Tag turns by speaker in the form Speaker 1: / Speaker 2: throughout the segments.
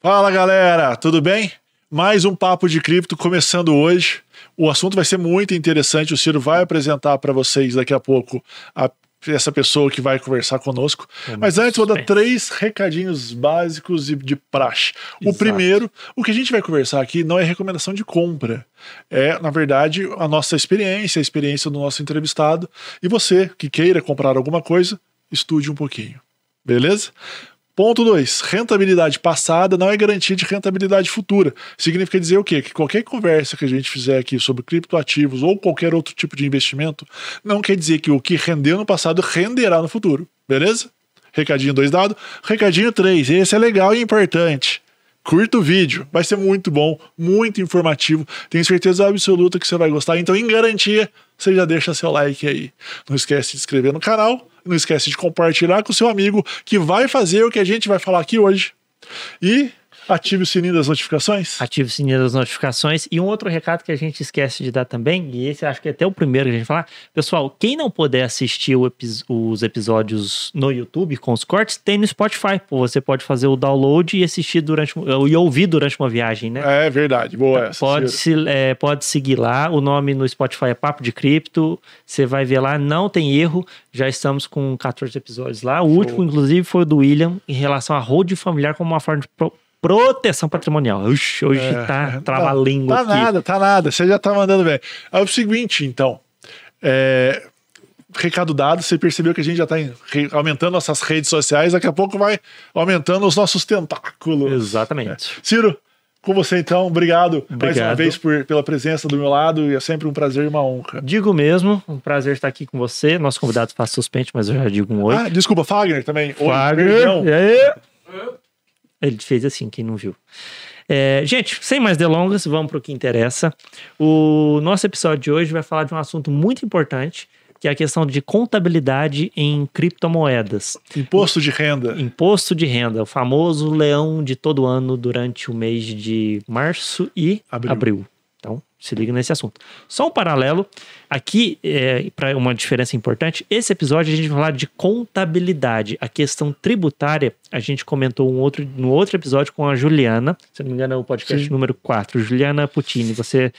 Speaker 1: Fala galera, tudo bem? Mais um papo de cripto começando hoje. O assunto vai ser muito interessante. O Ciro vai apresentar para vocês daqui a pouco a- essa pessoa que vai conversar conosco. Mas antes, vou dar
Speaker 2: É suspense.
Speaker 1: três recadinhos básicos e de praxe. O
Speaker 2: Exato.
Speaker 1: primeiro, o que a gente vai conversar aqui não é recomendação de compra. É, na verdade, a nossa experiência, a experiência do nosso entrevistado. E você que queira comprar alguma coisa, estude um pouquinho. Beleza? Ponto 2. Rentabilidade passada não é garantia de rentabilidade futura. Significa dizer o quê? Que qualquer conversa que a gente fizer aqui sobre criptoativos ou qualquer outro tipo de investimento, não quer dizer que o que rendeu no passado renderá no futuro. Beleza? Recadinho 2 dado. Recadinho 3. Esse é legal e importante. Curta o vídeo, vai ser muito bom, muito informativo. Tenho certeza absoluta que você vai gostar. Então, em garantia, você já deixa seu like aí. Não esquece de se inscrever no canal, não esquece de compartilhar com seu amigo que vai fazer o que a gente vai falar aqui hoje. E ative o sininho das notificações.
Speaker 2: Ative o sininho das notificações. E um outro recado que a gente esquece de dar também, e esse eu acho que é até o primeiro que a gente falar. Pessoal, quem não puder assistir o epi- os episódios no YouTube com os cortes, tem no Spotify. Pô, você pode fazer o download e assistir durante e ouvir durante uma viagem, né?
Speaker 1: É verdade, boa essa.
Speaker 2: Pode,
Speaker 1: Ciro.
Speaker 2: se, é, pode seguir lá. O nome no Spotify é Papo de Cripto. Você vai ver lá, não tem erro. Já estamos com 14 episódios lá. O último, inclusive, foi o do William em relação a road familiar como uma forma de pro- proteção patrimonial. Ux, hoje
Speaker 1: É,
Speaker 2: tá
Speaker 1: é,
Speaker 2: trava-língua
Speaker 1: Tá
Speaker 2: aqui.
Speaker 1: nada, tá nada. Você já tá mandando bem. É o seguinte, então. É, recado dado, você percebeu que a gente já tá em- re- aumentando nossas redes sociais, daqui a pouco vai aumentando os nossos tentáculos.
Speaker 2: Exatamente.
Speaker 1: Ciro, com você então, obrigado, mais uma
Speaker 2: Obrigado.
Speaker 1: vez por- pela presença do meu lado e é sempre um prazer e uma honra.
Speaker 2: Digo mesmo, um prazer estar aqui com você. Nosso convidado faz suspense, mas eu já digo um oi.
Speaker 1: Ah, desculpa, Fagner também. Oi,
Speaker 2: Fagner. É.
Speaker 1: perdão.
Speaker 2: E aí? Ele fez assim, quem não viu. É, gente, sem mais delongas, vamos para o que interessa. O nosso episódio de hoje vai falar de um assunto muito importante, que é a questão de contabilidade em criptomoedas.
Speaker 1: Imposto de renda.
Speaker 2: Imposto de renda, o famoso leão de todo ano durante o mês de março e
Speaker 1: Abril.
Speaker 2: abril. Então, se liga nesse assunto. Só um paralelo, aqui, é, para uma diferença importante, esse episódio a gente vai falar de contabilidade. A questão tributária, a gente comentou um outro, no outro episódio com a Juliana, se não me engano é o podcast
Speaker 1: Sim.
Speaker 2: número 4, Juliana Putini. Você,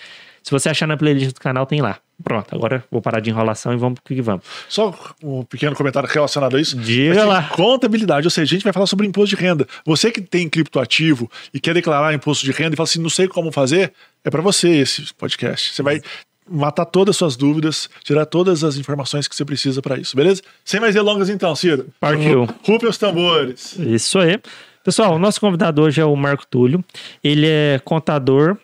Speaker 2: se você achar na playlist do canal, tem lá. Pronto, agora vou parar de enrolação e vamos pro que vamos.
Speaker 1: Só um pequeno comentário relacionado a isso.
Speaker 2: Diga
Speaker 1: Vai ser
Speaker 2: lá.
Speaker 1: Contabilidade, ou seja, a gente vai falar sobre imposto de renda. Você que tem criptoativo e quer declarar imposto de renda e fala assim, não sei como fazer, é para você esse podcast. Você vai matar todas as suas dúvidas, tirar todas as informações que você precisa para isso, beleza? Sem mais delongas então, Ciro.
Speaker 2: Partiu.
Speaker 1: Rupe os tambores.
Speaker 2: Isso aí. Pessoal, o nosso convidado hoje é o Marco Túlio. Ele é contador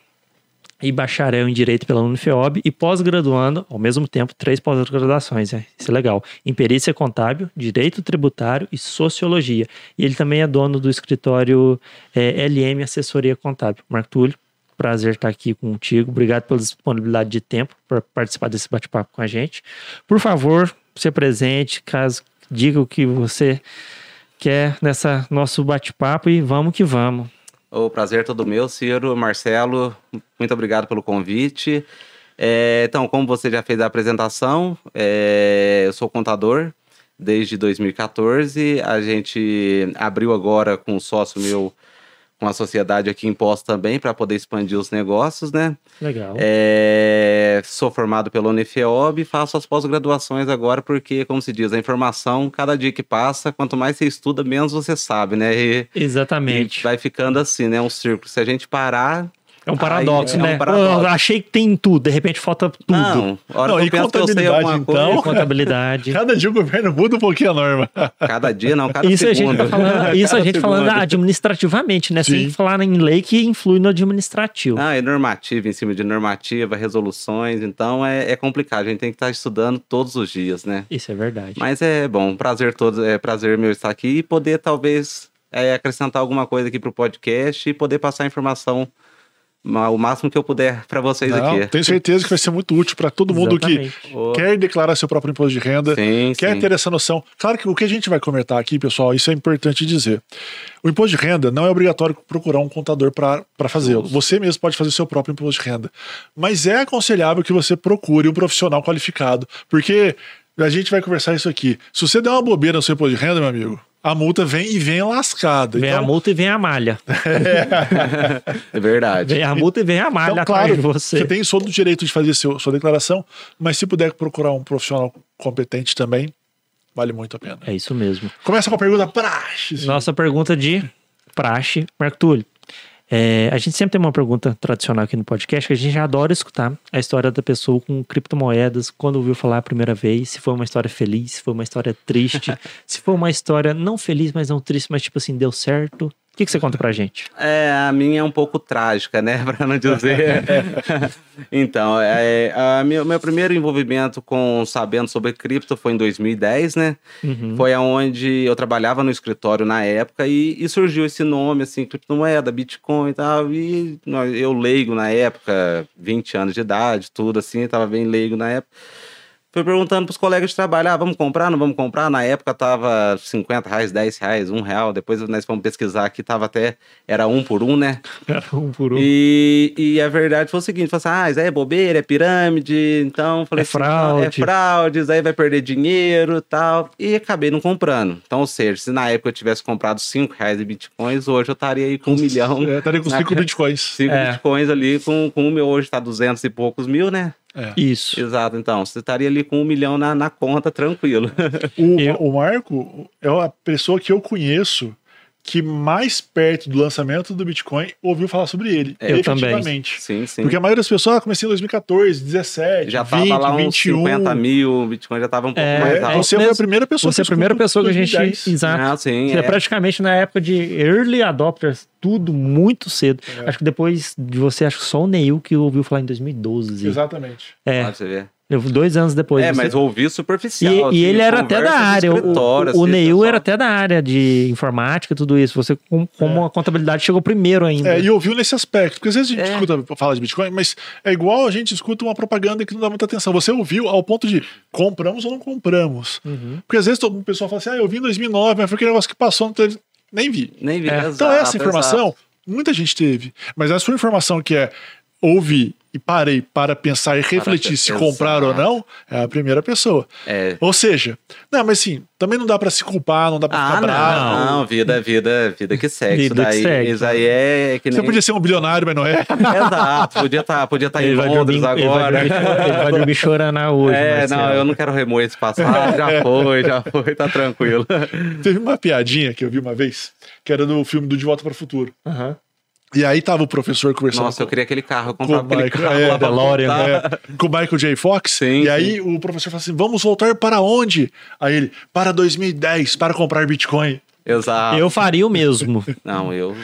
Speaker 2: e bacharel em Direito pela Unifeob e pós-graduando, ao mesmo tempo, três pós-graduações. né? Isso é legal. Em Perícia Contábil, Direito Tributário e Sociologia. E ele também é dono do escritório eh, LM Assessoria Contábil. Marco Túlio, prazer estar aqui contigo. Obrigado pela disponibilidade de tempo para participar desse bate-papo com a gente. Por favor, se presente, caso diga o que você quer é nessa nosso bate-papo e vamos que vamos.
Speaker 3: O prazer é todo meu, Ciro, Marcelo, muito obrigado pelo convite. É, então, como você já fez a apresentação, é, eu sou contador desde 2014. A gente abriu agora com um sócio meu, com a sociedade aqui em Pós também, para poder expandir os negócios, né?
Speaker 2: Legal.
Speaker 3: É, sou formado pela Unifeob e faço as pós-graduações agora, porque, como se diz, a informação, cada dia que passa, quanto mais você estuda, menos você sabe, né? E-
Speaker 2: Exatamente.
Speaker 3: e vai ficando assim, né? Um círculo. Se a gente parar.
Speaker 2: É um paradoxo,
Speaker 3: Aí, é um
Speaker 2: né?
Speaker 3: paradoxo.
Speaker 2: Eu achei que tem tudo, de repente falta tudo.
Speaker 3: Não, a hora
Speaker 1: Não,
Speaker 3: que
Speaker 1: e
Speaker 3: eu penso que eu sei
Speaker 1: contabilidade,
Speaker 3: alguma
Speaker 1: então?
Speaker 3: coisa.
Speaker 2: E Contabilidade.
Speaker 1: Cada dia o governo muda um pouquinho a norma.
Speaker 3: Cada dia, não, cada
Speaker 2: Isso a gente
Speaker 3: segundo.
Speaker 2: tá falando, isso a
Speaker 3: Cada
Speaker 2: gente falando
Speaker 3: segundo.
Speaker 2: administrativamente, né? Sem
Speaker 1: Sim.
Speaker 2: falar em lei que influi no administrativo.
Speaker 3: Ah, é normativa, em cima de normativa, resoluções. Então é, é complicado. A gente tem que estar estudando todos os dias, né?
Speaker 2: Isso é verdade.
Speaker 3: Mas é bom, prazer todo, é prazer meu estar aqui e poder talvez é, acrescentar alguma coisa aqui pro podcast e poder passar a informação ma- o máximo que eu puder para vocês
Speaker 1: Não,
Speaker 3: aqui. é.
Speaker 1: tenho certeza que vai ser muito útil para todo mundo que
Speaker 2: Exatamente.
Speaker 3: Ô,
Speaker 1: quer declarar seu próprio imposto de renda,
Speaker 3: Sim,
Speaker 1: quer
Speaker 3: sim.
Speaker 1: ter essa noção. Claro que o que a gente vai comentar aqui, pessoal, isso é importante dizer. O imposto de renda não é obrigatório procurar um contador para fazê-lo. Você mesmo pode fazer seu próprio imposto de renda. Mas é aconselhável que você procure um profissional qualificado, porque a gente vai conversar isso aqui. Se você der uma bobeira no seu imposto de renda, meu amigo, A multa vem e vem lascada.
Speaker 2: Vem a
Speaker 1: então,
Speaker 2: multa e vem a malha.
Speaker 3: É verdade.
Speaker 2: Vem a multa e vem a malha
Speaker 1: então,
Speaker 2: atrás
Speaker 1: claro,
Speaker 2: de você.
Speaker 1: você tem todo o direito de fazer seu, sua declaração, mas se puder procurar um profissional competente também, vale muito a pena.
Speaker 2: É isso mesmo.
Speaker 1: Começa com a pergunta praxe.
Speaker 2: Nossa pergunta de praxe, Marco Túlio. É, a gente sempre tem uma pergunta tradicional aqui no podcast que a gente adora escutar a história da pessoa com criptomoedas, quando ouviu falar a primeira vez, se foi uma história feliz, se foi uma história triste, se foi uma história não feliz, mas não triste, mas tipo assim, deu certo. O que, que você conta pra gente?
Speaker 3: É, a minha é um pouco trágica, né? Pra não dizer. então, é, a meu, meu primeiro envolvimento com sabendo sobre cripto foi em 2010, né? Foi aonde eu trabalhava no escritório na época e, e surgiu esse nome, assim, criptomoeda, Bitcoin e tal. E nó- eu leigo na época, 20 anos de idade, tudo assim, tava bem leigo na época. Fui perguntando pros colegas de trabalho, ah, vamos comprar, não vamos comprar? Na época tava 50 reais, 10 reais, 1 real. Depois nós fomos pesquisar aqui, tava até, era um por um, né?
Speaker 2: um por
Speaker 3: E, e a verdade foi o seguinte: falou assim, ah, isso aí é bobeira, é pirâmide, então falei
Speaker 2: É
Speaker 3: assim, "Não,
Speaker 2: fraude."
Speaker 3: é fraude, isso aí vai perder dinheiro e tal. E acabei não comprando. Então, ou seja, se na época eu tivesse comprado 5 reais de bitcoins, hoje eu estaria aí com um milhão.
Speaker 1: É, estaria com
Speaker 3: Na-
Speaker 1: 5 bitcoins.
Speaker 3: Cinco
Speaker 2: É.
Speaker 3: bitcoins ali com, com o meu hoje tá 200 e poucos mil, né?
Speaker 1: É.
Speaker 2: Isso.
Speaker 3: Exato, então. Você estaria ali com um milhão na, na conta, tranquilo.
Speaker 1: O,
Speaker 2: Eu-
Speaker 1: o Marco é a pessoa que eu conheço que mais perto do lançamento do Bitcoin ouviu falar sobre ele.
Speaker 2: É, eu
Speaker 1: efetivamente.
Speaker 3: sim, sim.
Speaker 1: Porque a maioria das pessoas ah, comecei em 2014, 17,
Speaker 3: já tava
Speaker 1: 20,
Speaker 3: lá uns
Speaker 1: 21.
Speaker 3: 50 mil, o Bitcoin já tava um pouco
Speaker 2: um. É,
Speaker 1: É,
Speaker 3: mais alto.
Speaker 1: você foi a
Speaker 2: mesmo.
Speaker 1: primeira pessoa
Speaker 2: Você é a
Speaker 1: escutou
Speaker 2: primeira
Speaker 1: em
Speaker 2: pessoa que a gente.
Speaker 1: 2010.
Speaker 2: Exato.
Speaker 3: Ah, sim,
Speaker 2: Você é
Speaker 3: é.
Speaker 2: praticamente na época de early adopters, tudo muito cedo.
Speaker 1: É.
Speaker 2: Acho que depois de você, acho que só o Neil que ouviu falar em 2012.
Speaker 1: Exatamente.
Speaker 2: É,
Speaker 3: pra você ver.
Speaker 2: eu- dois anos depois.
Speaker 3: é,
Speaker 2: você-
Speaker 3: mas ouvi
Speaker 2: E,
Speaker 3: superficial.
Speaker 2: e
Speaker 3: assim,
Speaker 2: ele era até
Speaker 3: conversa
Speaker 2: da
Speaker 3: de
Speaker 2: área. O,
Speaker 3: escritório,
Speaker 2: o, o
Speaker 3: assim,
Speaker 2: Neil
Speaker 3: pessoal.
Speaker 2: era até da área de informática e tudo isso. Você, com-
Speaker 3: É.
Speaker 2: como a contabilidade chegou primeiro ainda.
Speaker 1: É, e ouviu nesse aspecto, porque às vezes a gente
Speaker 3: Uhum. É.
Speaker 1: escuta falar de Bitcoin, mas é igual a gente escuta uma propaganda que não dá muita atenção. Você ouviu ao ponto de compramos ou não compramos.
Speaker 3: Uhum.
Speaker 1: Porque às vezes todo o pessoal fala assim, ah, eu vi em 2009, mas foi aquele negócio que passou, não teve... nem vi.
Speaker 3: Nem vi.
Speaker 2: É.
Speaker 3: exato,
Speaker 1: Então essa
Speaker 3: exato.
Speaker 1: informação, muita gente teve, mas a sua informação que é ouvi e parei para pensar e refletir se
Speaker 3: pensar.
Speaker 1: comprar ou não, é a primeira pessoa.
Speaker 3: É.
Speaker 1: Ou seja, não, mas sim, também não dá para se culpar, não dá para
Speaker 3: Ah,
Speaker 1: ficar bravo.
Speaker 3: não, não, vida, vida, vida que segue.
Speaker 2: Vida
Speaker 3: isso,
Speaker 2: que
Speaker 3: daí,
Speaker 2: segue.
Speaker 3: isso aí é que nem...
Speaker 1: Você podia ser um bilionário, mas não é.
Speaker 3: Exato, podia estar podia tá em
Speaker 2: ele, vai
Speaker 3: Londres
Speaker 2: dormir, ele, vai um
Speaker 3: agora.
Speaker 2: dormir, ele vai dormir chorando hoje.
Speaker 3: É,
Speaker 2: Marcelo.
Speaker 3: não, eu não quero remoer esse passado. Já foi, já foi, tá tranquilo.
Speaker 1: Teve uma piadinha que eu vi uma vez, que era do filme do De Volta para o Futuro.
Speaker 2: Aham.
Speaker 1: E aí tava o professor conversando
Speaker 3: Nossa, eu queria aquele carro, eu
Speaker 1: com, com, o
Speaker 3: comprava aquele
Speaker 1: Michael,
Speaker 3: carro
Speaker 1: é,
Speaker 3: lá pra
Speaker 2: DeLorean, né?
Speaker 3: voltar.
Speaker 1: é, com o Michael J. Fox.
Speaker 3: Sim,
Speaker 1: e
Speaker 3: sim.
Speaker 1: aí o professor falou assim: vamos voltar para onde? Aí ele, para 2010, para comprar Bitcoin.
Speaker 3: Exato.
Speaker 2: Eu faria o mesmo.
Speaker 3: Não, eu,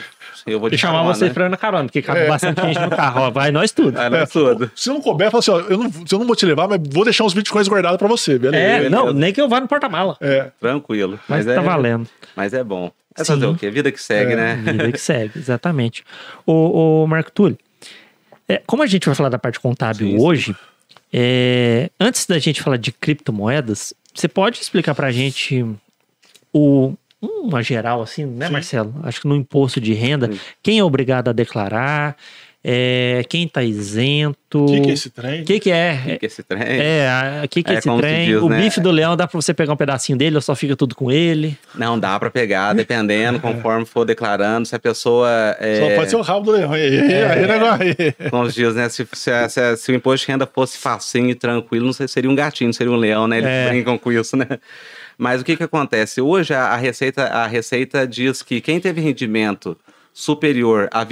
Speaker 3: eu vou
Speaker 2: E
Speaker 3: te
Speaker 2: chamar
Speaker 3: chamar,
Speaker 2: você
Speaker 3: né?
Speaker 2: Fernando Carona, porque cabe bastante gente no carro. Ó, vai nós tudo.
Speaker 3: Ah, não é tudo.
Speaker 1: Se não couber, fala assim: ó, eu não, eu não vou te levar, mas vou deixar uns Bitcoins guardados para você, beleza?
Speaker 2: É, não, nem que eu vá no porta-mala.
Speaker 3: né?
Speaker 1: É.
Speaker 3: Tranquilo.
Speaker 2: Mas, tá
Speaker 3: é,
Speaker 2: valendo.
Speaker 3: Mas é bom. É
Speaker 2: Sim. É.
Speaker 3: fazer o quê? Vida que segue, né?
Speaker 2: Vida que segue, exatamente. O, Marco Túlio, é, como a gente vai falar da parte contábil
Speaker 3: Sim, sim.
Speaker 2: hoje, é, antes da gente falar de criptomoedas, você pode explicar pra gente o, uma geral, assim, né, Marcelo? Acho que no imposto de renda, quem é obrigado a declarar, é, quem tá
Speaker 1: O
Speaker 2: isento.
Speaker 1: que, que é esse trem?
Speaker 2: O que, que é?
Speaker 3: Que esse trem.
Speaker 2: É, a- o que, que é
Speaker 3: É,
Speaker 2: esse
Speaker 3: como se
Speaker 2: trem?
Speaker 3: diz,
Speaker 2: o
Speaker 3: né?
Speaker 2: bife do leão dá pra você pegar um pedacinho dele ou só fica tudo com ele?
Speaker 3: Não dá pra pegar, dependendo, conforme for declarando. Se a pessoa. É,
Speaker 1: Só pode ser o rabo do leão. Aí, aí, aí, negócio aí.
Speaker 3: como se diz, né? Se, se- se- se o imposto de renda fosse facinho e tranquilo, não sei, seria um gatinho, não seria um leão, né? Eles
Speaker 2: É.
Speaker 3: brincam com isso, né? Mas o que, que acontece? Hoje a, a receita, a Receita diz que quem teve rendimento superior a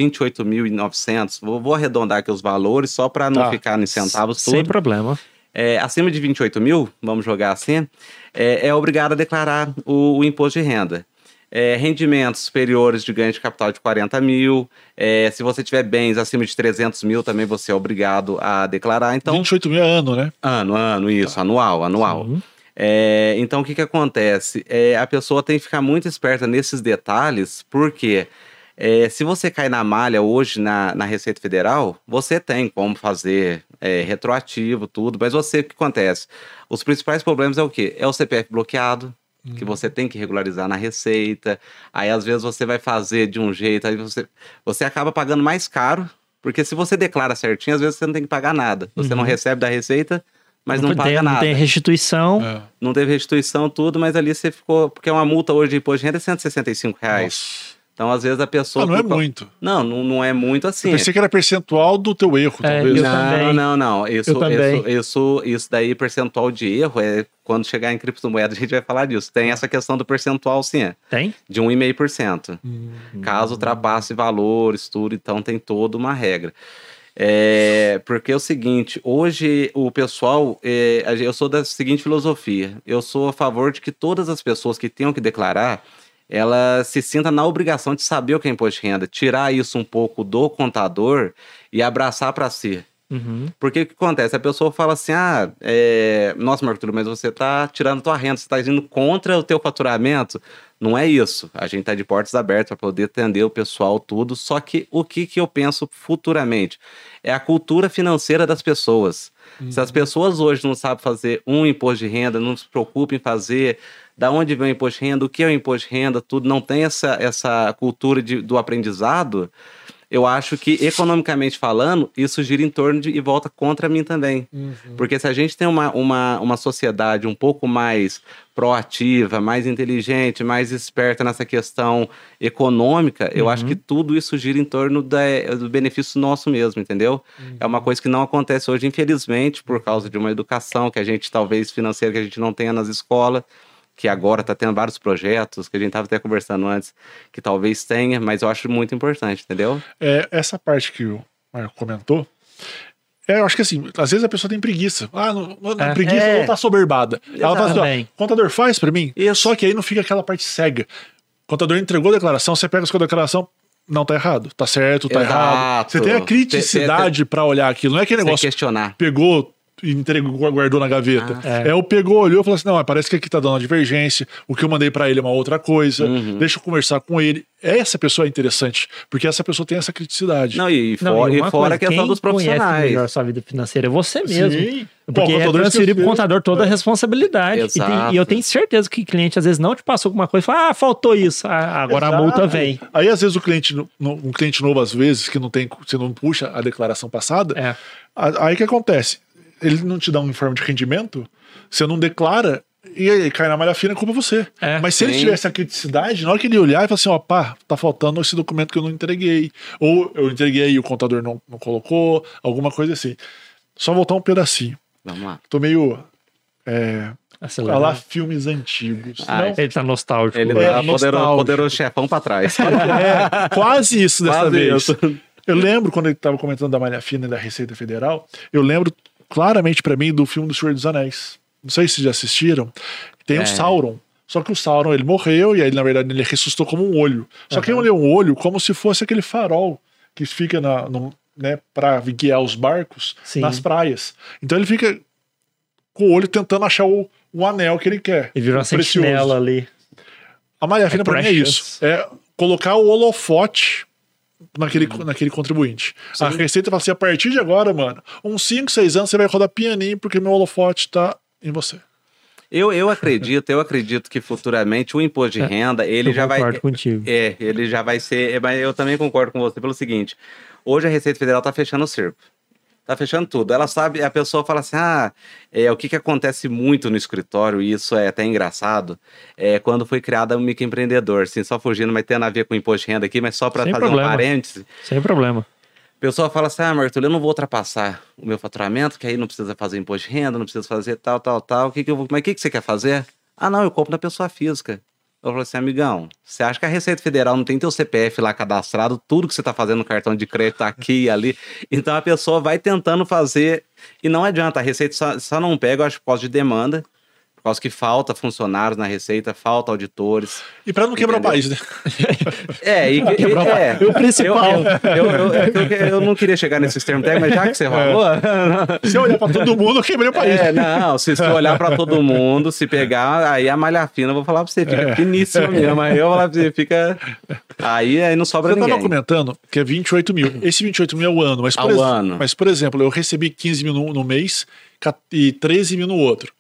Speaker 3: 28.900, vou, vou arredondar aqui os valores só para não
Speaker 1: Tá.
Speaker 3: ficar em centavos tudo.
Speaker 2: Sem problema.
Speaker 3: é, acima de 28 mil, vamos jogar assim, é, é obrigado a declarar o, o imposto de renda. É, rendimentos superiores de ganho de capital de 40 mil, é, se você tiver bens acima de 300 mil, também você é obrigado a declarar. Então,
Speaker 1: 28 mil ano, né?
Speaker 3: ano, ano, isso, anual, anual.
Speaker 2: Uhum.
Speaker 3: É, então, o que, que acontece? É, a pessoa tem que ficar muito esperta nesses detalhes, porque é, se você cai na malha hoje na, na Receita Federal, você tem como fazer é, retroativo, tudo, mas você, o que acontece? Os principais problemas é o quê? É o CPF bloqueado, que você tem que regularizar na Receita, aí às vezes você vai fazer de um jeito, aí você, você acaba pagando mais caro, porque se você declara certinho, às vezes você não tem que pagar nada, você não recebe da Receita, mas não,
Speaker 2: tem-
Speaker 3: paga nada.
Speaker 2: Não tem restituição.
Speaker 1: É.
Speaker 3: Não teve restituição, tudo, mas ali você ficou. Porque uma multa hoje de imposto de renda é 165 reais.
Speaker 1: Nossa.
Speaker 3: Então, às vezes, a
Speaker 1: Ah,
Speaker 3: pessoa.
Speaker 1: não é
Speaker 3: por co-
Speaker 1: muito.
Speaker 3: Não, não, não é muito assim.
Speaker 1: Eu pensei que era percentual do teu erro,
Speaker 2: É,
Speaker 1: talvez.
Speaker 2: eu
Speaker 1: né?
Speaker 3: não,
Speaker 2: também.
Speaker 3: não, não. Isso,
Speaker 2: Eu também.
Speaker 3: Isso, isso, isso daí, percentual de erro, é quando chegar em criptomoeda, a gente vai falar disso. Tem essa questão do percentual, sim, é,
Speaker 2: Tem?
Speaker 3: de 1,5%.
Speaker 1: Hum.
Speaker 3: Caso ultrapasse valores, tudo, então tem toda uma regra. É, porque é o seguinte, hoje o pessoal, é, a gen- eu sou da seguinte filosofia, eu sou a favor de que todas as pessoas que tenham que declarar, ela se sinta na obrigação de saber o que é imposto de renda, tirar isso um pouco do contador e abraçar para si.
Speaker 2: Uhum.
Speaker 3: Porque o que acontece? A pessoa fala assim: ah, é... nossa, Marco Túlio, mas você tá tirando tua renda, você tá indo contra o teu faturamento. Não é isso. A gente tá de portas abertas para poder atender o pessoal, tudo. Só que o que, que eu penso futuramente? É a cultura financeira das pessoas. Se as pessoas hoje não sabem fazer um imposto de renda, não se preocupem em fazer da onde vem o imposto de renda, o que é o imposto de renda, tudo, não tem essa, essa cultura de, do aprendizado, eu acho que, economicamente falando, isso gira em torno de e volta contra mim também. Porque se a gente tem uma, uma, uma sociedade um pouco mais proativa, mais inteligente, mais esperta nessa questão econômica, eu acho que tudo isso gira em torno da- do benefício nosso mesmo, entendeu? É uma coisa que não acontece hoje, infelizmente, por causa de uma educação que a gente, talvez financeira, que a gente não tenha nas escolas, que agora está tendo vários projetos, que a gente estava até conversando antes, que talvez tenha, mas eu acho muito importante, entendeu?
Speaker 1: É, essa parte que o Marco comentou. é, eu acho que assim, às vezes a pessoa tem preguiça. Ah, não, não- não,
Speaker 2: É.
Speaker 1: preguiça
Speaker 2: É.
Speaker 1: ou tá soberbada. Ela fala assim, ó,
Speaker 2: Também.
Speaker 1: contador faz pra mim?
Speaker 3: Isso.
Speaker 1: Só que aí não fica aquela parte cega. contador entregou a declaração, você pega a sua declaração, não tá errado, tá certo, tá
Speaker 3: Exato.
Speaker 1: errado. Você tem a
Speaker 3: Te-
Speaker 1: criticidade pra olhar aquilo, não é aquele
Speaker 3: Sem
Speaker 1: negócio
Speaker 3: questionar.
Speaker 1: pegou e entregou, guardou na gaveta. é. o pegou, olhou e falou assim: não, mas parece que aqui tá dando uma divergência, o que eu mandei pra ele é uma outra coisa, deixa eu conversar com ele. Essa pessoa é interessante, porque essa pessoa tem essa criticidade.
Speaker 3: Não, e,
Speaker 2: Não,
Speaker 3: fora, e
Speaker 2: uma
Speaker 3: fora
Speaker 2: coisa,
Speaker 3: a questão
Speaker 2: quem
Speaker 3: dos
Speaker 2: conhece
Speaker 3: profissionais.
Speaker 2: melhor sua vida financeira é você mesmo.
Speaker 1: Sim. Bom,
Speaker 2: Porque é
Speaker 1: contador
Speaker 2: transferir
Speaker 1: esqueceu.
Speaker 2: pro contador toda a responsabilidade. E, tem-
Speaker 3: É. Exato.
Speaker 2: e eu tenho certeza que cliente às vezes não te passou alguma coisa e fala, ah, faltou isso. Ah, agora a
Speaker 1: Exato.
Speaker 2: multa vem.
Speaker 1: Aí, às vezes, o cliente, no- no- um cliente novo, às vezes, que não tem, você não puxa a declaração passada,
Speaker 2: É.
Speaker 1: a- aí o que acontece? Ele não te dá um informe de rendimento, você não declara, e aí cai na malha fina, culpa você.
Speaker 2: É,
Speaker 1: Mas se ele
Speaker 3: sim.
Speaker 1: tivesse a criticidade, na hora que ele olhar e falar assim, ó, pá, tá faltando esse documento que eu não entreguei. Ou eu entreguei e o contador não, não colocou, alguma coisa assim. Só voltar um pedacinho.
Speaker 3: Vamos lá.
Speaker 1: Tô meio. É,
Speaker 2: Acelerou.
Speaker 1: falar filmes antigos.
Speaker 3: Ah,
Speaker 1: Não,
Speaker 2: Ele tá nostálgico.
Speaker 3: Ele
Speaker 1: É,
Speaker 3: dá
Speaker 1: nostálgico.
Speaker 3: poderoso, poderoso chefão pra trás.
Speaker 1: É, quase isso dessa
Speaker 3: Quase
Speaker 1: vez.
Speaker 3: isso.
Speaker 1: Eu lembro quando ele estava comentando da Malha Fina e da Receita Federal, eu lembro claramente pra mim do filme do Senhor dos Anéis. Não sei se vocês já assistiram. Tem
Speaker 2: É.
Speaker 1: o Sauron. Só que o Sauron ele morreu e aí, na verdade, ele ressuscitou como um olho. Só que ele olhou um olho como se fosse aquele farol que fica na, no, né, pra guiar os barcos
Speaker 2: Sim.
Speaker 1: nas praias. Então ele fica com o olho tentando achar o, o anel que ele quer.
Speaker 2: Ele
Speaker 1: O
Speaker 2: virou uma sentinela ali.
Speaker 1: a Maria Fina,
Speaker 2: É
Speaker 1: pra mim, é
Speaker 2: precious.
Speaker 1: isso. É colocar o holofote naquele,
Speaker 3: Uhum.
Speaker 1: naquele contribuinte. A Receita fala assim: a partir de agora, mano, uns 5, 6 anos você vai rodar pianinho porque meu holofote tá em você.
Speaker 3: Eu, eu acredito, eu acredito que futuramente o imposto de renda, ele
Speaker 2: É, eu
Speaker 3: já vai.
Speaker 2: concordo contigo.
Speaker 3: É, ele já vai ser. é, Mas eu também concordo com você pelo seguinte: hoje a Receita Federal tá fechando o cerco. Tá fechando tudo. Ela sabe, a pessoa fala assim: ah, é, o que, que acontece muito no escritório, e isso é até engraçado, é quando foi criada o microempreendedor, assim, só fugindo, mas tendo a ver com o imposto de renda aqui, mas só para
Speaker 2: Sem
Speaker 3: fazer
Speaker 2: problema.
Speaker 3: um parêntese.
Speaker 2: Sem problema.
Speaker 3: O pessoal fala assim, ah, Martulho, eu não vou ultrapassar o meu faturamento, que aí não precisa fazer imposto de renda, não precisa fazer tal, tal, tal. O que que eu vou... Mas o que, que você quer fazer? Ah, não, eu compro na pessoa física. Eu falo assim, amigão, você acha que a Receita Federal não tem teu CPF lá cadastrado, tudo que você está fazendo no cartão de crédito tá aqui e ali? Então a pessoa vai tentando fazer e não adianta, a Receita só, só não pega, eu acho, por causa de demanda, por causa que falta funcionários na Receita, falta auditores.
Speaker 1: E pra não quebrar o país, né?
Speaker 3: É, e, que-
Speaker 2: Quebrar o
Speaker 3: é,
Speaker 2: pau. E o principal?
Speaker 3: Eu, eu, eu- é que eu, eu não queria chegar nesses termos técnicos, mas já que
Speaker 2: É.
Speaker 3: você falou.
Speaker 1: Se eu olhar pra todo mundo, eu quebrei o país.
Speaker 3: É, não, se você olhar pra todo mundo, se pegar, aí a malha fina, eu vou falar pra você,
Speaker 2: É.
Speaker 3: fica finíssima mesmo. Aí eu vou falar pra você, fica. Aí, aí não
Speaker 1: Você
Speaker 3: sobra
Speaker 2: tá
Speaker 1: tava
Speaker 3: ninguém. Uhum.
Speaker 1: comentando que é 28 mil. Esse 28 mil é o ano. Mas por,
Speaker 3: Ao
Speaker 1: ex-
Speaker 3: ano.
Speaker 1: mas, por exemplo, eu recebi 15 mil no, no mês ca- e 13 mil no outro.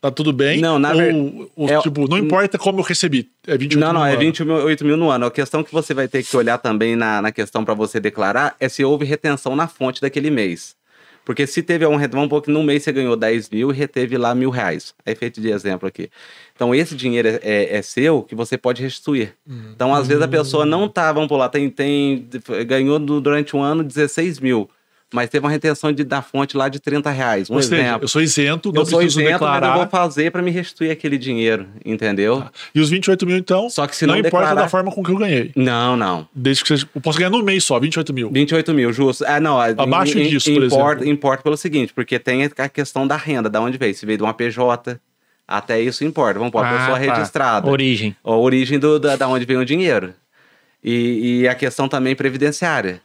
Speaker 1: Tá tudo bem?
Speaker 3: Não, na
Speaker 1: ou,
Speaker 3: ver-
Speaker 1: ou,
Speaker 3: é-
Speaker 1: tipo, não importa como eu recebi. É 28
Speaker 3: Não,
Speaker 1: mil
Speaker 3: não,
Speaker 1: no
Speaker 3: é
Speaker 1: ano.
Speaker 3: 28 mil no ano. A questão que você vai ter que olhar também na, na questão para você declarar é se houve retenção na fonte daquele mês. Porque se teve um vamos pôr que num mês você ganhou 10 mil e reteve lá mil reais. É feito de exemplo aqui. Então, esse dinheiro é, é- é seu que você pode restituir.
Speaker 1: Uhum.
Speaker 3: Então, às vezes a pessoa não tá, vamos pôr lá, tem, tem, ganhou no- durante um ano 16 mil, mas teve uma retenção de, da fonte lá de 30 reais. Um
Speaker 1: Ou seja,
Speaker 3: exemplo.
Speaker 1: eu sou isento,
Speaker 3: Eu,
Speaker 1: não
Speaker 3: sou
Speaker 1: preciso
Speaker 3: isento, mas eu
Speaker 1: declarar. Tá.
Speaker 3: vou fazer para me restituir aquele dinheiro, entendeu?
Speaker 1: E os 28 mil, então,
Speaker 3: Só que se
Speaker 1: não,
Speaker 3: não,
Speaker 1: importa
Speaker 3: declarar...
Speaker 1: da forma com que eu ganhei.
Speaker 3: Não, não.
Speaker 1: Desde que seja. Eu posso ganhar no mês só, 28 mil.
Speaker 3: 28 mil, justo. Ah, não.
Speaker 1: Abaixo
Speaker 3: im- im-
Speaker 1: disso, por
Speaker 3: importa,
Speaker 1: exemplo.
Speaker 3: Importa pelo seguinte, porque tem a questão da renda, da onde veio. Se veio de uma PJ, até isso importa. Vamos pôr a
Speaker 2: Ah,
Speaker 3: pessoa
Speaker 2: tá.
Speaker 3: registrada.
Speaker 2: Origem.
Speaker 3: A origem do, da, da onde vem o dinheiro. E, e a questão também previdenciária.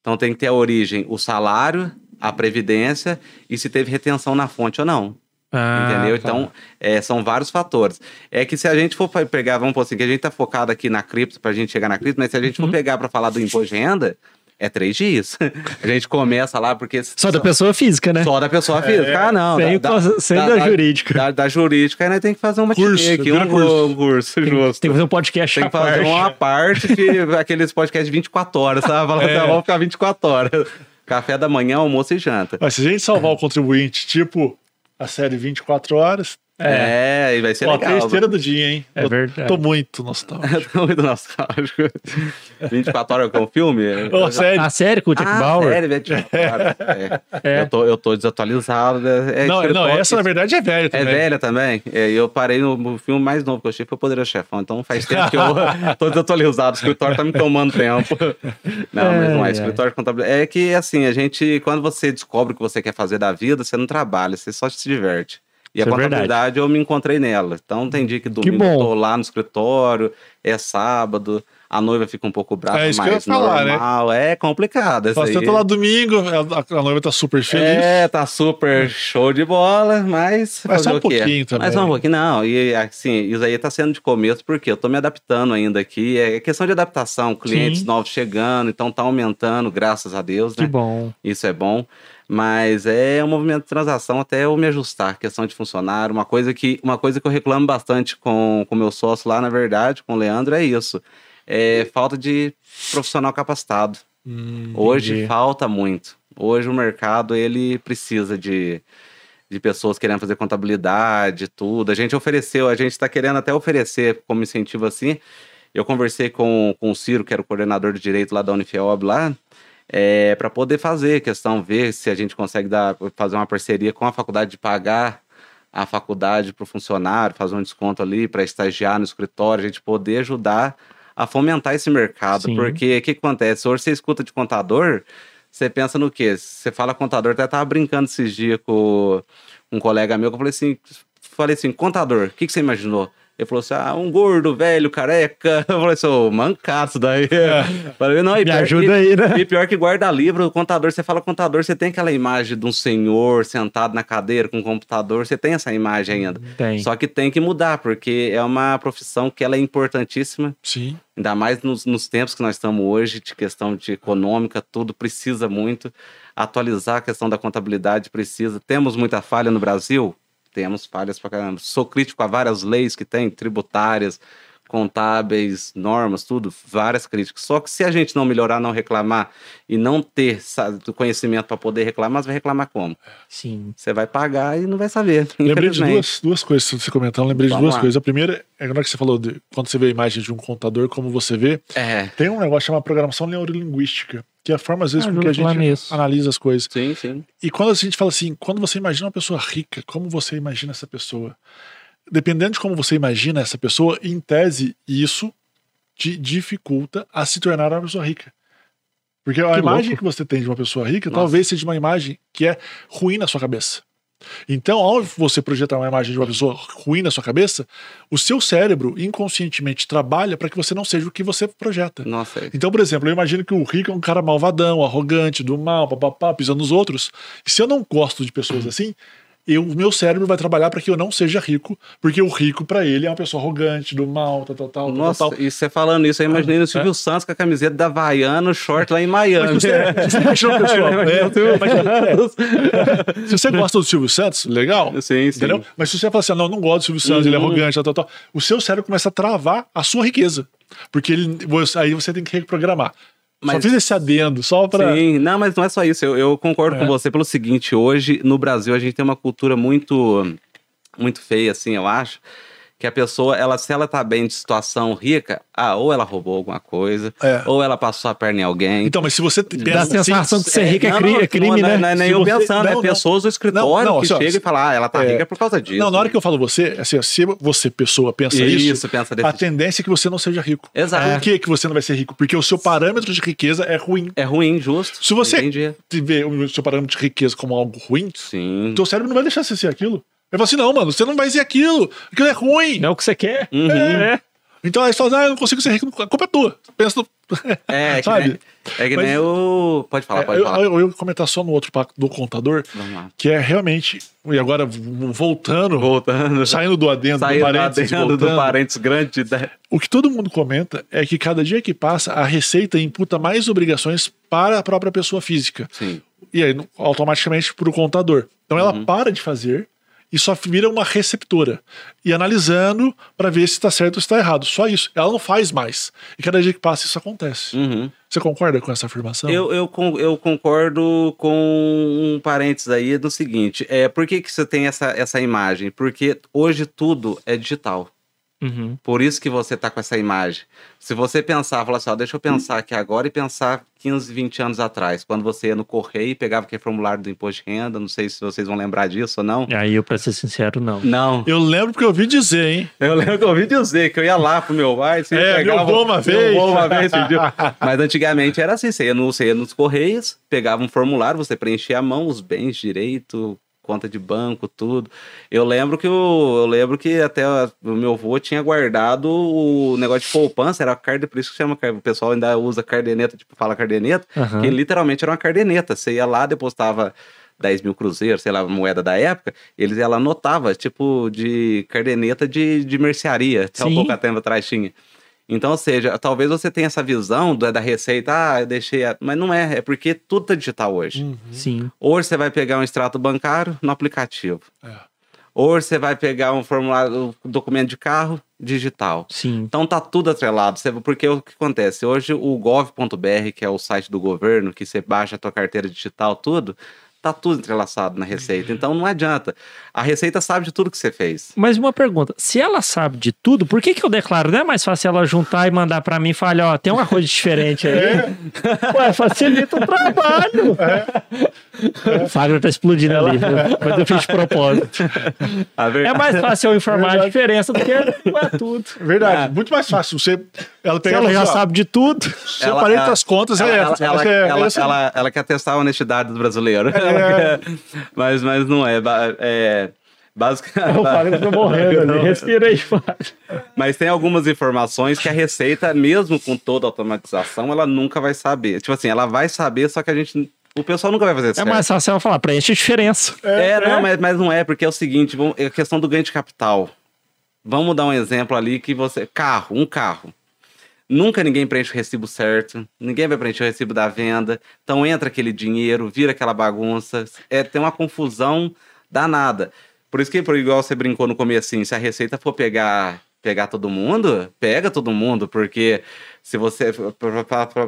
Speaker 3: Então tem que ter a origem, o salário, a previdência e se teve retenção na fonte ou não.
Speaker 2: Ah,
Speaker 3: Entendeu?
Speaker 2: tá.
Speaker 3: Então, é, são vários fatores. É que se a gente for pe- pegar, vamos por assim, que a gente tá focado aqui na cripto, pra gente chegar na cripto, mas se a gente
Speaker 2: Uhum.
Speaker 3: for pegar pra falar do imposto de renda, é três dias. a gente começa lá, porque.
Speaker 2: Só da pessoa física, né?
Speaker 3: só da pessoa física. Ah, não.
Speaker 2: Sem,
Speaker 3: da,
Speaker 2: o- sem da, jurídica.
Speaker 3: da- da jurídica, aí nós tem que fazer uma
Speaker 1: Curso,
Speaker 3: tirei aqui,
Speaker 1: vira
Speaker 3: um
Speaker 1: curso.
Speaker 3: curso, um curso justo.
Speaker 2: Tem que fazer um podcast
Speaker 3: Tem que fazer uma parte que aqueles podcasts de 24 horas, sabe? Fala,
Speaker 1: É.
Speaker 3: "Tá, Vamos ficar 24 horas. Café da manhã, almoço e janta.
Speaker 1: Mas se a gente salvar o contribuinte, tipo, a série 24 horas,
Speaker 3: É, e vai ser
Speaker 1: ó, até a
Speaker 3: legal.
Speaker 1: esteira do dia, hein?
Speaker 2: É
Speaker 1: Eu
Speaker 2: verdade.
Speaker 1: Tô muito nostálgico.
Speaker 3: Eu tô muito nostálgico. 24 horas com o filme?
Speaker 1: Ô, sério.
Speaker 2: A série Ah, com o Jack Bauer?
Speaker 3: Ah, sério, 24 horas. É.
Speaker 2: É.
Speaker 3: Eu, tô, eu tô desatualizado. né? É
Speaker 1: não, não,
Speaker 3: escritor-
Speaker 1: essa na verdade é velha
Speaker 3: É
Speaker 1: também.
Speaker 3: velha também. É, eu parei no, no filme mais novo que eu achei, foi o Poderoso Chefão. Então faz tempo que eu tô desatualizado. O escritório tá me tomando tempo. Não, mas não
Speaker 2: Ai, ai.
Speaker 3: é. Escritório de contabilidade. É que, assim, a gente... Quando você descobre o que você quer fazer da vida, você não trabalha, você só se diverte. E
Speaker 2: Isso é
Speaker 3: a contabilidade, eu me encontrei nela. Então tem dia que domingo
Speaker 2: bom.
Speaker 3: eu tô lá no escritório, é sábado... A noiva fica um pouco brava,
Speaker 1: É isso que eu
Speaker 3: mas
Speaker 1: ia falar, né?
Speaker 3: normal. É complicado. essa
Speaker 1: Nós
Speaker 3: aí.
Speaker 1: tentamos lá domingo, a, a noiva tá super feliz.
Speaker 3: É, tá super show de bola, mas.
Speaker 1: Mas
Speaker 3: fazer
Speaker 1: só um
Speaker 3: o quê?
Speaker 1: pouquinho também.
Speaker 3: Mas só um pouquinho, não. E assim, isso aí tá sendo de começo, porque eu tô me adaptando ainda aqui. É questão de adaptação, clientes
Speaker 2: Sim.
Speaker 3: novos chegando, então tá aumentando, graças a Deus,
Speaker 2: Que
Speaker 3: né?
Speaker 2: bom.
Speaker 3: Isso é bom. Mas é um movimento de transação até eu me ajustar, questão de funcionário. Uma coisa que, uma coisa que eu reclamo bastante com o meu sócio lá, na verdade, com o Leandro, é isso. É falta de profissional capacitado.
Speaker 1: Hum,
Speaker 3: Hoje
Speaker 2: Entendi.
Speaker 3: falta muito. Hoje o mercado ele precisa de, de pessoas querendo fazer contabilidade, tudo. A gente ofereceu, a gente está querendo até oferecer como incentivo assim. Eu conversei com, com o Ciro, que era o coordenador de direito lá da Unifeob lá, para É, poder fazer questão, ver se a gente consegue dar, fazer uma parceria com a faculdade de pagar a faculdade para o funcionário, fazer um desconto ali para estagiar no escritório, a gente poder ajudar a fomentar esse mercado,
Speaker 2: Sim.
Speaker 3: porque o que que acontece? Hoje você escuta de contador, você pensa no quê? Você fala contador, até tava brincando esses dias com um colega meu, que eu falei assim, falei assim, contador, o que, que você imaginou? Ele falou assim, ah, um gordo, velho, careca. Eu falei assim, ô, mancado isso daí. Falei, não, e
Speaker 2: É. Me
Speaker 3: pior-
Speaker 2: ajuda
Speaker 3: e-
Speaker 2: aí, né?
Speaker 3: e pior que guarda-livro, o contador, você fala contador, você tem aquela imagem de um senhor sentado na cadeira com um computador, você tem essa imagem ainda.
Speaker 2: Tem.
Speaker 3: Só que tem que mudar, porque é uma profissão que ela é importantíssima,
Speaker 1: Sim.
Speaker 3: ainda mais nos, nos tempos que nós estamos hoje, de questão de econômica, tudo precisa muito. Atualizar a questão da contabilidade precisa. Temos muita falha no Brasil? Temos falhas pra caramba. Sou crítico a várias leis que tem, tributárias, contábeis, normas, tudo, várias críticas. Só que se a gente não melhorar, não reclamar e não ter sabe, do conhecimento para poder reclamar, você vai reclamar como?
Speaker 2: Sim.
Speaker 3: Você vai pagar e não vai saber.
Speaker 1: Lembrei de
Speaker 3: infelizmente.
Speaker 1: duas, duas coisas que você comentou, lembrei de
Speaker 3: Vamos
Speaker 1: duas
Speaker 3: lá.
Speaker 1: coisas. A primeira é na hora que você falou de quando você vê a imagem de um contador, como você vê,
Speaker 3: É.
Speaker 1: tem um negócio chamado programação neurolinguística, que é a forma, às vezes,
Speaker 2: Ah,
Speaker 1: com que a
Speaker 2: eu vou falar
Speaker 1: gente
Speaker 2: nisso.
Speaker 1: analisa as coisas.
Speaker 3: Sim, sim.
Speaker 1: E quando a gente fala assim, quando você imagina uma pessoa rica, como você imagina essa pessoa? Dependendo de como você imagina essa pessoa, em tese, isso te dificulta a se tornar uma pessoa rica. Porque a
Speaker 2: louco.
Speaker 1: imagem que você tem de uma pessoa rica
Speaker 3: Nossa.
Speaker 1: talvez seja uma imagem que é ruim na sua cabeça. Então, ao você projetar uma imagem de uma pessoa ruim na sua cabeça, o seu cérebro inconscientemente trabalha para que você não seja o que você projeta.
Speaker 3: Nossa, é-
Speaker 1: Então, por exemplo, eu imagino que o Rico é um cara malvadão, arrogante, do mal, papapá, pisando nos outros. E se eu não gosto de pessoas
Speaker 3: Uhum.
Speaker 1: assim, eu, o meu cérebro vai trabalhar para que eu não seja rico, porque o rico, para ele, é uma pessoa arrogante, do mal, tal, tal, tal, tal,
Speaker 3: Nossa,
Speaker 1: tal.
Speaker 3: e você falando isso, eu imaginei o Silvio Santos com a camiseta da Havaiana, o short lá em Miami.
Speaker 1: É. Mas você, você imagina uma pessoa. é, se você gosta do Silvio Santos, legal.
Speaker 3: Sim, sim.
Speaker 1: Entendeu? Mas se você fala assim, não, eu não gosto do Silvio Santos, ele é
Speaker 3: Uhum.
Speaker 1: arrogante, tal, tal, tal, o seu cérebro começa a travar a sua riqueza. Porque ele, você- aí você tem que reprogramar. Só
Speaker 3: Mas-
Speaker 1: fiz esse adendo, só para.
Speaker 3: Sim, não, mas não é só isso. Eu, eu concordo
Speaker 1: É.
Speaker 3: com você pelo seguinte: hoje no Brasil a gente tem uma cultura muito, muito feia, assim, eu acho. Que a pessoa, ela, se ela tá bem de situação rica, ah, ou ela roubou alguma coisa,
Speaker 1: É.
Speaker 3: ou ela passou a perna em alguém.
Speaker 1: Então, mas se você t-
Speaker 2: Dá a
Speaker 1: pensa assim,
Speaker 2: sensação que ser rico é,
Speaker 3: não,
Speaker 2: cri-
Speaker 3: não,
Speaker 2: é crime,
Speaker 3: não,
Speaker 2: né?
Speaker 3: Não, é nem
Speaker 1: Se
Speaker 3: eu
Speaker 1: você-
Speaker 3: pensando,
Speaker 1: não,
Speaker 3: é
Speaker 1: não.
Speaker 3: pessoas do escritório
Speaker 1: Não, não,
Speaker 3: que
Speaker 1: assim, ó,
Speaker 3: chegam e falam, ah, ela tá
Speaker 1: é.
Speaker 3: rica por causa disso.
Speaker 1: Não, na hora que eu falo você, assim, ó, se você, pessoa, pensa
Speaker 3: isso,
Speaker 1: isso,
Speaker 3: isso pensa
Speaker 1: a
Speaker 3: desse jeito.
Speaker 1: tendência é que você não seja rico. Por
Speaker 3: Exato.
Speaker 1: que, que você não vai ser rico? Porque o seu parâmetro de riqueza é ruim.
Speaker 3: É ruim, justo.
Speaker 1: Se você-
Speaker 3: Entendi.
Speaker 1: Se vê o seu parâmetro de riqueza como algo ruim,
Speaker 3: Sim.
Speaker 1: o teu cérebro não vai deixar você ser aquilo. Ele fala assim: não, mano, você não vai ser aquilo. Aquilo é ruim.
Speaker 2: Não é o que você quer.
Speaker 3: Uhum.
Speaker 2: É.
Speaker 1: Então aí você fala: ah, eu não consigo ser rico, a culpa é tua. Pensa no...
Speaker 3: É, que
Speaker 1: Sabe?
Speaker 3: nem, é que
Speaker 1: Mas-
Speaker 3: nem o... Pode falar,
Speaker 1: É,
Speaker 3: pode
Speaker 1: eu,
Speaker 3: falar.
Speaker 1: eu- eu ia comentar só no outro pacto do contador,
Speaker 3: Vamos lá.
Speaker 1: que é realmente. E agora, v- voltando,
Speaker 3: Voltando.
Speaker 1: saindo do adendo,
Speaker 3: Saindo
Speaker 1: do parênteses,
Speaker 3: adendo do
Speaker 1: voltando,
Speaker 3: parênteses grande. da-
Speaker 1: O que todo mundo comenta é que cada dia que passa, a Receita imputa mais obrigações para a própria pessoa física.
Speaker 3: Sim. Uhum.
Speaker 1: E aí, no- automaticamente, para o contador. Então, ela para de fazer e só vira uma receptora. E analisando para ver se está certo ou se está errado. Só isso. Ela não faz mais. E cada dia que passa, isso acontece.
Speaker 3: Uhum.
Speaker 1: Você concorda com essa afirmação?
Speaker 3: Então. Eu, eu, con- eu concordo com um parênteses aí do seguinte. É, por que, que você tem essa, essa imagem? Porque hoje tudo é digital.
Speaker 2: Uhum.
Speaker 3: Por isso que você tá com essa imagem. Se você pensar, falar assim, ó, deixa eu pensar aqui agora e pensar 15, 20 anos atrás, quando você ia no correio e pegava aquele formulário do imposto de renda, não sei se vocês vão lembrar disso ou não.
Speaker 2: Aí eu, pra ser sincero, não.
Speaker 3: Não.
Speaker 1: Eu lembro porque eu ouvi dizer, hein?
Speaker 3: Eu lembro que eu ouvi dizer que eu ia lá pro meu pai, você
Speaker 1: É,
Speaker 3: pegava...
Speaker 1: meu bom uma
Speaker 3: meu
Speaker 1: vez.
Speaker 3: bom uma vez, você viu? Mas antigamente era assim, você ia, no, você ia nos correios, pegava um formulário, você preenchia à mão os bens, direito, conta de banco, tudo. Eu lembro que o, eu lembro que até a- o meu avô tinha guardado o negócio de poupança, era a carta, por isso que chama, car- o pessoal ainda usa cardeneta, tipo, fala cardeneta,
Speaker 2: Aham.
Speaker 3: que literalmente era uma cardeneta. Você ia lá, depositava 10 mil cruzeiros, sei lá, moeda da época, eles ela anotava, tipo, de cardeneta de, de mercearia, até um
Speaker 2: Sim.
Speaker 3: pouco tempo atrás tinha. Então, ou seja, talvez você tenha essa visão da, da receita, ah, eu deixei. a-", Mas não é, é porque tudo tá digital
Speaker 1: Hum.
Speaker 3: hoje.
Speaker 2: Uhum. Sim.
Speaker 3: Hoje você vai pegar um extrato bancário no aplicativo.
Speaker 1: É.
Speaker 3: Hoje você vai pegar um formulário, um documento de carro digital.
Speaker 2: Sim.
Speaker 3: Então tá tudo atrelado, você- porque o que acontece? Hoje o gov.br, que é o site do governo, que você baixa a tua carteira digital, tudo, tá tudo entrelaçado na Receita. Então não adianta. A Receita sabe de tudo que você fez.
Speaker 2: Mas uma pergunta, se ela sabe de tudo, por que que eu declaro? Não é mais fácil ela juntar e mandar pra mim e falar, ó, tem uma coisa diferente aí. Ué, facilita o trabalho. O Fábio tá explodindo ali, viu? mas eu fiz de propósito.
Speaker 3: A
Speaker 2: É
Speaker 3: verdade.
Speaker 2: mais fácil eu informar a
Speaker 1: Verdade.
Speaker 2: diferença do que é tudo.
Speaker 1: Verdade. Muito mais fácil. Você, ela
Speaker 2: Se
Speaker 1: pega
Speaker 2: ela
Speaker 1: e
Speaker 2: já
Speaker 1: fala assim, ó,
Speaker 2: sabe de tudo.
Speaker 1: Separei tuas contas,
Speaker 3: ela,
Speaker 1: é
Speaker 3: ela,
Speaker 1: essa,
Speaker 3: ela,
Speaker 1: essa é-
Speaker 3: ela-
Speaker 1: essa é-
Speaker 3: ela- ela quer testar a honestidade do brasileiro. Ela quer- mas, mas não é. ba- é basicamente.
Speaker 2: O Fábio tá morrendo ali. Respira aí, É Fábio.
Speaker 3: Mas tem algumas informações que a receita, mesmo com toda a automatização, ela nunca vai saber. Tipo assim, ela vai saber, só que a gente. O pessoal nunca vai fazer isso.
Speaker 2: É mais fácil ela falar, preenche a diferença.
Speaker 3: É, não, mas, mas não é, porque é o seguinte: vamos- é a questão do ganho de capital. Vamos dar um exemplo ali que você. Carro, um carro. Nunca ninguém preenche o recibo certo, ninguém vai preencher o recibo da venda. Então entra aquele dinheiro, vira aquela bagunça. É, tem uma confusão danada. Por isso que, por igual você brincou no comecinho, se a receita for pegar pegar todo mundo, pega todo mundo, porque se você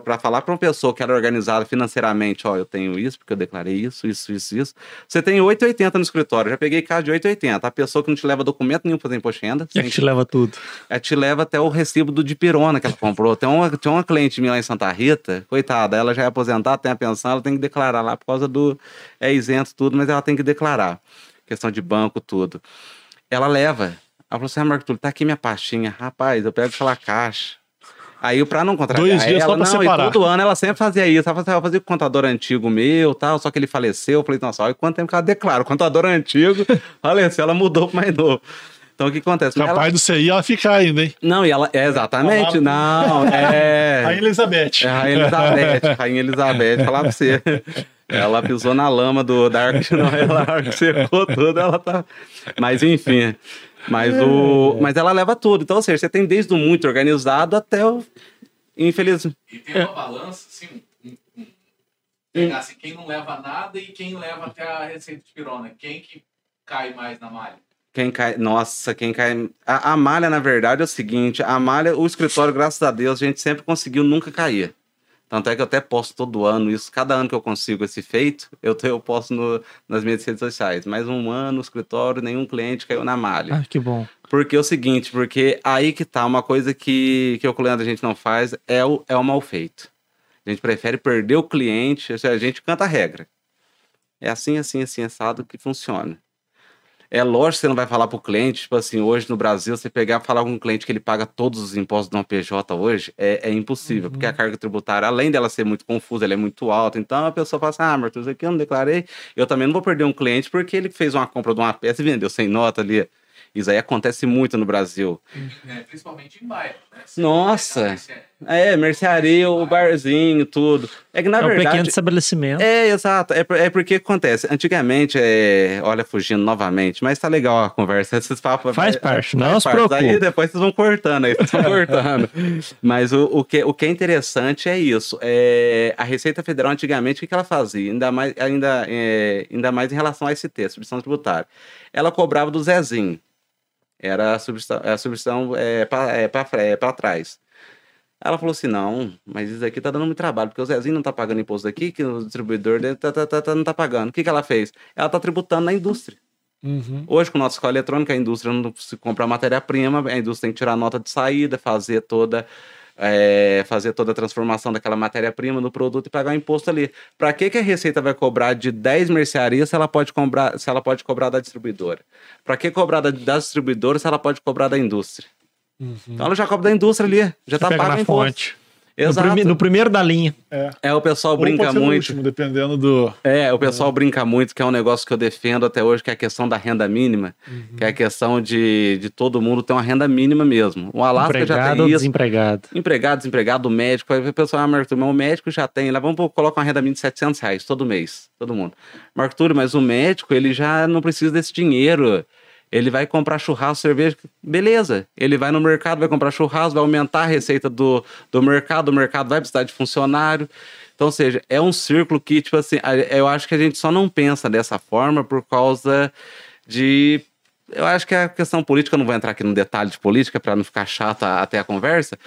Speaker 3: para falar para uma pessoa que ela é organizada financeiramente, ó, eu tenho isso porque eu declarei isso, isso, isso, isso. Você tem 8,80 no escritório, já peguei caso de 8,80. A pessoa que não te leva documento nenhum para fazer imposto de renda,
Speaker 2: É
Speaker 3: sem
Speaker 2: que te leva tudo.
Speaker 3: ela É, te leva até o recibo do dipirona que ela comprou. Tem uma, tem uma cliente minha lá em Santa Rita, coitada, ela já é aposentada, tem a pensão, ela tem que declarar lá por causa do. É isento tudo, mas ela tem que declarar. Questão de banco, tudo. Ela leva. Ela falou assim: ah, Marco Túlio, tá aqui minha pastinha. Rapaz, eu pego aquela caixa. Aí, pra não contrariar
Speaker 1: Dois dias só
Speaker 3: ela,
Speaker 1: pra
Speaker 3: não,
Speaker 1: separar.
Speaker 3: e todo ano ela sempre fazia isso. Ela assim, "Ah, fazia, ela fazia com o contador antigo meu tal, só que ele faleceu. Eu falei, nossa, olha quanto tempo que ela declara. O contador antigo faleceu, ela mudou pro mais novo. Então, o que acontece? Mas ela-
Speaker 1: Capaz do CI ela ficar ainda, hein?
Speaker 3: não, e ela. É, exatamente,
Speaker 1: Ah,
Speaker 3: não.
Speaker 1: Rainha
Speaker 3: É.
Speaker 1: Elizabeth.
Speaker 3: É a Rainha Elizabeth. Rainha Elizabeth, falar pra você. Ela pisou na lama do da Arca de Noé, ela a arca secou tudo, ela tá. Mas enfim. Mas, o, mas ela leva tudo. Então, ou seja, você tem desde o muito organizado até o. Infelizmente.
Speaker 4: E tem uma balança, assim, um- um- pegar assim, quem não leva nada e quem leva até a receita de pirona. Quem que cai mais na malha?
Speaker 3: Quem cai. Nossa, quem cai. A, a malha, na verdade, é o seguinte: a malha, o escritório, graças a Deus, a gente sempre conseguiu nunca cair. Tanto é que eu até posto todo ano isso. Cada ano que eu consigo esse feito, eu, te- eu posto no- nas minhas redes sociais. Mais um ano, escritório, nenhum cliente caiu na malha.
Speaker 2: Ah, que bom.
Speaker 3: Porque é o seguinte, porque aí que tá uma coisa que, que o cliente a gente não faz, é o, é o mal feito. A gente prefere perder o cliente, ou seja, a gente canta a regra. É assim, assim, assim, assado que funciona. É lógico que você não vai falar pro cliente, tipo assim, hoje no Brasil, você pegar e falar com um cliente que ele paga todos os impostos de uma PJ hoje, é, é impossível, porque
Speaker 2: Uhum.
Speaker 3: a carga tributária, além dela ser muito confusa, ela é muito alta. Então a pessoa fala assim, ah, Martins, aqui eu não declarei, eu também não vou perder um cliente porque ele fez uma compra de uma peça e vendeu sem nota ali. Isso aí acontece muito no Brasil.
Speaker 4: né? Principalmente em bairro, né?
Speaker 3: Nossa. É, mercearia, o barzinho, tudo. É que na
Speaker 2: é um pequeno
Speaker 3: verdade.
Speaker 2: estabelecimento.
Speaker 3: É, exato. É, por- é porque acontece. Antigamente, é... olha, fugindo novamente, mas tá legal a conversa. Esses papos.
Speaker 2: Faz
Speaker 3: é-
Speaker 2: parte, não se
Speaker 3: partes. Aí
Speaker 2: preocupe.
Speaker 3: depois vocês vão cortando, aí vocês vão cortando. Mas o, o que, o que é interessante é isso. É, a Receita Federal, antigamente, o que que ela fazia? Ainda mais, ainda, é, ainda mais em relação a ST, substituição tributária. Ela cobrava do Zezinho. Era a substituição, a substituição é, para trás. Ela falou assim: não, mas isso aqui tá dando muito trabalho, porque o Zezinho não tá pagando imposto aqui, que o distribuidor dele tá- tá- tá- tá- não tá pagando. O que, que ela fez? Ela tá tributando na indústria.
Speaker 1: Uhum.
Speaker 3: Hoje, com nossa escola eletrônica, a indústria não se compra matéria-prima, a indústria tem que tirar a nota de saída, fazer toda, é, fazer toda a transformação daquela matéria-prima no produto e pagar o imposto ali. Para que, que a Receita vai cobrar de 10 mercearias se ela pode cobrar, se ela pode cobrar da distribuidora? Para que cobrar da, da distribuidora se ela pode cobrar da indústria? Então ela já cobra da indústria ali, já está
Speaker 2: Uhum. Você pega
Speaker 3: pago o
Speaker 2: na
Speaker 3: tá imposto.
Speaker 2: fonte. No,
Speaker 3: Exato.
Speaker 2: prime- no primeiro da linha.
Speaker 1: É.
Speaker 3: É, o pessoal
Speaker 1: Ou
Speaker 3: brinca
Speaker 1: pode ser no
Speaker 3: muito.
Speaker 1: último, dependendo do.
Speaker 3: É, o pessoal brinca muito, que é um negócio que eu defendo até hoje, que é a questão da renda mínima, que é a questão de, de todo mundo ter uma renda mínima mesmo. O Alasca já
Speaker 2: empregado
Speaker 3: tem
Speaker 2: ou
Speaker 3: isso.
Speaker 2: desempregado.
Speaker 3: Empregado, desempregado, médico. Aí o pessoal, ah, Marco Túlio, mas o médico já tem. Lá vamos pô- colocar uma renda mínima de 700 reais todo mês, todo mundo. Marco Túlio, mas o médico, ele já não precisa desse dinheiro. Ele vai comprar churrasco, cerveja. Beleza. Ele vai no mercado, vai comprar churrasco, vai aumentar a receita do, do mercado, o mercado vai precisar de funcionário. Então, ou seja, é um círculo que, tipo assim, a- eu acho que a gente só não pensa dessa forma por causa de eu acho que a questão política, eu não vou entrar aqui no detalhe de política para não ficar chata a- até a conversa,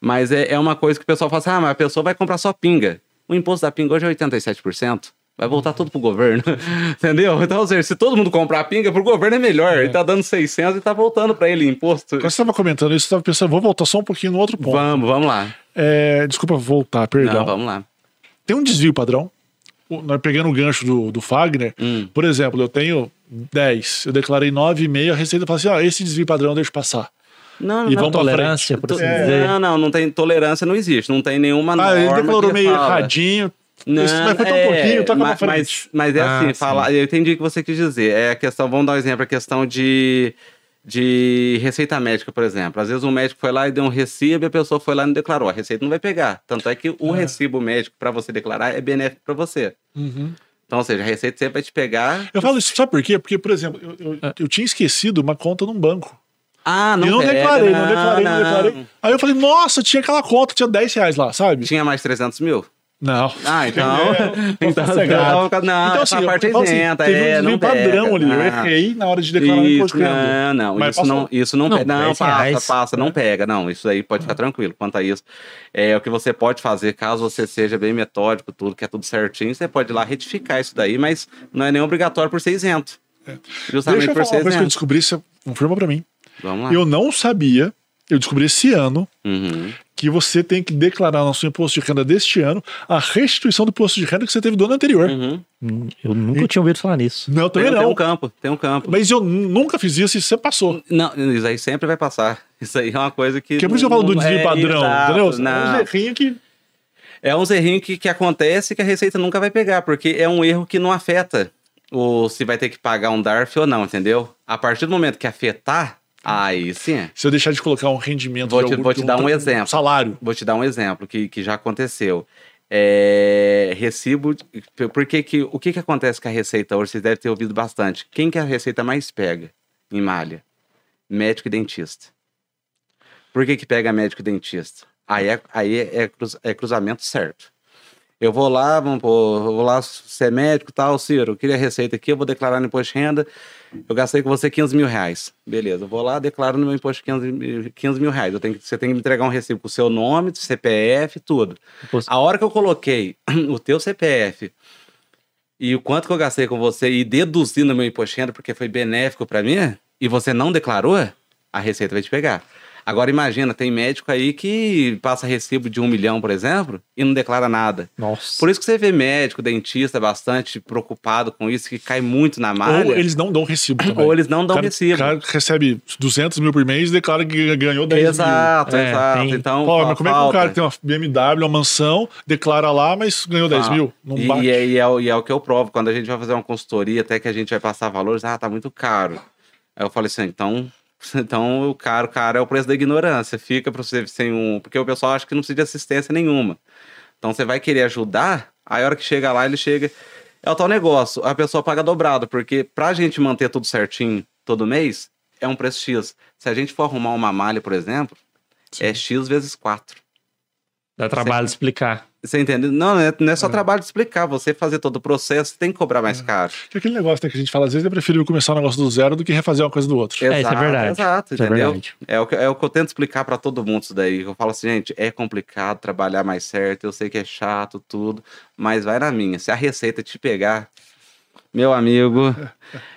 Speaker 3: mas é, é uma coisa que o pessoal fala assim: ah, mas a pessoa vai comprar só pinga. O imposto da pinga hoje é 87%. Vai voltar tudo pro governo, entendeu? Então, ou seja, se todo mundo comprar pinga, pro governo é melhor. Ele tá dando 600 e tá voltando para ele imposto.
Speaker 1: Quando você estava comentando isso, eu estava pensando, vou voltar só um pouquinho no outro ponto.
Speaker 3: Vamos, vamos lá.
Speaker 1: É, desculpa voltar, perdão.
Speaker 3: Não, vamos lá.
Speaker 1: Tem um desvio padrão. O- nós pegando o gancho do, do Fagner,
Speaker 3: Hum.
Speaker 1: por exemplo, eu tenho 10, eu declarei 9,5, a Receita fala assim: ó, esse desvio padrão deixa passar.
Speaker 3: Não,
Speaker 1: E
Speaker 3: não,
Speaker 1: vamos pra
Speaker 2: Ah, é tolerância,
Speaker 1: frente.
Speaker 2: por assim
Speaker 1: É.
Speaker 2: dizer.
Speaker 3: não, não, não tem tolerância, não existe. Não tem nenhuma
Speaker 1: Ah, ele
Speaker 3: norma que
Speaker 1: declarou meio
Speaker 3: fala.
Speaker 1: erradinho. isso, mas foi tão
Speaker 3: é,
Speaker 1: pouquinho, toca pra
Speaker 3: mas,
Speaker 1: frente.
Speaker 3: mas, mas é
Speaker 2: Ah,
Speaker 3: assim,
Speaker 2: sim.
Speaker 3: fala, eu entendi o que você quis dizer. É a questão, vamos dar um exemplo, a questão de, de receita médica, por exemplo. Às vezes um médico foi lá e deu um recibo e a pessoa foi lá e não declarou. A receita não vai pegar. Tanto é que
Speaker 1: Ah.
Speaker 3: o recibo médico para você declarar é benéfico para você.
Speaker 1: Uhum.
Speaker 3: Então, ou seja, a receita sempre vai te pegar.
Speaker 1: Eu falo isso, sabe por quê? Porque, por exemplo, eu, eu,
Speaker 2: É.
Speaker 1: eu tinha esquecido uma conta num banco.
Speaker 3: Ah,
Speaker 1: e
Speaker 3: não
Speaker 1: eu não
Speaker 3: pega,
Speaker 1: declarei, não,
Speaker 3: não,
Speaker 1: declarei, não,
Speaker 3: não.
Speaker 1: declarei. Aí eu falei, nossa, tinha aquela conta, tinha 10 reais lá, sabe?
Speaker 3: Tinha mais 300 mil?
Speaker 1: Não.
Speaker 3: Ah, então.
Speaker 1: Entendeu? Tô
Speaker 3: então,
Speaker 1: sossegado. assim,
Speaker 3: então, não, essa
Speaker 1: eu-
Speaker 3: parte
Speaker 1: eu falo
Speaker 3: isenta,
Speaker 1: teve
Speaker 3: é,
Speaker 1: um
Speaker 3: não
Speaker 1: desvio padrão
Speaker 3: pega,
Speaker 1: ali. Eu
Speaker 3: não.
Speaker 1: errei na hora de declarar o
Speaker 3: Isso,
Speaker 1: imposto. de renda.
Speaker 3: Não, não,
Speaker 1: Mas
Speaker 3: isso
Speaker 1: passou.
Speaker 3: não, isso não,
Speaker 2: Não,
Speaker 3: pega. Não,
Speaker 2: 10
Speaker 3: passa,
Speaker 2: reais.
Speaker 3: passa, não pega. Não, isso aí pode ficar tranquilo quanto a isso. É o que você pode fazer, caso você seja bem metódico, tudo, que é tudo certinho, você pode ir lá retificar isso daí, mas não é nem obrigatório por ser isento. Justamente
Speaker 1: É. Deixa eu
Speaker 3: por
Speaker 1: falar
Speaker 3: ser
Speaker 1: uma coisa que eu
Speaker 3: isento.
Speaker 1: descobri, você confirma pra mim.
Speaker 3: Vamos lá.
Speaker 1: Eu não sabia, eu descobri esse ano,
Speaker 3: Uhum.
Speaker 1: que você tem que declarar no seu imposto de renda deste ano a restituição do imposto de renda que você teve do ano anterior.
Speaker 3: Uhum.
Speaker 2: Hum, Eu nunca tinha ouvido falar nisso.
Speaker 1: Não, eu também
Speaker 3: Tem, tem
Speaker 1: não.
Speaker 3: um campo, tem um campo.
Speaker 1: Mas eu nu- nunca fiz isso e você passou.
Speaker 3: Não, isso aí sempre vai passar. Isso aí é uma coisa que.
Speaker 1: Que é por isso que eu
Speaker 3: não-
Speaker 1: falo do
Speaker 3: não
Speaker 1: desvio
Speaker 3: é
Speaker 1: padrão,
Speaker 3: exato,
Speaker 1: entendeu? É um
Speaker 3: não.
Speaker 1: errinho que
Speaker 3: É um errinho que, que acontece e que a Receita nunca vai pegar, porque é um erro que não afeta o se vai ter que pagar um DARF ou não, entendeu? A partir do momento que afetar, aí sim. é.
Speaker 1: se eu deixar de colocar um rendimento...
Speaker 3: Vou
Speaker 1: de
Speaker 3: te-
Speaker 1: algum-
Speaker 3: vou te
Speaker 1: de
Speaker 3: dar um exemplo.
Speaker 1: Salário.
Speaker 3: Vou te dar um exemplo que, que já aconteceu. É, recibo. Porque que, o que, que acontece com a Receita hoje? Vocês devem ter ouvido bastante. Quem que é a Receita mais pega em malha? Médico e dentista. Por que, que pega médico e dentista? Aí é, aí é, cruz- é cruzamento certo. Eu vou lá, vamos pôr, eu vou lá ser médico e tal, Ciro, eu queria a receita aqui, eu vou declarar no imposto de renda. Eu gastei com você 15 mil reais. Beleza, eu vou lá, declaro no meu imposto 15, mil- 15 mil reais. Eu tenho que- você tem que me entregar um recibo com o seu nome, CPF, tudo.
Speaker 2: Imposto-
Speaker 3: A hora que eu coloquei o teu CPF e o quanto que eu gastei com você e deduzi no meu imposto de renda porque foi benéfico pra mim e você não declarou, a Receita vai te pegar. Agora imagina, tem médico aí que passa recibo de um milhão, por exemplo, e não declara nada.
Speaker 2: Nossa.
Speaker 3: Por isso que você vê médico, dentista bastante preocupado com isso, que cai muito na malha.
Speaker 1: Ou eles não dão recibo também.
Speaker 3: ou eles não dão
Speaker 1: cara,
Speaker 3: recibo.
Speaker 1: O cara recebe 200 mil por mês e declara que ganhou 10 mil.
Speaker 3: Exato,
Speaker 2: É,
Speaker 3: exato.
Speaker 2: tem-
Speaker 3: Então,
Speaker 1: Pô, mas como é que um
Speaker 3: falta.
Speaker 1: cara que tem uma BMW, uma mansão, declara lá, mas ganhou 10
Speaker 3: Ah,
Speaker 1: mil? Não
Speaker 3: E,
Speaker 1: bate.
Speaker 3: e é, e é o- e é o que eu provo. Quando a gente vai fazer uma consultoria, até que a gente vai passar valores, ah, tá muito caro. Aí eu falei assim, então, então o caro, caro é o preço da ignorância. Fica pra você sem um. Porque o pessoal acha que não precisa de assistência nenhuma. Então você vai querer ajudar, aí a hora que chega lá, ele chega. É o tal negócio, a pessoa paga dobrado, porque pra gente manter tudo certinho todo mês, é um preço X. Se a gente for arrumar uma malha, por exemplo, é X vezes 4.
Speaker 2: Dá trabalho explicar.
Speaker 3: Você entendeu? Não, não é, não é só trabalho de explicar. Você fazer todo o processo tem que cobrar mais caro.
Speaker 1: Que é aquele negócio né, que a gente fala, às vezes é preferível começar um negócio do zero do que refazer uma coisa do outro.
Speaker 2: isso é verdade.
Speaker 3: Exato,
Speaker 2: Isso é
Speaker 3: entendeu?
Speaker 2: verdade.
Speaker 3: É, o que, é o que eu tento explicar pra todo mundo isso daí. Eu falo assim, gente, é complicado trabalhar mais certo. Eu sei que é chato, tudo. Mas vai na minha. Se a receita te pegar, meu amigo,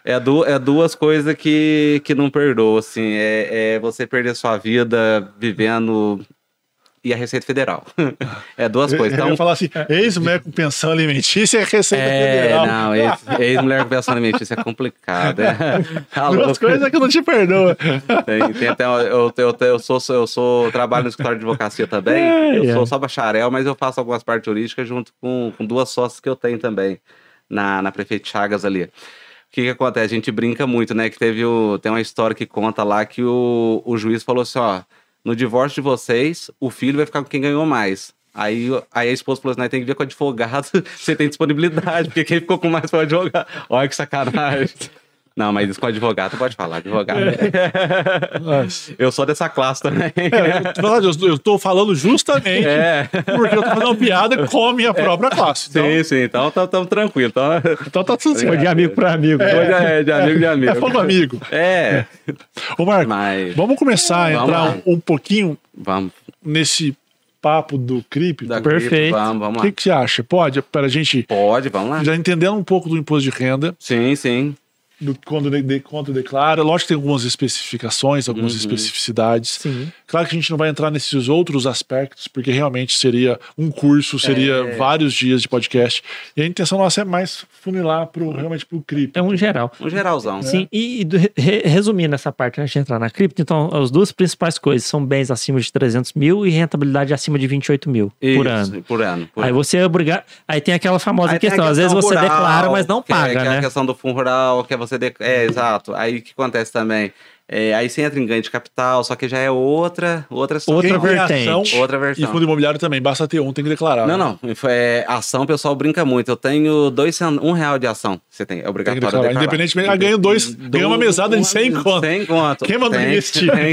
Speaker 3: é, du- é duas coisas que, que não perdoa. Assim, é, é você perder sua vida vivendo e a Receita Federal. é duas
Speaker 1: eu
Speaker 3: coisas. Então,
Speaker 1: ia falar assim, ex-mulher com pensão alimentícia é receita
Speaker 3: É,
Speaker 1: federal.
Speaker 3: não, ex- ex-mulher com pensão alimentícia é complicado. É. Tá louco.
Speaker 1: Duas coisas é que eu não te perdoa.
Speaker 3: Tem, tem até, eu, eu, eu, sou, eu sou, trabalho no escritório de advocacia também,
Speaker 2: É,
Speaker 3: eu
Speaker 2: é.
Speaker 3: sou só bacharel, mas eu faço algumas partes jurídicas junto com, com duas sócias que eu tenho também, na, na Prefeito Chagas ali. O que que acontece? A gente brinca muito, né, que teve o, tem uma história que conta lá que o, o juiz falou assim, ó, no divórcio de vocês, o filho vai ficar com quem ganhou mais. Aí, aí a esposa falou assim, "Nós tem que ver com o advogado, você tem disponibilidade, porque quem ficou com mais foi o advogado. Olha que sacanagem. Não, mas isso com advogado pode falar, advogado.
Speaker 2: É.
Speaker 1: Nossa.
Speaker 3: Eu sou dessa classe também.
Speaker 2: então.
Speaker 1: Na verdade, É, tipo, eu, eu tô falando justamente
Speaker 3: É.
Speaker 1: porque eu tô fazendo uma piada com a minha própria classe. Então,
Speaker 3: Sim, sim. Então estamos tranquilos. Então,
Speaker 1: então tá tudo
Speaker 2: Foi
Speaker 1: certo.
Speaker 2: de amigo para amigo.
Speaker 3: hoje é de amigo de amigo.
Speaker 1: É fogo amigo.
Speaker 3: É.
Speaker 1: Ô, Marco,
Speaker 3: Mas
Speaker 1: vamos começar a
Speaker 3: Vamos
Speaker 1: entrar
Speaker 3: lá.
Speaker 1: um, um pouquinho
Speaker 3: vamos.
Speaker 1: nesse papo do cripto.
Speaker 3: Da
Speaker 2: Perfeito.
Speaker 3: cripto, Vamos, vamos
Speaker 1: O
Speaker 3: lá.
Speaker 1: que, que você acha? Pode, para a gente
Speaker 3: Pode, vamos lá.
Speaker 1: já entendendo um pouco do imposto de renda,
Speaker 3: Sim, sim.
Speaker 1: do quando, de, de- quanto declara. Lógico que tem algumas especificações, algumas
Speaker 3: Uhum.
Speaker 1: especificidades.
Speaker 2: Sim.
Speaker 1: Claro que a gente não vai entrar nesses outros aspectos, porque realmente seria um curso, seria
Speaker 2: É.
Speaker 1: vários dias de podcast. E a intenção nossa é mais funilar pro, realmente pro cripto.
Speaker 2: É um geral.
Speaker 3: Um geralzão.
Speaker 2: Sim, e, e do- re- resumindo essa parte antes de entrar na cripto, então as duas principais coisas são bens acima de 300 mil e rentabilidade acima de 28 mil
Speaker 3: Isso,
Speaker 2: por ano.
Speaker 3: Por ano. por
Speaker 2: Aí
Speaker 3: ano.
Speaker 2: você é obrigado. Aí tem aquela famosa
Speaker 3: Aí tem a
Speaker 2: questão: às vezes você
Speaker 3: rural,
Speaker 2: declara, mas não
Speaker 3: que é-
Speaker 2: paga,
Speaker 3: que é
Speaker 2: né?
Speaker 3: a questão do fundo rural, que é você... de- É, exato. Aí o que acontece também? É, aí você entra em ganho de capital, só que já é outra... Outra, situação.
Speaker 2: É Outra
Speaker 1: Quem tem
Speaker 2: vertente.
Speaker 1: ação
Speaker 3: outra
Speaker 1: E
Speaker 3: versão.
Speaker 1: fundo imobiliário também, basta ter um, tem que declarar.
Speaker 3: Não, não. É, ação, o pessoal brinca muito. Eu tenho dois, cen- um real de ação. Você tem,
Speaker 1: Tem
Speaker 3: é
Speaker 1: que
Speaker 3: obrigatório.
Speaker 1: declarar.
Speaker 3: declarar.
Speaker 1: Independentemente, ah, ganha dois, ganha uma mesada de 100 conto.
Speaker 3: Sem conto.
Speaker 1: Quem mandou
Speaker 3: Tem-
Speaker 1: investir?
Speaker 3: Tem, tem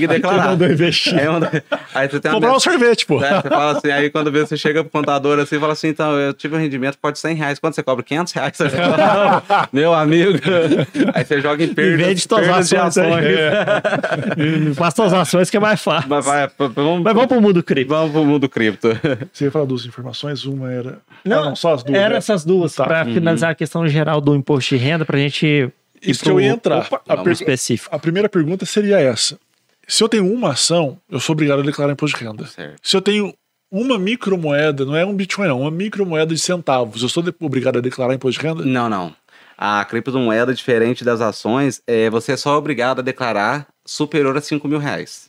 Speaker 3: que declarar.
Speaker 1: Quem mandou investir?
Speaker 3: Aí, manda- aí você tem uma
Speaker 1: Comprar um sorvete, pô.
Speaker 3: né? Você fala assim, aí quando vê, você chega pro contador assim e fala assim, então, eu tive um rendimento, pode 100 reais. Quando você cobra 500 reais, você fala, "Não, meu amigo. Aí você joga em perda,
Speaker 2: Em vez de tosar
Speaker 3: de
Speaker 2: ações,
Speaker 1: né?
Speaker 3: ações.
Speaker 2: Faça as ações que é mais fácil.
Speaker 3: Mas, vai, p- p- vamos,
Speaker 2: Mas vamos pro mundo cripto.
Speaker 3: vamos pro mundo cripto.
Speaker 1: Você ia falar duas informações, uma era.
Speaker 2: Não, assim,
Speaker 1: Ah, só as duas.
Speaker 2: Eram
Speaker 1: né?
Speaker 2: essas duas,
Speaker 1: Tá.
Speaker 2: Pra finalizar a questão geral do imposto de renda, pra gente. ir
Speaker 1: Isso que eu
Speaker 2: pro-
Speaker 1: ia entrar.
Speaker 2: pro-
Speaker 1: A
Speaker 2: pro
Speaker 1: pergu-
Speaker 2: específico.
Speaker 1: A primeira pergunta seria essa. Se eu tenho uma ação, eu sou obrigado a declarar imposto de renda.
Speaker 3: Certo.
Speaker 1: Se eu tenho uma micromoeda, não é um Bitcoin, não, uma micromoeda de centavos, eu sou de- obrigado a declarar imposto de renda?
Speaker 3: Não, não. A criptomoeda, diferente das ações, é, você é só obrigado a declarar superior a 5 mil reais.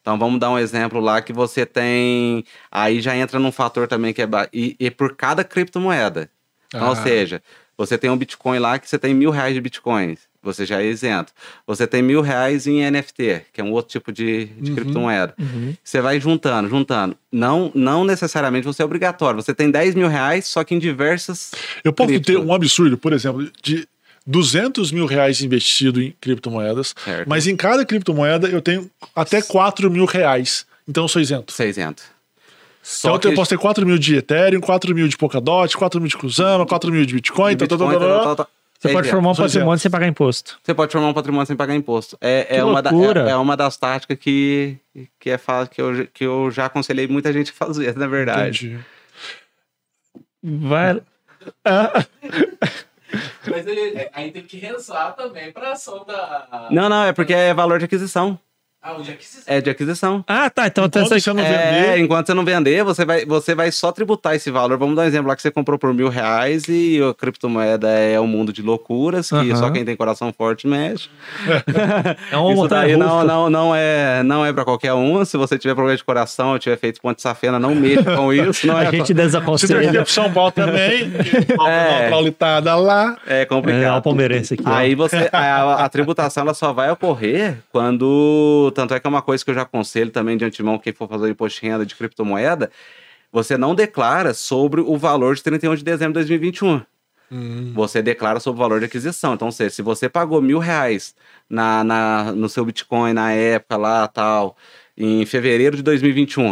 Speaker 3: Então vamos dar um exemplo lá que você tem. Aí já entra num fator também que é. ba- E, e por cada criptomoeda. Então,
Speaker 1: Ah.
Speaker 3: Ou seja, você tem um Bitcoin lá que você tem mil reais de Bitcoin. Você já é isento. Você tem mil reais em NFT, que é um outro tipo de, de
Speaker 1: Uhum.
Speaker 3: criptomoeda. Você vai juntando, juntando. Não, não necessariamente você é obrigatório. Você tem 10 mil reais, só que em diversas.
Speaker 1: Eu posso
Speaker 3: cripto.
Speaker 1: ter um absurdo, por exemplo, de 200 mil reais investido em criptomoedas,
Speaker 3: Certo.
Speaker 1: mas em cada criptomoeda eu tenho até 4 mil reais. Então eu sou isento.
Speaker 3: 600. Só
Speaker 1: Então
Speaker 3: que
Speaker 1: eu posso ter 4 mil de Ethereum, 4 mil de Polkadot, 4 mil de Kusama, 4 mil de Bitcoin, tá,
Speaker 3: de
Speaker 2: então,
Speaker 1: tal, tal, tal,
Speaker 2: tá,
Speaker 3: Bitcoin,
Speaker 1: tal, tal,
Speaker 3: tal, tal, tal.
Speaker 2: Você
Speaker 3: É
Speaker 2: pode
Speaker 3: isso.
Speaker 2: formar um
Speaker 1: São
Speaker 2: patrimônio
Speaker 1: isentos.
Speaker 2: sem pagar imposto.
Speaker 3: Você pode formar um patrimônio sem pagar imposto. É,
Speaker 2: Que
Speaker 3: é, uma, da-
Speaker 2: loucura.
Speaker 3: é, é uma das táticas que, que, é, fa- que, eu, que eu já aconselhei muita gente a fazer, na verdade.
Speaker 1: Entendi.
Speaker 2: Vai. Ah,
Speaker 4: Mas ele- é, aí tem que rezar também pra ação da.
Speaker 3: Não, não, é porque é valor de aquisição.
Speaker 4: Ah, onde é que se.
Speaker 3: É de aquisição.
Speaker 2: ah, tá. Então tem
Speaker 1: Enquanto
Speaker 2: essa...
Speaker 1: você não
Speaker 3: É,
Speaker 1: vender,
Speaker 3: enquanto você não vender, você vai, você vai só tributar esse valor. Vamos dar um exemplo lá que você comprou por mil reais e a criptomoeda é um mundo de loucuras, que
Speaker 2: Aham.
Speaker 3: só quem tem coração forte mexe.
Speaker 2: é uma
Speaker 3: Isso daí
Speaker 2: montanha
Speaker 3: não,
Speaker 2: russa.
Speaker 3: não, não é, não é para qualquer um. Se você tiver problema de coração ou tiver feito ponte safena, não mexa com isso. Não
Speaker 2: A
Speaker 3: é,
Speaker 2: gente
Speaker 1: você torcer
Speaker 2: desaconselha. É,
Speaker 1: pro São Paulo também, que dá uma
Speaker 3: É.
Speaker 1: traulitada lá.
Speaker 3: é complicado.
Speaker 2: É, o palmeirense aqui. ó.
Speaker 3: Aí você. é, A, a tributação ela só vai ocorrer quando. Tanto é que é uma coisa que eu já aconselho também de antemão, quem for fazer imposto de renda de criptomoeda, você não declara sobre o valor de 31 de dezembro de 2021. Você declara sobre o valor de aquisição. Então, ou seja, se você pagou mil reais na, na- no seu Bitcoin na época lá tal, em fevereiro de 2021.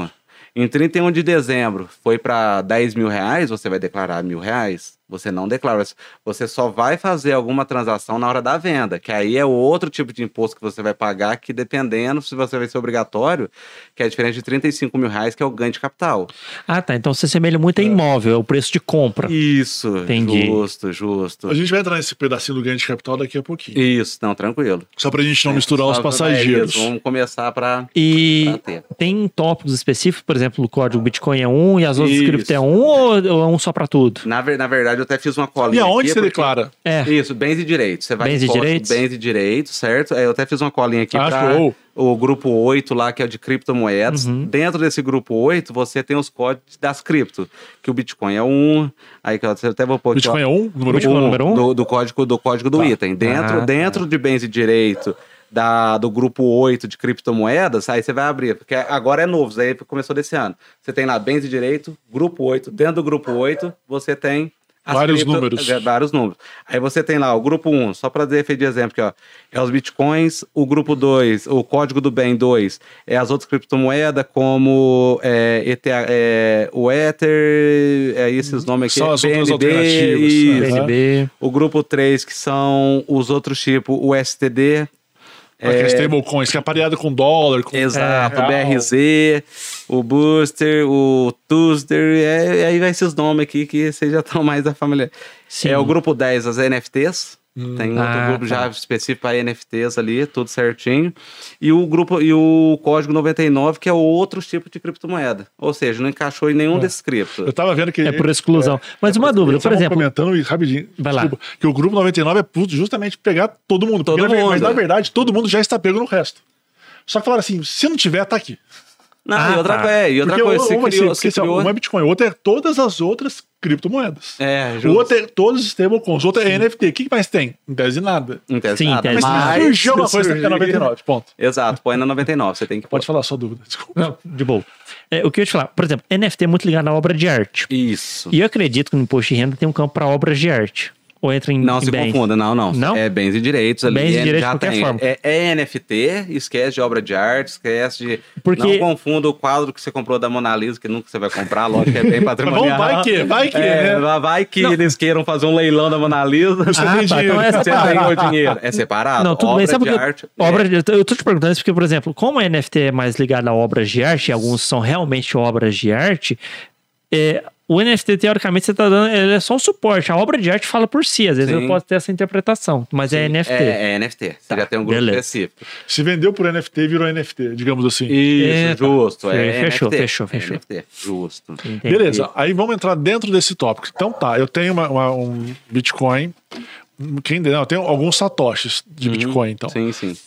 Speaker 3: Em 31 de dezembro foi para 10 mil reais, você vai declarar mil reais? Você não declara. Você só vai fazer alguma transação na hora da venda, que aí é outro tipo de imposto que você vai pagar, que dependendo se você vai ser obrigatório, que é diferente de 35 mil reais, que é o ganho de capital.
Speaker 2: Ah, tá. Então se assemelha muito a imóvel, é o preço de compra.
Speaker 3: Isso.
Speaker 2: Entendi.
Speaker 3: Justo, justo.
Speaker 1: A gente vai entrar nesse pedacinho do ganho de capital daqui a pouquinho.
Speaker 3: Isso, não, tranquilo.
Speaker 1: Só pra gente não misturar os
Speaker 3: Só- é
Speaker 1: passageiros.
Speaker 3: isso, Vamos começar para.
Speaker 2: E
Speaker 3: Pra ter.
Speaker 2: tem tópicos específicos, por exemplo, o código Bitcoin é um e as outras
Speaker 3: Isso.
Speaker 2: cripto é um ou ou é um só pra tudo?
Speaker 3: Na, ver- na verdade, eu até fiz uma colinha.
Speaker 1: E aonde
Speaker 3: aqui,
Speaker 1: você
Speaker 3: porque-
Speaker 1: declara?
Speaker 2: É.
Speaker 3: Isso, bens e direitos. Você vai
Speaker 2: Bens
Speaker 3: em
Speaker 2: e
Speaker 3: código,
Speaker 2: direitos?
Speaker 3: Bens e direitos, certo? É, Eu até fiz uma colinha aqui
Speaker 1: Ah,
Speaker 3: para
Speaker 1: show.
Speaker 3: o grupo 8 lá, que é o de criptomoedas.
Speaker 2: Uhum.
Speaker 3: Dentro desse grupo 8, você tem os códigos das cripto, que o Bitcoin é um. Aí que eu até vou pôr aqui, ó,
Speaker 1: Bitcoin é um, número
Speaker 2: Bitcoin é o número um?
Speaker 3: Do, do código do código do
Speaker 1: Tá.
Speaker 3: item. Dentro,
Speaker 2: Ah, tá.
Speaker 3: dentro de bens e direito da, do grupo 8 de criptomoedas, aí você vai abrir, porque agora é novo, isso aí começou desse ano. Você tem lá bens e direito, grupo 8, dentro do grupo 8, você tem as
Speaker 1: Vários números.
Speaker 3: é, Vários números. Aí você tem lá o grupo 1, só para dizer efeito de exemplo aqui, ó. É os bitcoins, o grupo 2, o código do bem 2, é as outras criptomoedas, como é, ETH, é, o Ether, é esses nomes aqui.
Speaker 1: São Hum, as outras alternativas.
Speaker 3: isso.
Speaker 2: né?
Speaker 1: Uhum.
Speaker 2: PNB.
Speaker 3: O grupo 3, que são os outros tipos, o STD,
Speaker 1: um. É... stablecoins, que é pareado com dólar,
Speaker 3: É.
Speaker 1: com
Speaker 3: exato, o
Speaker 1: real.
Speaker 3: BRZ, o Booster, o Tuesday, é, e aí vai esses nomes aqui que vocês já estão mais da família.
Speaker 2: Sim.
Speaker 3: É o grupo 10, as NFTs. Tem outro
Speaker 2: Ah,
Speaker 3: grupo
Speaker 2: tá.
Speaker 3: já específico para NFTs ali, tudo certinho. E o grupo e o código 99, que é outro tipo de criptomoeda. Ou seja, não encaixou em nenhum desses cripto.
Speaker 1: Eu tava vendo que.
Speaker 2: É por exclusão. é um Mas uma dúvida,
Speaker 1: Eles
Speaker 2: por
Speaker 1: estavam
Speaker 2: exemplo,
Speaker 1: comentando e rapidinho,
Speaker 2: Vai lá.
Speaker 1: que o grupo 99 é pu- justamente pegar todo mundo.
Speaker 3: Todo
Speaker 1: Porque, na ver-
Speaker 3: mundo.
Speaker 1: Mas na verdade, todo mundo já está pego no resto. Só que falaram assim: se não tiver, tá aqui.
Speaker 3: Não,
Speaker 2: Ah,
Speaker 3: e outra,
Speaker 2: tá.
Speaker 3: é, e outra
Speaker 1: Porque
Speaker 3: coisa,
Speaker 1: um,
Speaker 3: se
Speaker 1: um vai ser-
Speaker 3: criou,
Speaker 1: porque
Speaker 3: se
Speaker 1: se é-
Speaker 3: criou...
Speaker 1: um é Bitcoin, o outro é todas as outras criptomoedas.
Speaker 3: É,
Speaker 1: o
Speaker 3: justo.
Speaker 1: outro é todos os stablecoins, o outro é NFT. O que que mais tem? Não deve nada.
Speaker 3: Não tem
Speaker 2: Sim,
Speaker 3: nada,
Speaker 2: tem
Speaker 1: Mas
Speaker 2: Mas
Speaker 1: se surgiu uma coisa
Speaker 3: se
Speaker 1: que é 99, ponto.
Speaker 3: Exato, põe na 99, você tem que
Speaker 1: Pode falar só dúvida, desculpa.
Speaker 2: Não, de boa. É, o que eu ia te falar, por exemplo, NFT é muito ligado à obra de arte.
Speaker 3: Isso.
Speaker 2: E eu acredito que no imposto de renda tem um campo para obras de arte. Ou entra em
Speaker 3: Não
Speaker 2: em
Speaker 3: se
Speaker 2: bens.
Speaker 3: confunda, não, não.
Speaker 2: Não?
Speaker 3: É bens e direitos ali.
Speaker 2: Bens e
Speaker 3: é-
Speaker 2: direitos
Speaker 3: já
Speaker 2: de qualquer
Speaker 3: tem.
Speaker 2: forma.
Speaker 3: É, é NFT, esquece de obra de arte, esquece de.
Speaker 2: Porque-
Speaker 3: Não confunda o quadro que você comprou da Mona Lisa, que nunca você vai comprar, lógico que é
Speaker 1: Mas
Speaker 3: bem
Speaker 1: vamos,
Speaker 3: patrimonial.
Speaker 1: vai que, vai que,
Speaker 3: É,
Speaker 1: né?
Speaker 3: vai- Vai que eles queiram fazer um leilão da Mona Lisa.
Speaker 1: Você
Speaker 2: Ah,
Speaker 1: tem
Speaker 2: tá,
Speaker 1: dinheiro.
Speaker 2: então essa
Speaker 3: Você ganhou o dinheiro. É separado.
Speaker 2: Não, tudo
Speaker 3: obra
Speaker 2: bem, sabe
Speaker 3: de
Speaker 2: porque
Speaker 3: arte. é.
Speaker 2: obra de- eu tô te perguntando isso porque, por exemplo, como a NFT é mais ligada a obras de arte, e alguns são realmente obras de arte, é, o NFT, teoricamente, você tá dando, ele é só um suporte. A obra de arte fala por si, às vezes
Speaker 3: Sim.
Speaker 2: eu posso ter essa interpretação, mas é NFT.
Speaker 3: É, é NFT. Você
Speaker 2: Tá,
Speaker 3: já tem um grupo
Speaker 2: beleza.
Speaker 3: específico.
Speaker 1: Se vendeu por NFT, virou NFT, digamos assim.
Speaker 3: Isso,
Speaker 2: Eita.
Speaker 3: justo. É
Speaker 2: tá. Fechou,
Speaker 3: NFT.
Speaker 2: fechou, fechou.
Speaker 3: NFT, justo.
Speaker 2: Entendi.
Speaker 1: Beleza, aí vamos entrar dentro desse tópico. Então tá, eu tenho uma- uma- um Bitcoin. um- Quem não, eu tenho alguns satoshis de Bitcoin, então.
Speaker 3: Uhum, Sim, sim.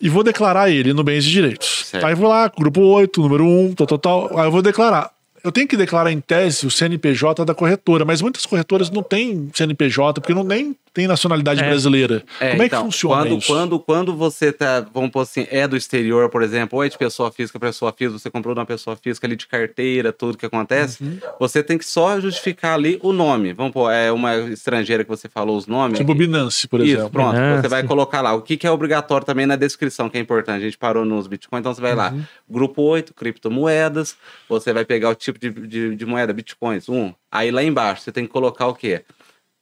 Speaker 1: E vou declarar ele no bens e direitos.
Speaker 3: Certo.
Speaker 1: um, Aí vou lá, grupo 8, número 1, tal, tal, tal. Aí eu vou declarar. eu tenho que declarar em tese o CNPJ da corretora, mas muitas corretoras não têm CNPJ, porque não nem tem nacionalidade
Speaker 2: É.
Speaker 1: brasileira.
Speaker 3: É,
Speaker 1: Como é
Speaker 3: então,
Speaker 1: que funciona
Speaker 3: quando,
Speaker 1: isso?
Speaker 3: Quando, quando você tá, vamos pôr assim, é do exterior, por exemplo, ou é de pessoa física, pessoa física, você comprou de uma pessoa física ali de carteira, tudo que acontece,
Speaker 1: Uhum.
Speaker 3: você tem que só justificar ali o nome. Vamos pôr, é uma estrangeira que você falou os nomes.
Speaker 1: Tipo Binance, por
Speaker 3: Isso,
Speaker 1: exemplo.
Speaker 3: pronto.
Speaker 2: Ah,
Speaker 3: você vai
Speaker 2: sim.
Speaker 3: colocar lá. O que, que é obrigatório também na descrição, que é importante. A gente parou nos Bitcoin, então você vai
Speaker 2: Uhum.
Speaker 3: lá. Grupo 8, criptomoedas. Você vai pegar o tipo de, de, de moeda, Bitcoins, um. Aí lá embaixo você tem que colocar o quê?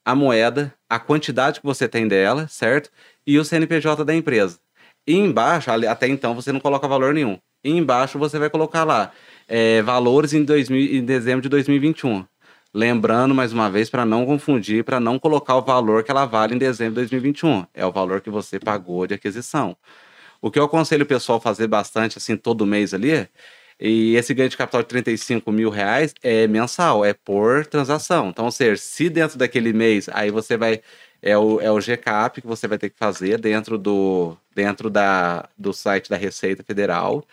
Speaker 3: A moeda, a quantidade que você tem dela, certo? E o CNPJ da empresa. E embaixo, ali- até então você não coloca valor nenhum. E embaixo você vai colocar lá é, valores em, 2000 em dezembro de 2021. Lembrando mais uma vez para não confundir, para não colocar o valor que ela vale em dezembro de 2021. É o valor que você pagou de aquisição. O que eu aconselho o pessoal a fazer bastante assim todo mês ali, e esse ganho de capital de 35 mil reais é mensal, é por transação. Então, ou seja, se dentro daquele mês, aí você vai. É o, é o GCAP que você vai ter que fazer dentro do dentro da, do site da Receita Federal,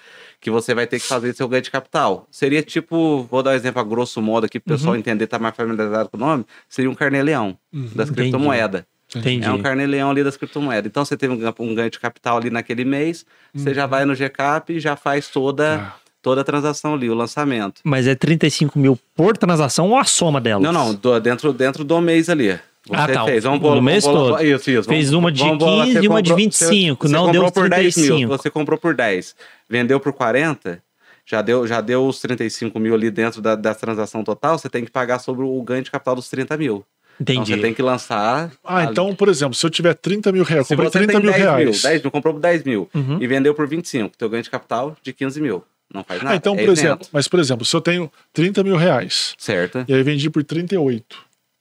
Speaker 3: que você vai ter que fazer seu ganho de capital. Seria tipo, vou dar um exemplo a grosso modo aqui para o pessoal entender, tá mais familiarizado com o nome, seria um carnê-leão das
Speaker 2: entendi.
Speaker 3: criptomoedas.
Speaker 2: Entendi.
Speaker 3: É um carnê-leão ali das criptomoedas. Então você teve um, gan- um ganho de capital ali naquele mês, você já vai no GCAP e já faz toda,
Speaker 1: Tá.
Speaker 3: toda a transação ali, o lançamento.
Speaker 2: Mas é 35 mil por transação ou a soma delas?
Speaker 3: Não, não, do- dentro, dentro do mês ali. Você
Speaker 2: Tá Ah, tá.
Speaker 3: fez, vamos
Speaker 2: No
Speaker 3: bolar-
Speaker 2: mês
Speaker 3: vamos bolar-
Speaker 2: todo.
Speaker 3: Isso, isso.
Speaker 2: Fez uma de
Speaker 3: bolar-
Speaker 2: 15
Speaker 3: você
Speaker 2: e uma de
Speaker 3: comprou-
Speaker 2: 25, não
Speaker 3: comprou
Speaker 2: deu
Speaker 3: por 10 mil,
Speaker 2: 35.
Speaker 3: você comprou por 10, vendeu por 40, já deu, já deu os 35 mil ali dentro da, da transação total, você tem que pagar sobre o ganho de capital dos 30 mil. Então
Speaker 2: Entendi.
Speaker 3: você tem que lançar...
Speaker 1: Ah,
Speaker 3: ali.
Speaker 1: então, por exemplo, se eu tiver 30 mil reais,
Speaker 3: Se
Speaker 1: comprei
Speaker 3: você
Speaker 1: 30
Speaker 3: tem
Speaker 1: mil
Speaker 3: 10
Speaker 1: reais.
Speaker 3: mil, 10 mil, comprou por 10 mil
Speaker 2: Uhum.
Speaker 3: e vendeu por 25, teu ganho de capital de 15 mil. Não faz nada.
Speaker 1: ah, então,
Speaker 3: é
Speaker 1: por
Speaker 3: isento,
Speaker 1: exemplo, mas por exemplo, se eu tenho 30 mil reais
Speaker 3: Certo.
Speaker 1: e aí vendi por 38,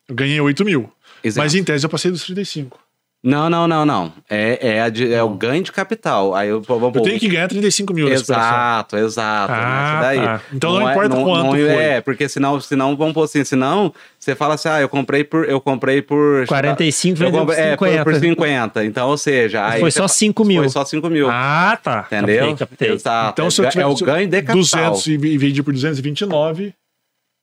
Speaker 1: eu ganhei 8 mil.
Speaker 3: Isento.
Speaker 1: Mas em tese eu passei dos 35.
Speaker 3: Não, não, não, não. É, é, a de- é o ganho de capital. Aí eu, vamos
Speaker 1: Eu tenho que ganhar 35 mil nessa operação.
Speaker 3: Exato, exato. né?
Speaker 2: Ah,
Speaker 3: isso daí.
Speaker 2: tá.
Speaker 1: Então não importa quanto
Speaker 3: não,
Speaker 1: foi.
Speaker 3: É, porque senão, senão, vamos pôr assim, senão você fala assim, ah, eu comprei por, eu comprei por...
Speaker 2: 45
Speaker 3: eu
Speaker 2: vendeu por
Speaker 3: comprei,
Speaker 2: 50.
Speaker 3: é, por- por 50. Então, ou seja... Aí
Speaker 2: foi
Speaker 3: você
Speaker 2: só
Speaker 3: fa-
Speaker 2: 5 mil.
Speaker 3: Foi só 5 mil.
Speaker 2: Ah, tá.
Speaker 3: Entendeu?
Speaker 2: Captei, captei.
Speaker 3: Exato.
Speaker 1: Então,
Speaker 3: é,
Speaker 1: se eu
Speaker 3: ga-
Speaker 1: tiver
Speaker 3: é o ganho de capital.
Speaker 1: 200 e e vendi por 229,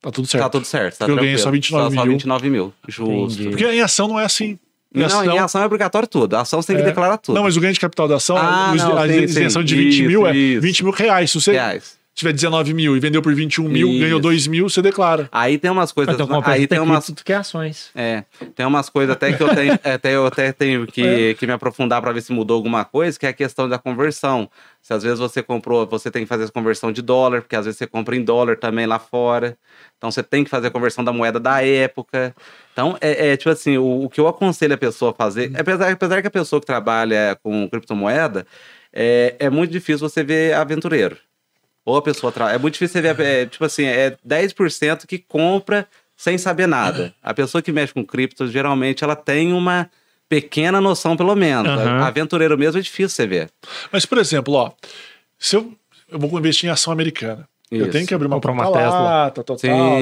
Speaker 1: tá tudo certo.
Speaker 3: Tá tudo certo. Tá
Speaker 1: Porque eu ganhei
Speaker 3: tranquilo.
Speaker 1: só 29
Speaker 3: só, Só
Speaker 1: mil.
Speaker 3: 29 mil. Justo.
Speaker 2: Entendi.
Speaker 1: Porque em ação não é assim. Em
Speaker 3: Não,
Speaker 1: ação-
Speaker 3: em ação é obrigatório tudo. A ação você tem que
Speaker 1: É.
Speaker 3: declarar tudo.
Speaker 1: Não, mas o ganho de capital da ação,
Speaker 3: Ah,
Speaker 1: o-
Speaker 3: não,
Speaker 1: a
Speaker 3: sim,
Speaker 1: isenção
Speaker 3: sim.
Speaker 1: de 20 mil é
Speaker 3: Isso, isso.
Speaker 1: 20 mil reais. Se você
Speaker 3: Reais.
Speaker 1: tiver 19 mil e vendeu por 21 mil,
Speaker 3: Isso.
Speaker 1: ganhou 2 mil, você declara.
Speaker 3: Aí tem umas coisas.
Speaker 2: Então, compensa
Speaker 3: aí
Speaker 2: ter
Speaker 3: tem umas.
Speaker 2: cripto do que ações.
Speaker 3: É, tem umas coisas até que eu tenho, até, eu até tenho que,
Speaker 1: É.
Speaker 3: que me aprofundar para ver se mudou alguma coisa, que é a questão da conversão. Se às vezes você comprou, você tem que fazer a conversão de dólar, porque às vezes você compra em dólar também lá fora. Então você tem que fazer a conversão da moeda da época. Então, é, é, tipo assim, o, o que eu aconselho a pessoa a fazer, apesar, apesar que a pessoa que trabalha com criptomoeda, é, é muito difícil você ver aventureiro. Ou a pessoa tra... É muito difícil você ver, é, tipo assim, é 10% que compra sem saber nada. A pessoa que mexe com cripto, geralmente, ela tem uma pequena noção, pelo menos.
Speaker 2: Aham.
Speaker 3: Aventureiro mesmo é difícil você ver.
Speaker 1: Mas, por exemplo, ó, se eu, eu vou investir em ação americana, eu
Speaker 3: Isso.
Speaker 1: tenho que abrir uma
Speaker 2: Comprar
Speaker 1: conta
Speaker 2: uma
Speaker 1: lá, tal, tal,
Speaker 3: Sim,
Speaker 1: tal, tal,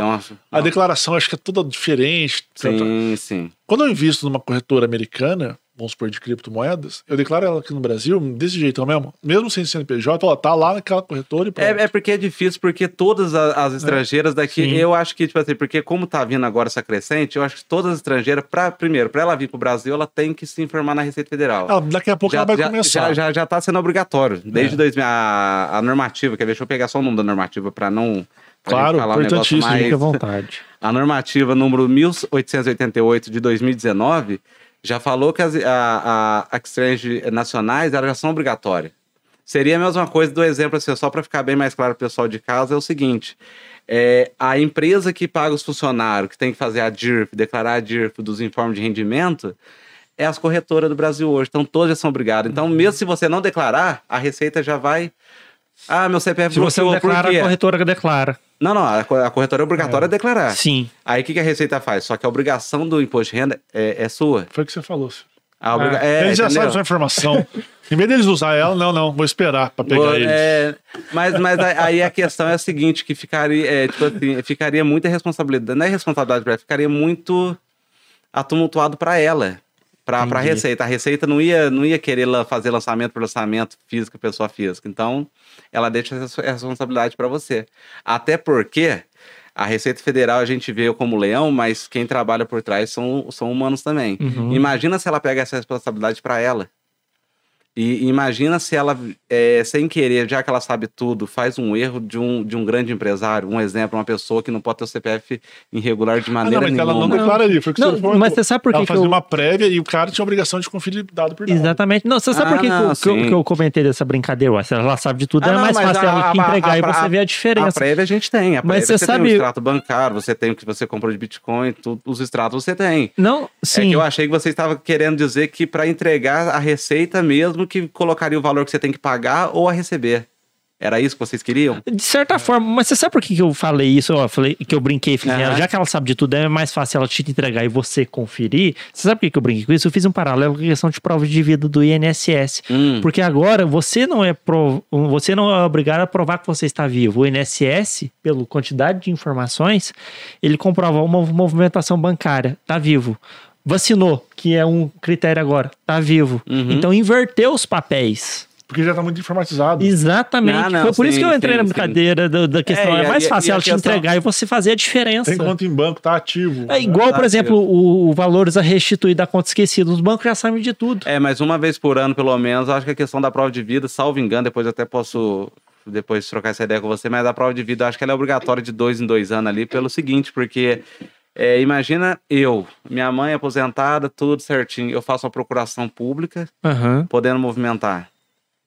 Speaker 1: tal.
Speaker 3: uma...
Speaker 1: A declaração acho que é toda diferente. tal, tal.
Speaker 3: Sim, sim.
Speaker 1: Quando eu invisto numa corretora americana, vamos supor, de criptomoedas, eu declaro ela aqui no Brasil desse jeitão mesmo, mesmo sem CNPJ, ó, tá lá naquela corretora e pronto.
Speaker 3: É, é porque é difícil, porque todas a- as, estrangeiras daqui,
Speaker 2: Sim.
Speaker 3: eu acho que, tipo assim, porque como tá vindo agora essa crescente, eu acho que todas as estrangeiras, pra, primeiro, para ela vir pro Brasil, ela tem que se informar na Receita Federal.
Speaker 1: Ela- daqui a pouco
Speaker 3: já,
Speaker 1: ela vai
Speaker 3: já,
Speaker 1: começar. É.
Speaker 3: Já, já, já tá sendo obrigatório. Desde 2000, a, a normativa, quer ver? Deixa eu pegar só o nome da normativa para não. pra gente
Speaker 1: Claro,
Speaker 3: falar um negócio
Speaker 1: importantíssimo.
Speaker 2: Fique à
Speaker 3: mais-
Speaker 2: vontade.
Speaker 3: a normativa número 1888 de 2019 já falou que as a, a, a exchange nacionais elas já são obrigatórias. Seria a mesma coisa do exemplo, assim, só para ficar bem mais claro para o pessoal de casa, é o seguinte. é, a empresa que paga os funcionários, que tem que fazer a DIRF, declarar a DIRF dos informes de rendimento, é as corretoras do Brasil hoje. Então, todas já são obrigadas.
Speaker 2: Uhum.
Speaker 3: Então, mesmo se você não declarar, a Receita já vai... Ah, meu CPF
Speaker 2: Se você não
Speaker 3: bloqueou, por
Speaker 2: declara,
Speaker 3: quê?"
Speaker 2: a corretora que declara.
Speaker 3: Não, não, a co- a corretora é obrigatória a declarar.
Speaker 2: Sim.
Speaker 3: Aí o que, que a Receita faz? Só que a obrigação do imposto de renda é, é sua.
Speaker 1: Foi o que você falou. Ciro.
Speaker 3: A obriga-
Speaker 2: Ah,
Speaker 3: é,
Speaker 1: eles já
Speaker 3: entendeu?
Speaker 1: sabem sua informação. em vez deles usar ela, não, não, vou esperar pra pegar
Speaker 3: Boa,
Speaker 1: eles.
Speaker 3: é, mas mas aí- aí a questão é a seguinte, que ficaria, é, tipo assim, ficaria muita responsabilidade, não é responsabilidade para ela, ficaria muito atumultuado para ela. para a
Speaker 2: Entendi.
Speaker 3: Receita. A Receita não ia, não ia querer la- fazer lançamento por lançamento, física, pessoa física. Então, ela deixa essa responsabilidade para você. Até porque a Receita Federal a gente vê como leão, mas quem trabalha por trás são, são humanos também.
Speaker 2: Uhum.
Speaker 3: Imagina se ela pega essa responsabilidade para ela. E imagina se ela, é, sem querer, já que ela sabe tudo, faz um erro de um, de um grande empresário, um exemplo, uma pessoa que não pode ter o CPF irregular de
Speaker 1: Ah, não,
Speaker 3: maneira
Speaker 1: mas ela não
Speaker 3: nenhuma.
Speaker 1: declara ali. Foi o que você
Speaker 2: Não,
Speaker 1: falou.
Speaker 2: mas você sabe por que
Speaker 1: ela
Speaker 2: que eu...
Speaker 1: fazia uma prévia e o cara tinha a obrigação de conferir dado por dado.
Speaker 2: Exatamente. Não, você sabe
Speaker 3: Ah,
Speaker 2: por que, que eu-
Speaker 3: não,
Speaker 2: que, eu,
Speaker 3: sim.
Speaker 2: que eu comentei dessa brincadeira? Ué, se ela sabe de tudo,
Speaker 3: Ah,
Speaker 2: é
Speaker 3: não,
Speaker 2: mais
Speaker 3: mas
Speaker 2: fácil
Speaker 3: a-
Speaker 2: ela te
Speaker 3: a-
Speaker 2: entregar
Speaker 3: a-
Speaker 2: e você
Speaker 3: a-
Speaker 2: vê a
Speaker 3: A
Speaker 2: diferença.
Speaker 3: prévia a gente tem. A prévia
Speaker 2: Mas
Speaker 3: você,
Speaker 2: você
Speaker 3: tem
Speaker 2: sabe-
Speaker 3: o extrato bancário, você tem o que você comprou de Bitcoin, tudo, os extratos você tem.
Speaker 2: Não,
Speaker 3: É
Speaker 2: sim.
Speaker 3: que eu achei que você estava querendo dizer que para entregar a receita mesmo que colocaria o valor que você tem que pagar ou a receber. Era isso que vocês queriam?
Speaker 2: De certa forma, mas você sabe por que que eu falei isso? Ó, Eu falei que eu brinquei, falei, assim,
Speaker 3: Aham.
Speaker 2: já que ela sabe de tudo, é mais fácil ela te entregar e você conferir. Você sabe por que que eu brinquei com isso? Eu fiz um paralelo com a questão de prova de vida do INSS.
Speaker 3: Hum.
Speaker 2: Porque agora você não é pro- você não é obrigado a provar que você está vivo. O INSS, pela quantidade de informações, ele comprova uma movimentação bancária, tá vivo. Vacinou, que é um critério agora, tá vivo.
Speaker 3: Uhum.
Speaker 2: Então inverteu os papéis.
Speaker 1: Porque já tá muito informatizado.
Speaker 2: Exatamente.
Speaker 3: Ah, não,
Speaker 2: Foi por isso
Speaker 3: sim,
Speaker 2: que eu entrei
Speaker 3: sim,
Speaker 2: na
Speaker 3: sim.
Speaker 2: brincadeira do- da questão.
Speaker 3: É,
Speaker 2: É,
Speaker 3: e a-
Speaker 2: mais
Speaker 3: e a-
Speaker 2: fácil
Speaker 3: e a
Speaker 2: ela te
Speaker 3: questão-
Speaker 2: entregar e você fazer a diferença.
Speaker 1: Tem conta em banco, tá ativo.
Speaker 2: É igual, por
Speaker 3: Tá,
Speaker 2: exemplo, o, o valores a restituir da conta esquecida. Os bancos já sabem de tudo.
Speaker 3: É, mas uma vez por ano, pelo menos, eu acho que a questão da prova de vida, salvo engano, depois eu até posso depois trocar essa ideia com você, mas a prova de vida, eu acho que ela é obrigatória de dois em dois anos ali, pelo seguinte, porque é, imagina eu, minha mãe aposentada, tudo certinho, eu faço uma procuração pública,
Speaker 2: Aham.
Speaker 3: podendo movimentar.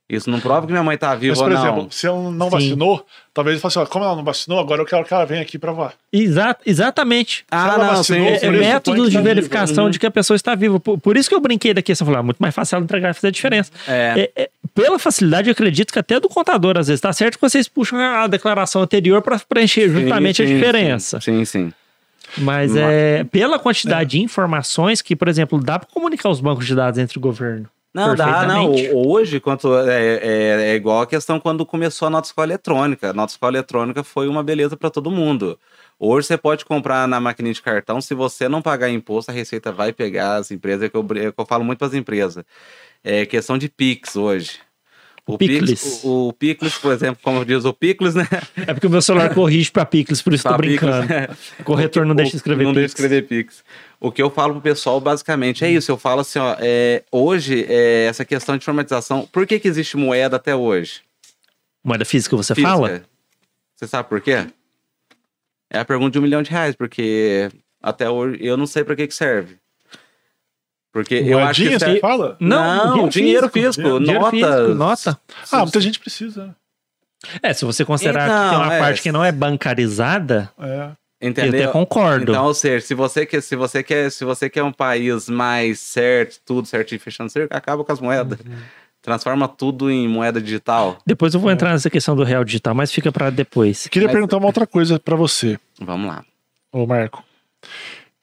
Speaker 3: Isso não prova que minha mãe tá viva
Speaker 1: Mas, por
Speaker 3: ou não.
Speaker 1: exemplo, se ela não
Speaker 2: Sim.
Speaker 1: vacinou, talvez ele fale assim: ó, como ela não vacinou, agora eu quero que ela venha aqui pra voar.
Speaker 2: Exa- exatamente.
Speaker 1: se
Speaker 3: ah,
Speaker 1: ela
Speaker 3: não, sim.
Speaker 1: vacinou,
Speaker 2: É,
Speaker 1: por isso,
Speaker 3: então
Speaker 1: põe
Speaker 2: métodos
Speaker 1: que
Speaker 2: de
Speaker 1: tá viva.
Speaker 2: verificação
Speaker 3: né?
Speaker 2: de que a pessoa está viva. Por, por isso que eu brinquei da questão. Falei, ah, muito mais fácil ela entregar e fazer a diferença.
Speaker 3: É.
Speaker 2: É, é, pela facilidade, eu acredito que até do contador, às vezes, tá certo que vocês puxam a a declaração anterior para preencher
Speaker 1: tá
Speaker 2: justamente
Speaker 3: Sim,
Speaker 2: a
Speaker 3: sim,
Speaker 2: diferença.
Speaker 3: Sim, sim.
Speaker 2: Mas
Speaker 3: Mas-
Speaker 2: é pela quantidade de informações que, por exemplo, dá para comunicar os bancos de dados entre o governo.
Speaker 3: Não, dá, não.
Speaker 2: Perfeitamente.
Speaker 3: O- Hoje, quanto é, é- é igual a questão quando começou a nota escola eletrônica. A nota escola eletrônica foi uma beleza para todo mundo. Hoje você pode comprar na maquininha de cartão, se você não pagar imposto, a Receita vai pegar as empresas, é que eu, br- é que eu falo muito para as empresas. É questão de Pix hoje. O
Speaker 2: Picles.
Speaker 3: Pix, o, o Picles, por exemplo, como diz o Picles, né?
Speaker 2: É porque o meu celular corrige para Picles, por isso tô
Speaker 3: Tá, Pix,
Speaker 2: brincando.
Speaker 3: né?
Speaker 2: O corretor não
Speaker 3: O-
Speaker 2: deixa escrever
Speaker 3: Não
Speaker 2: Pix.
Speaker 3: deixa escrever Pix. O que eu falo pro pessoal, basicamente, é isso. Eu falo assim, ó, é, hoje, é, essa questão de informatização, por que que existe moeda até hoje?
Speaker 2: Moeda física, você
Speaker 3: Física.
Speaker 2: fala?
Speaker 3: Você sabe por quê? É a pergunta de um milhão de reais, porque até hoje eu não sei pra que que serve. Porque eu acho que... é,
Speaker 1: Moedinha,
Speaker 3: serve-
Speaker 1: você fala?
Speaker 3: Não, dinheiro físico,
Speaker 2: Dinheiro físico,
Speaker 3: notas.
Speaker 2: nota.
Speaker 1: Ah, muita gente precisa.
Speaker 2: É, se você considerar que tem
Speaker 3: Então,
Speaker 2: uma
Speaker 3: é.
Speaker 2: parte que não é bancarizada,
Speaker 1: É.
Speaker 2: eu até
Speaker 3: Entendeu?
Speaker 2: concordo.
Speaker 3: Então, ou seja, se você quer, se você quer, se você quer um país mais certo, tudo certinho, fechando cerco, acaba com as moedas.
Speaker 2: Uhum.
Speaker 3: Transforma tudo em moeda digital.
Speaker 2: Depois eu vou entrar nessa questão do real digital, mas fica para depois.
Speaker 1: Queria
Speaker 3: Mas-
Speaker 1: perguntar uma outra coisa pra você,
Speaker 3: Vamos lá.
Speaker 1: ô Marco.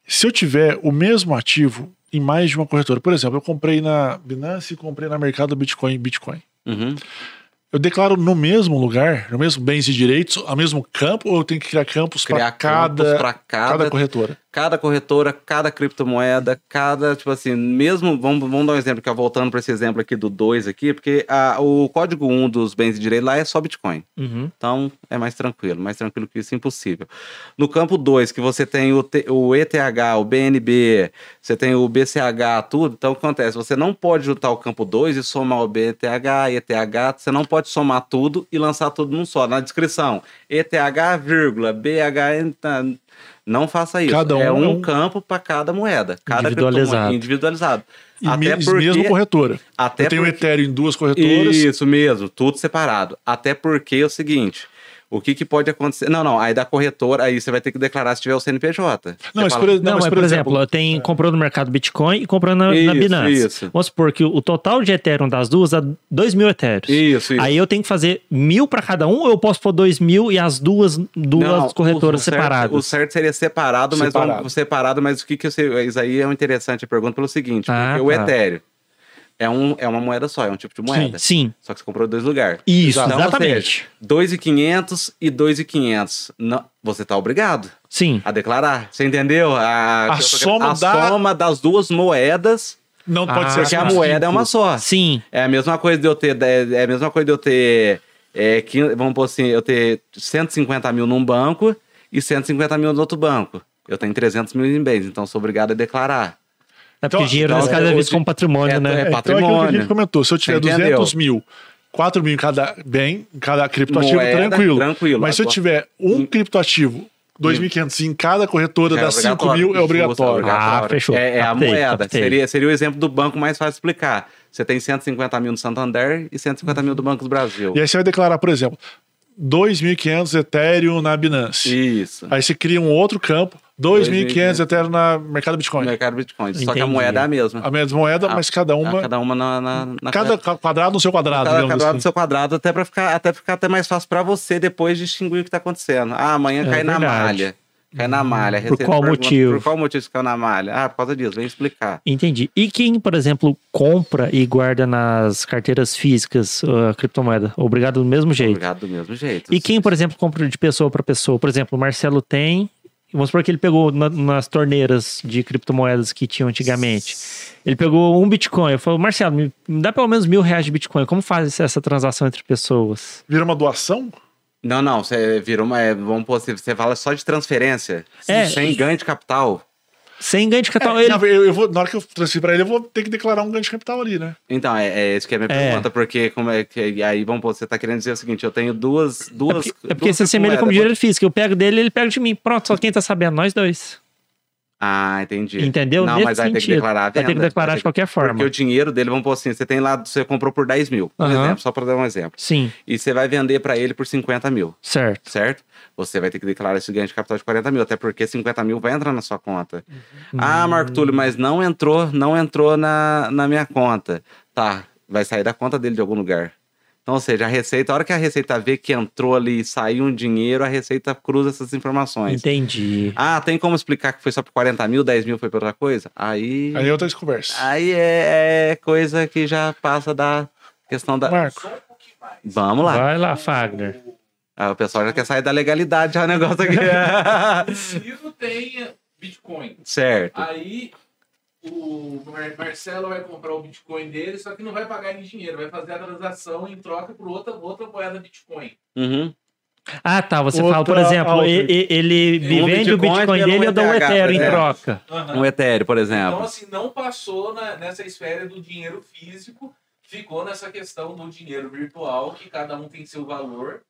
Speaker 1: Se eu tiver o mesmo ativo em mais de uma corretora, por exemplo, eu comprei na Binance e comprei na Mercado Bitcoin Bitcoin.
Speaker 3: Uhum.
Speaker 1: Eu declaro no mesmo lugar, no mesmo bens e direitos, ao mesmo campo, ou eu tenho que criar campos para
Speaker 3: Criar cada,
Speaker 1: cada,
Speaker 3: para
Speaker 1: cada
Speaker 3: cada, cada,
Speaker 1: corretora?
Speaker 3: corretora, cada criptomoeda, cada, tipo assim, mesmo, vamos, vamos dar um exemplo, que eu voltando para esse exemplo aqui do 2 aqui, porque a- o código 1 dos bens de direito lá é só Bitcoin.
Speaker 2: Uhum.
Speaker 3: Então é mais tranquilo, mais tranquilo que isso, impossível. No campo 2, que você tem o, T- o ETH, o BNB, você tem o BCH, tudo, então o que acontece? Você não pode juntar o campo 2 e somar o BETH, ETH, você não pode somar tudo e lançar tudo num só. Na descrição, ETH, vírgula, BH, tá, não faça isso.
Speaker 1: Cada um
Speaker 3: é
Speaker 1: é
Speaker 3: um
Speaker 1: um-
Speaker 3: campo para cada moeda, cada
Speaker 2: Individualizado.
Speaker 3: criptomoeda, individualizado.
Speaker 1: E me- mesmo corretora.
Speaker 3: até
Speaker 1: eu tenho
Speaker 3: porque-
Speaker 1: Ethereum em duas corretoras.
Speaker 3: isso mesmo, tudo separado. Até porque é o seguinte. O que, que pode acontecer? Não, não, aí da corretora, aí você vai ter que declarar se tiver o CNPJ.
Speaker 1: Não,
Speaker 3: Você
Speaker 1: mas
Speaker 3: fala-
Speaker 1: por, não,
Speaker 2: Não, mas, por exemplo, tem comprou no mercado Bitcoin e comprou na, na
Speaker 3: Isso,
Speaker 2: Binance.
Speaker 3: isso.
Speaker 2: Vamos supor que o total de Ethereum das duas dá 2 mil Ethereum.
Speaker 3: Isso, isso.
Speaker 2: Aí eu tenho que fazer mil para cada um ou eu posso pôr 2 mil e as duas, duas
Speaker 3: Não,
Speaker 2: corretoras
Speaker 3: o certo-
Speaker 2: separadas?
Speaker 3: O certo seria separado, mas
Speaker 1: Separado.
Speaker 3: vamos- separado, mas o que que você, isso aí é um interessante a pergunta pelo seguinte,
Speaker 2: Ah,
Speaker 3: porque o
Speaker 2: tá.
Speaker 3: Ethereum é, um, é uma moeda só, é um tipo de moeda.
Speaker 2: Sim,
Speaker 3: Só que você comprou em dois lugares.
Speaker 2: Isso,
Speaker 3: Então, ou
Speaker 2: exatamente.
Speaker 3: seja, 2,500 e 2,500. Não, Você está obrigado.
Speaker 2: sim.
Speaker 3: então A declarar. Você entendeu?
Speaker 1: A
Speaker 3: A,
Speaker 1: soma
Speaker 3: a
Speaker 1: da-
Speaker 3: soma das duas moedas
Speaker 1: Não pode
Speaker 2: Ah,
Speaker 1: ser
Speaker 3: Porque a
Speaker 1: assim.
Speaker 3: moeda é uma só.
Speaker 2: Sim.
Speaker 3: É a mesma coisa de eu ter. É a mesma coisa de eu ter. é, quin- vamos pôr assim, eu ter 150 mil num banco e 150 mil no outro banco. Eu tenho 300 mil em bens, então sou obrigado a declarar.
Speaker 2: É porque
Speaker 1: Então,
Speaker 2: dinheiro
Speaker 3: então,
Speaker 2: nós cada
Speaker 3: é,
Speaker 2: vez
Speaker 3: hoje-
Speaker 2: como patrimônio,
Speaker 3: é,
Speaker 1: É,
Speaker 2: né?
Speaker 1: então é aquilo que a gente
Speaker 3: patrimônio.
Speaker 1: comentou. Se eu tiver
Speaker 3: Você entendeu?
Speaker 1: 200 mil, 4 mil em cada bem, em cada criptoativo,
Speaker 3: Moeda,
Speaker 1: tranquilo.
Speaker 3: tranquilo.
Speaker 1: Mas se eu
Speaker 3: Agora- Hum.
Speaker 1: tiver um criptoativo, 2.500 em cada corretora
Speaker 3: É
Speaker 1: das 5
Speaker 3: obrigatório.
Speaker 1: mil, é
Speaker 3: Justo,
Speaker 1: obrigatório.
Speaker 3: obrigatório.
Speaker 2: Ah, fechou.
Speaker 3: É, é a
Speaker 2: Captei,
Speaker 3: moeda.
Speaker 2: captei.
Speaker 3: Seria, seria o exemplo do banco mais fácil de explicar. Você tem 150 mil no Santander e 150 mil do Banco do Brasil.
Speaker 1: E aí você vai declarar, por exemplo, 2.500 Ethereum na Binance.
Speaker 3: Isso.
Speaker 1: Aí você cria um outro campo, 2.500
Speaker 3: 2.500
Speaker 1: Ethereum na mercado Bitcoin.
Speaker 3: Mercado Bitcoin. Só que
Speaker 2: Entendi.
Speaker 3: a moeda é a
Speaker 1: A
Speaker 3: mesma.
Speaker 1: mesma moeda,
Speaker 3: Ah,
Speaker 1: mas cada uma.
Speaker 3: Ah, Cada uma na. na, na
Speaker 1: Cada ca- quadrado no seu quadrado,
Speaker 3: cada
Speaker 1: digamos
Speaker 3: quadrado
Speaker 1: assim.
Speaker 3: do seu quadrado, até para ficar até ficar até mais fácil para você depois distinguir o que tá acontecendo. Ah, amanhã
Speaker 2: É
Speaker 3: cai na
Speaker 2: verdade.
Speaker 3: malha. Cai na malha.
Speaker 2: Por
Speaker 3: Receita
Speaker 2: qual
Speaker 3: pergunta,
Speaker 2: motivo?
Speaker 3: Por qual motivo isso caiu na malha? Ah, por causa disso, vem explicar.
Speaker 2: Entendi. E quem, por exemplo, compra e guarda nas carteiras físicas a criptomoeda? Obrigado do mesmo jeito.
Speaker 3: Obrigado do mesmo jeito. assim.
Speaker 2: E quem, por exemplo, compra de pessoa para pessoa? Por exemplo, o Marcelo tem. Vamos supor que ele pegou na- nas torneiras de criptomoedas que tinham antigamente. Ele pegou um Bitcoin. Eu falei, Marcelo, me me dá pelo menos mil reais de Bitcoin. Como faz essa transação entre pessoas?
Speaker 1: Vira uma doação?
Speaker 3: Não, não, você virou uma. é, Vamos pôr, você- você fala só de transferência.
Speaker 2: É.
Speaker 3: Sem ganho de capital.
Speaker 2: Sem ganho de capital.
Speaker 1: É,
Speaker 2: ele...
Speaker 1: na ver- eu- eu vou- na hora que eu transferir pra ele, eu vou ter que declarar um ganho de capital ali, né?
Speaker 3: Então, é, é isso que é a minha
Speaker 2: É.
Speaker 3: pergunta, porque como é que. e Aí, vamos pôr, você tá querendo dizer o seguinte: eu tenho duas.
Speaker 2: É
Speaker 3: duas
Speaker 2: porque, é porque
Speaker 3: duas
Speaker 2: se assemelha como
Speaker 3: moedas.
Speaker 2: dinheiro físico. Eu pego dele, ele pega de mim. Pronto, só quem tá sabendo? Nós dois.
Speaker 3: Ah, entendi.
Speaker 2: Entendeu?
Speaker 3: Não,
Speaker 2: Nesse
Speaker 3: mas vai ter que
Speaker 2: sentido.
Speaker 3: declarar a
Speaker 2: Vai
Speaker 3: venda.
Speaker 2: ter que declarar
Speaker 3: Vai
Speaker 2: de
Speaker 3: ter
Speaker 2: qualquer forma.
Speaker 3: Porque o dinheiro dele, vamos pôr assim, você tem lá, você comprou por 10 mil, por
Speaker 2: Aham.
Speaker 3: exemplo, só para dar um exemplo.
Speaker 2: Sim,
Speaker 3: E você vai vender para ele por 50 mil,
Speaker 2: certo.
Speaker 3: certo? Você vai ter que declarar esse ganho de capital de 40 mil, até porque 50 mil vai entrar na sua conta.
Speaker 2: Uhum.
Speaker 3: Ah, Marco Túlio, mas não entrou, não entrou na, na minha conta. Tá, vai sair da conta dele de algum lugar. Então, ou seja, a Receita, a hora que a Receita vê que entrou ali e saiu um dinheiro, a Receita cruza essas informações.
Speaker 2: Entendi.
Speaker 3: Ah, tem como explicar que foi só por 40 mil, 10 mil foi por outra coisa? Aí.
Speaker 1: Aí é outra conversa.
Speaker 3: Aí é, é coisa que já passa da questão da.
Speaker 1: Marco,
Speaker 4: Só um pouquinho mais.
Speaker 3: Vamos lá.
Speaker 2: Vai lá, Fagner.
Speaker 3: Ah, o pessoal já quer sair da legalidade já o negócio aqui.
Speaker 4: O livro tem Bitcoin.
Speaker 3: certo.
Speaker 4: Aí o Mar- Marcelo vai comprar o Bitcoin dele, só que não vai pagar em dinheiro, vai fazer a transação em troca por outra, outra moeda Bitcoin.
Speaker 3: Uhum.
Speaker 2: Ah, tá. Você
Speaker 1: Outra
Speaker 2: fala, por exemplo,
Speaker 1: alta.
Speaker 2: e- e- ele me
Speaker 3: Um
Speaker 2: vende o
Speaker 3: Bitcoin
Speaker 2: Bitcoin
Speaker 3: pelo
Speaker 2: dele e eu dou o
Speaker 3: ETH,
Speaker 2: Ethereum
Speaker 3: por
Speaker 2: em
Speaker 3: exemplo.
Speaker 2: troca.
Speaker 3: Um Ethereum, por
Speaker 4: Então,
Speaker 3: exemplo.
Speaker 4: assim, não passou na- nessa esfera do dinheiro físico, ficou nessa questão do dinheiro virtual, que cada um tem seu valor.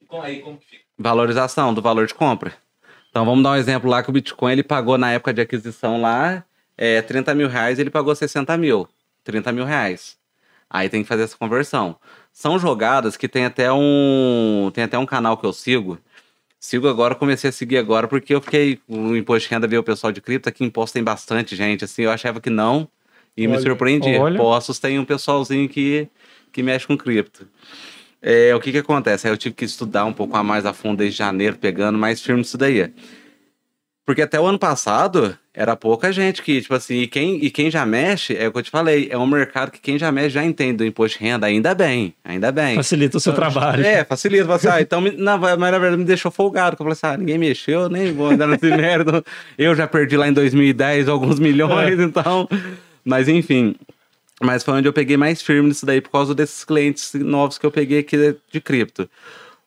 Speaker 4: E com aí, como que fica?
Speaker 3: Valorização do valor de compra. Então vamos dar um exemplo lá que o Bitcoin ele pagou na época de aquisição lá é, 30 mil reais, ele pagou 60 mil. 30 mil reais. Aí tem que fazer essa conversão. São jogadas que tem até um. Tem até um canal que eu sigo. Sigo agora, comecei a seguir agora, porque eu fiquei. O imposto de renda veio o pessoal de cripto, aqui em Poços tem bastante gente, assim, eu achava que não. E me
Speaker 1: Olha,
Speaker 3: surpreendi.
Speaker 2: olha.
Speaker 3: Poços tem um pessoalzinho que, que mexe com cripto. É, o que que acontece? Aí eu tive que estudar um pouco a mais a fundo desde janeiro, pegando mais firme isso daí. Porque até o ano passado era pouca gente que, tipo assim, e quem, e quem já mexe, é o que eu te falei, é um mercado que quem já mexe já entende do imposto de renda, ainda bem, ainda bem.
Speaker 2: Facilita o seu trabalho.
Speaker 3: É, facilita. Fala assim, ah, então, me- na, mas na verdade me deixou folgado. Que eu falei assim, ah, ninguém mexeu, nem vou andar nesse merda. Eu já perdi lá em 2010 alguns milhões,
Speaker 2: É.
Speaker 3: então. Mas enfim. Mas foi onde eu peguei mais firme nisso daí, por causa desses clientes novos que eu peguei aqui de- de cripto.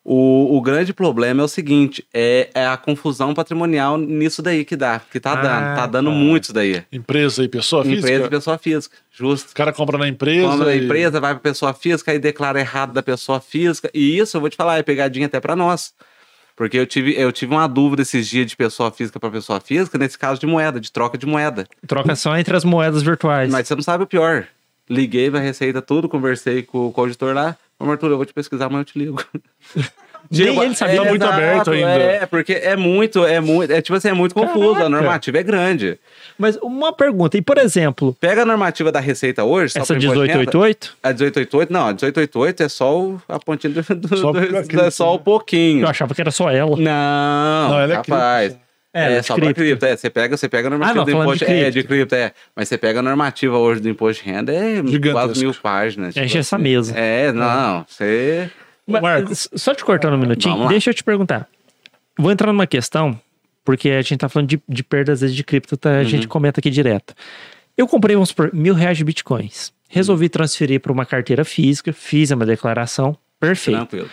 Speaker 3: O, o grande problema é o seguinte: é, é a confusão patrimonial nisso daí que dá, que tá
Speaker 2: Ah,
Speaker 3: dando, tá dando
Speaker 2: tá.
Speaker 3: muito isso daí.
Speaker 1: empresa e pessoa
Speaker 3: Empresa e
Speaker 1: física?
Speaker 3: pessoa física, justo.
Speaker 1: Os caras compram na empresa.
Speaker 3: Quando a
Speaker 1: e-
Speaker 3: empresa vai para pessoa física e declara errado da pessoa física. E isso, eu vou te falar, é pegadinha até para nós. Porque eu tive, eu tive uma dúvida esses dias de pessoa física para pessoa física, nesse caso de moeda, de troca de moeda.
Speaker 2: Troca só entre as moedas virtuais.
Speaker 3: É. Mas você não sabe o pior. Liguei pra Receita tudo, conversei com, com o auditor lá. Ô, Arthur, eu vou te pesquisar, mas eu te ligo.
Speaker 2: Nem
Speaker 3: Digo,
Speaker 2: ele sabia.
Speaker 1: Tá muito
Speaker 3: exato,
Speaker 1: aberto ainda.
Speaker 3: É, porque é muito, é muito, é tipo assim, é muito confuso.
Speaker 2: Caraca.
Speaker 3: A normativa é grande.
Speaker 2: Mas uma pergunta. E, por exemplo,
Speaker 3: Pega a normativa da Receita hoje, só
Speaker 2: essa
Speaker 3: pra imposto de renda,
Speaker 2: 1888,
Speaker 3: a 1888, não, a 1888 é só o- a pontinha do, do-
Speaker 1: Só
Speaker 3: do-
Speaker 1: aquele-
Speaker 3: é só o pouquinho.
Speaker 2: eu achava que era só ela.
Speaker 3: Não,
Speaker 1: Não, ela é
Speaker 3: capaz.
Speaker 2: Ela
Speaker 3: É,
Speaker 2: é
Speaker 3: só
Speaker 2: de
Speaker 3: pra
Speaker 2: cripto.
Speaker 3: cripto. É, você pega, você pega a normativa
Speaker 2: Ah, não,
Speaker 3: do
Speaker 2: falando de
Speaker 3: imposto. É, de
Speaker 2: cripto.
Speaker 3: cripto, é. Mas você pega a normativa hoje do imposto de renda, é
Speaker 1: Gigantesco.
Speaker 3: quase mil páginas. tipo
Speaker 2: Enche essa
Speaker 3: assim.
Speaker 2: mesa.
Speaker 3: É, não, você.
Speaker 2: Mas,
Speaker 1: Marco.
Speaker 2: s- só te cortando um
Speaker 3: Vamos
Speaker 2: minutinho,
Speaker 3: lá.
Speaker 2: deixa eu te perguntar. Vou entrar
Speaker 3: Uhum.
Speaker 2: numa questão, porque a gente tá falando de, de perdas às vezes, de cripto, tá? a gente comenta aqui direto. Eu comprei, vamos supor, mil reais de bitcoins.
Speaker 3: Uhum.
Speaker 2: Resolvi transferir para uma carteira física, fiz uma declaração, perfeito.
Speaker 3: Tranquilo.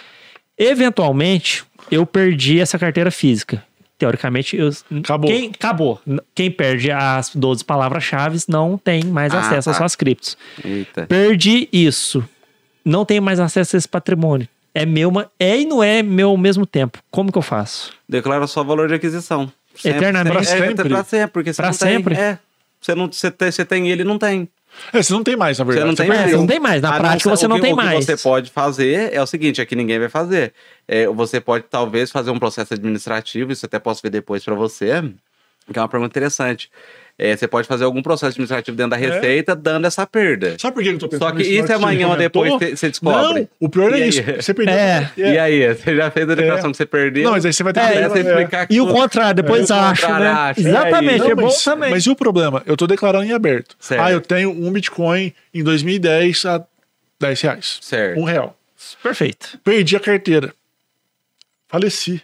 Speaker 2: Eventualmente, eu perdi essa carteira física. Teoricamente, eu,
Speaker 1: Acabou.
Speaker 2: Quem, acabou. Quem perde as 12 palavras-chave não tem mais
Speaker 3: Ah,
Speaker 2: acesso às
Speaker 3: tá.
Speaker 2: suas criptos.
Speaker 3: Eita.
Speaker 2: Perdi isso. Não tenho mais acesso a esse patrimônio. É meu, ma- é e não é meu ao mesmo tempo. Como que eu faço?
Speaker 3: Declara só o valor de aquisição.
Speaker 2: Eternamente.
Speaker 3: Pra
Speaker 1: Pra
Speaker 3: sempre.
Speaker 1: sempre.
Speaker 3: É, pra sempre, porque você
Speaker 2: Pra
Speaker 3: não tem-
Speaker 2: sempre.
Speaker 3: é. Você, não, você, tem, você tem ele, não tem.
Speaker 1: É, você não tem mais, na
Speaker 3: Você
Speaker 1: verdade.
Speaker 3: não tem
Speaker 1: Você
Speaker 3: mais.
Speaker 2: você não tem mais. Na
Speaker 3: A
Speaker 2: prática,
Speaker 3: nossa-
Speaker 2: você
Speaker 3: o
Speaker 2: não
Speaker 3: que-
Speaker 2: tem
Speaker 3: o que
Speaker 2: mais.
Speaker 3: você pode fazer é o seguinte, é que ninguém vai fazer. É, você pode, talvez, fazer um processo administrativo, isso eu até posso ver depois para você, que é uma pergunta interessante. É, você pode fazer algum processo administrativo dentro da
Speaker 1: É.
Speaker 3: Receita, dando essa perda.
Speaker 1: Sabe por que eu tô pensando
Speaker 3: Só que
Speaker 1: nisso na hora
Speaker 3: isso é
Speaker 1: você
Speaker 3: amanhã ou
Speaker 1: comentou?
Speaker 3: depois você- você descobre.
Speaker 1: Não, o pior
Speaker 3: E
Speaker 1: é
Speaker 3: aí?
Speaker 1: isso. Você perdeu.
Speaker 2: É.
Speaker 3: E aí, você já fez a declaração que você perdeu?
Speaker 1: Não, mas aí você vai ter
Speaker 3: Aí
Speaker 1: que.
Speaker 3: você
Speaker 1: é.
Speaker 3: explicar
Speaker 2: E o
Speaker 3: tudo.
Speaker 2: contrário, depois
Speaker 3: É, o
Speaker 2: acha,
Speaker 3: contrário,
Speaker 2: né?
Speaker 3: acha.
Speaker 2: Exatamente,
Speaker 1: Não,
Speaker 2: é bom
Speaker 1: mas,
Speaker 2: também.
Speaker 1: Mas e o problema? Eu tô declarando em aberto.
Speaker 3: Certo.
Speaker 1: Ah, eu tenho um Bitcoin em 2010 a 10 reais.
Speaker 3: Certo.
Speaker 1: Um real.
Speaker 2: Perfeito.
Speaker 1: Perdi a carteira. Faleci.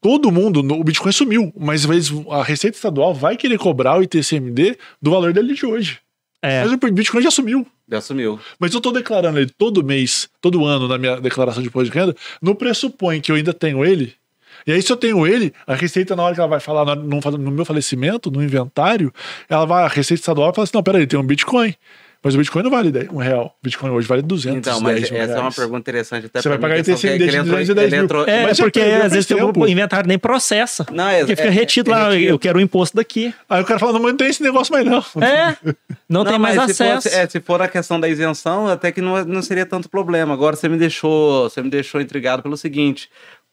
Speaker 1: Todo mundo, no- o Bitcoin sumiu, mas eles- a Receita Estadual vai querer cobrar o ITCMD do valor dele de hoje.
Speaker 2: É.
Speaker 1: Mas o Bitcoin já sumiu.
Speaker 3: Já sumiu.
Speaker 1: Mas eu tô declarando ele todo mês, todo ano na minha declaração de imposto de renda, não pressupõe que eu ainda tenho ele. E aí, se eu tenho ele, a Receita, na hora que ela vai falar na- no, no meu falecimento, no inventário, ela vai, a Receita Estadual vai falar assim: não, peraí, tem um Bitcoin. Mas o Bitcoin não vale 10 um real. O Bitcoin hoje vale 200
Speaker 3: Então, mas
Speaker 1: mil
Speaker 3: essa é uma
Speaker 1: reais.
Speaker 3: pergunta interessante até
Speaker 1: Você
Speaker 3: pra
Speaker 1: vai pagar
Speaker 3: mim, questão
Speaker 1: ITCMD
Speaker 3: que-
Speaker 1: de
Speaker 3: que ele entrou-
Speaker 1: 210
Speaker 3: ele
Speaker 1: mil.
Speaker 3: entrou-
Speaker 2: É,
Speaker 1: Mas você
Speaker 2: porque
Speaker 1: perdeu
Speaker 2: às vezes
Speaker 1: faz
Speaker 2: tem o
Speaker 1: tempo.
Speaker 2: inventário nem processa.
Speaker 3: Não, é-
Speaker 2: porque fica
Speaker 3: é-
Speaker 2: retido
Speaker 3: é
Speaker 2: lá,
Speaker 3: retido.
Speaker 2: eu quero o imposto daqui.
Speaker 1: Aí o cara fala: não, mas não tem esse negócio mais não.
Speaker 2: É, não, tem mais
Speaker 3: mas se
Speaker 2: acesso.
Speaker 3: For, é, se for a questão da isenção, até que não, é- não seria tanto problema. Agora você me deixou, você me deixou intrigado pelo seguinte.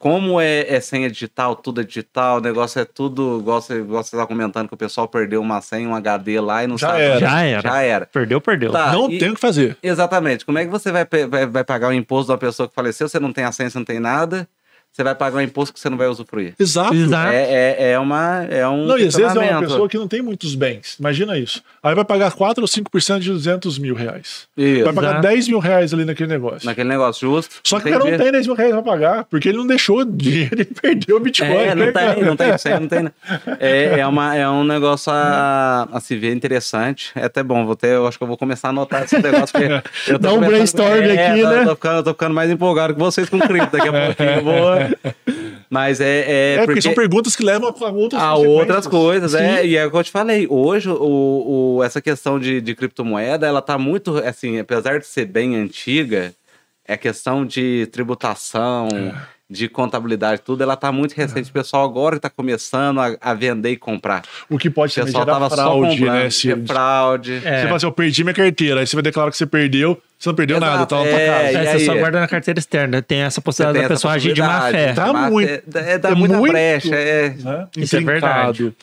Speaker 3: Como é, é senha digital, tudo é digital, o negócio é tudo, igual você está comentando que o pessoal perdeu uma senha, um HD lá e não
Speaker 1: Já
Speaker 3: sabe.
Speaker 1: era.
Speaker 2: Já era.
Speaker 3: Já era.
Speaker 2: Perdeu, perdeu.
Speaker 3: Tá.
Speaker 1: não
Speaker 3: e-
Speaker 1: tem o que fazer.
Speaker 3: Exatamente. Como é que você vai, pe- vai, vai pagar o imposto de uma pessoa que faleceu? Você não tem a senha, você não tem nada. Você vai pagar um imposto que você não vai usufruir.
Speaker 1: Exato.
Speaker 2: Exato.
Speaker 3: É, é, é uma. É um
Speaker 1: Não, e às vezes é uma
Speaker 3: questionamento.
Speaker 1: pessoa que não tem muitos bens. Imagina isso. Aí vai pagar 4 ou 5% de 200 mil reais.
Speaker 3: Isso.
Speaker 1: Vai pagar
Speaker 2: Exato.
Speaker 1: 10 mil reais ali naquele negócio.
Speaker 3: Naquele negócio justo.
Speaker 1: Só que o cara não
Speaker 3: Entendi.
Speaker 1: tem 10 mil reais pra pagar, porque ele não deixou dinheiro, ele perdeu o Bitcoin. né,
Speaker 3: É, não
Speaker 1: cara?
Speaker 3: tem, não tem, isso aí não tem. não. É, é, uma, é um negócio a, a se ver interessante. É até bom, vou ter, eu acho que eu vou começar a anotar esse negócio. porque eu tô
Speaker 2: Dá um
Speaker 3: começando-
Speaker 2: brainstorm aqui,
Speaker 3: eu
Speaker 2: né?
Speaker 3: Tô ficando, eu tô ficando mais empolgado que vocês com cripto daqui a pouquinho. eu vou- Mas é, é,
Speaker 1: É, porque, são perguntas que levam a outras
Speaker 3: a
Speaker 1: consequências.
Speaker 3: Ah, outras coisas, é. E é o que eu te falei. Hoje, o, o- essa questão de, de criptomoeda, ela tá muito, assim, apesar de ser bem antiga, é questão de tributação,
Speaker 2: É.
Speaker 3: de contabilidade, tudo, ela tá muito recente. O pessoal agora que tá começando a, a vender e comprar.
Speaker 1: O que pode
Speaker 3: O
Speaker 1: ser
Speaker 3: pessoal
Speaker 1: gerar
Speaker 3: tava só
Speaker 1: fraude,
Speaker 3: comprando.
Speaker 1: né? Se,
Speaker 3: é fraude.
Speaker 2: É.
Speaker 1: Você fala assim, eu perdi minha carteira. Aí você vai declarar que você perdeu, você não perdeu
Speaker 3: Exato,
Speaker 1: nada, tá lá na tua
Speaker 3: é,
Speaker 1: casa.
Speaker 2: É,
Speaker 3: e
Speaker 2: você
Speaker 3: aí?
Speaker 2: só guarda na carteira externa. Tem essa possibilidade
Speaker 3: Você tem
Speaker 2: da
Speaker 3: essa
Speaker 2: pessoa agir de má fé.
Speaker 3: possibilidade,
Speaker 1: Tá
Speaker 3: mas
Speaker 1: muito-
Speaker 3: É, é, dá
Speaker 1: é
Speaker 3: muita
Speaker 1: muito-
Speaker 3: brecha. É,
Speaker 1: né?
Speaker 2: Isso é verdade.
Speaker 1: Intrincado.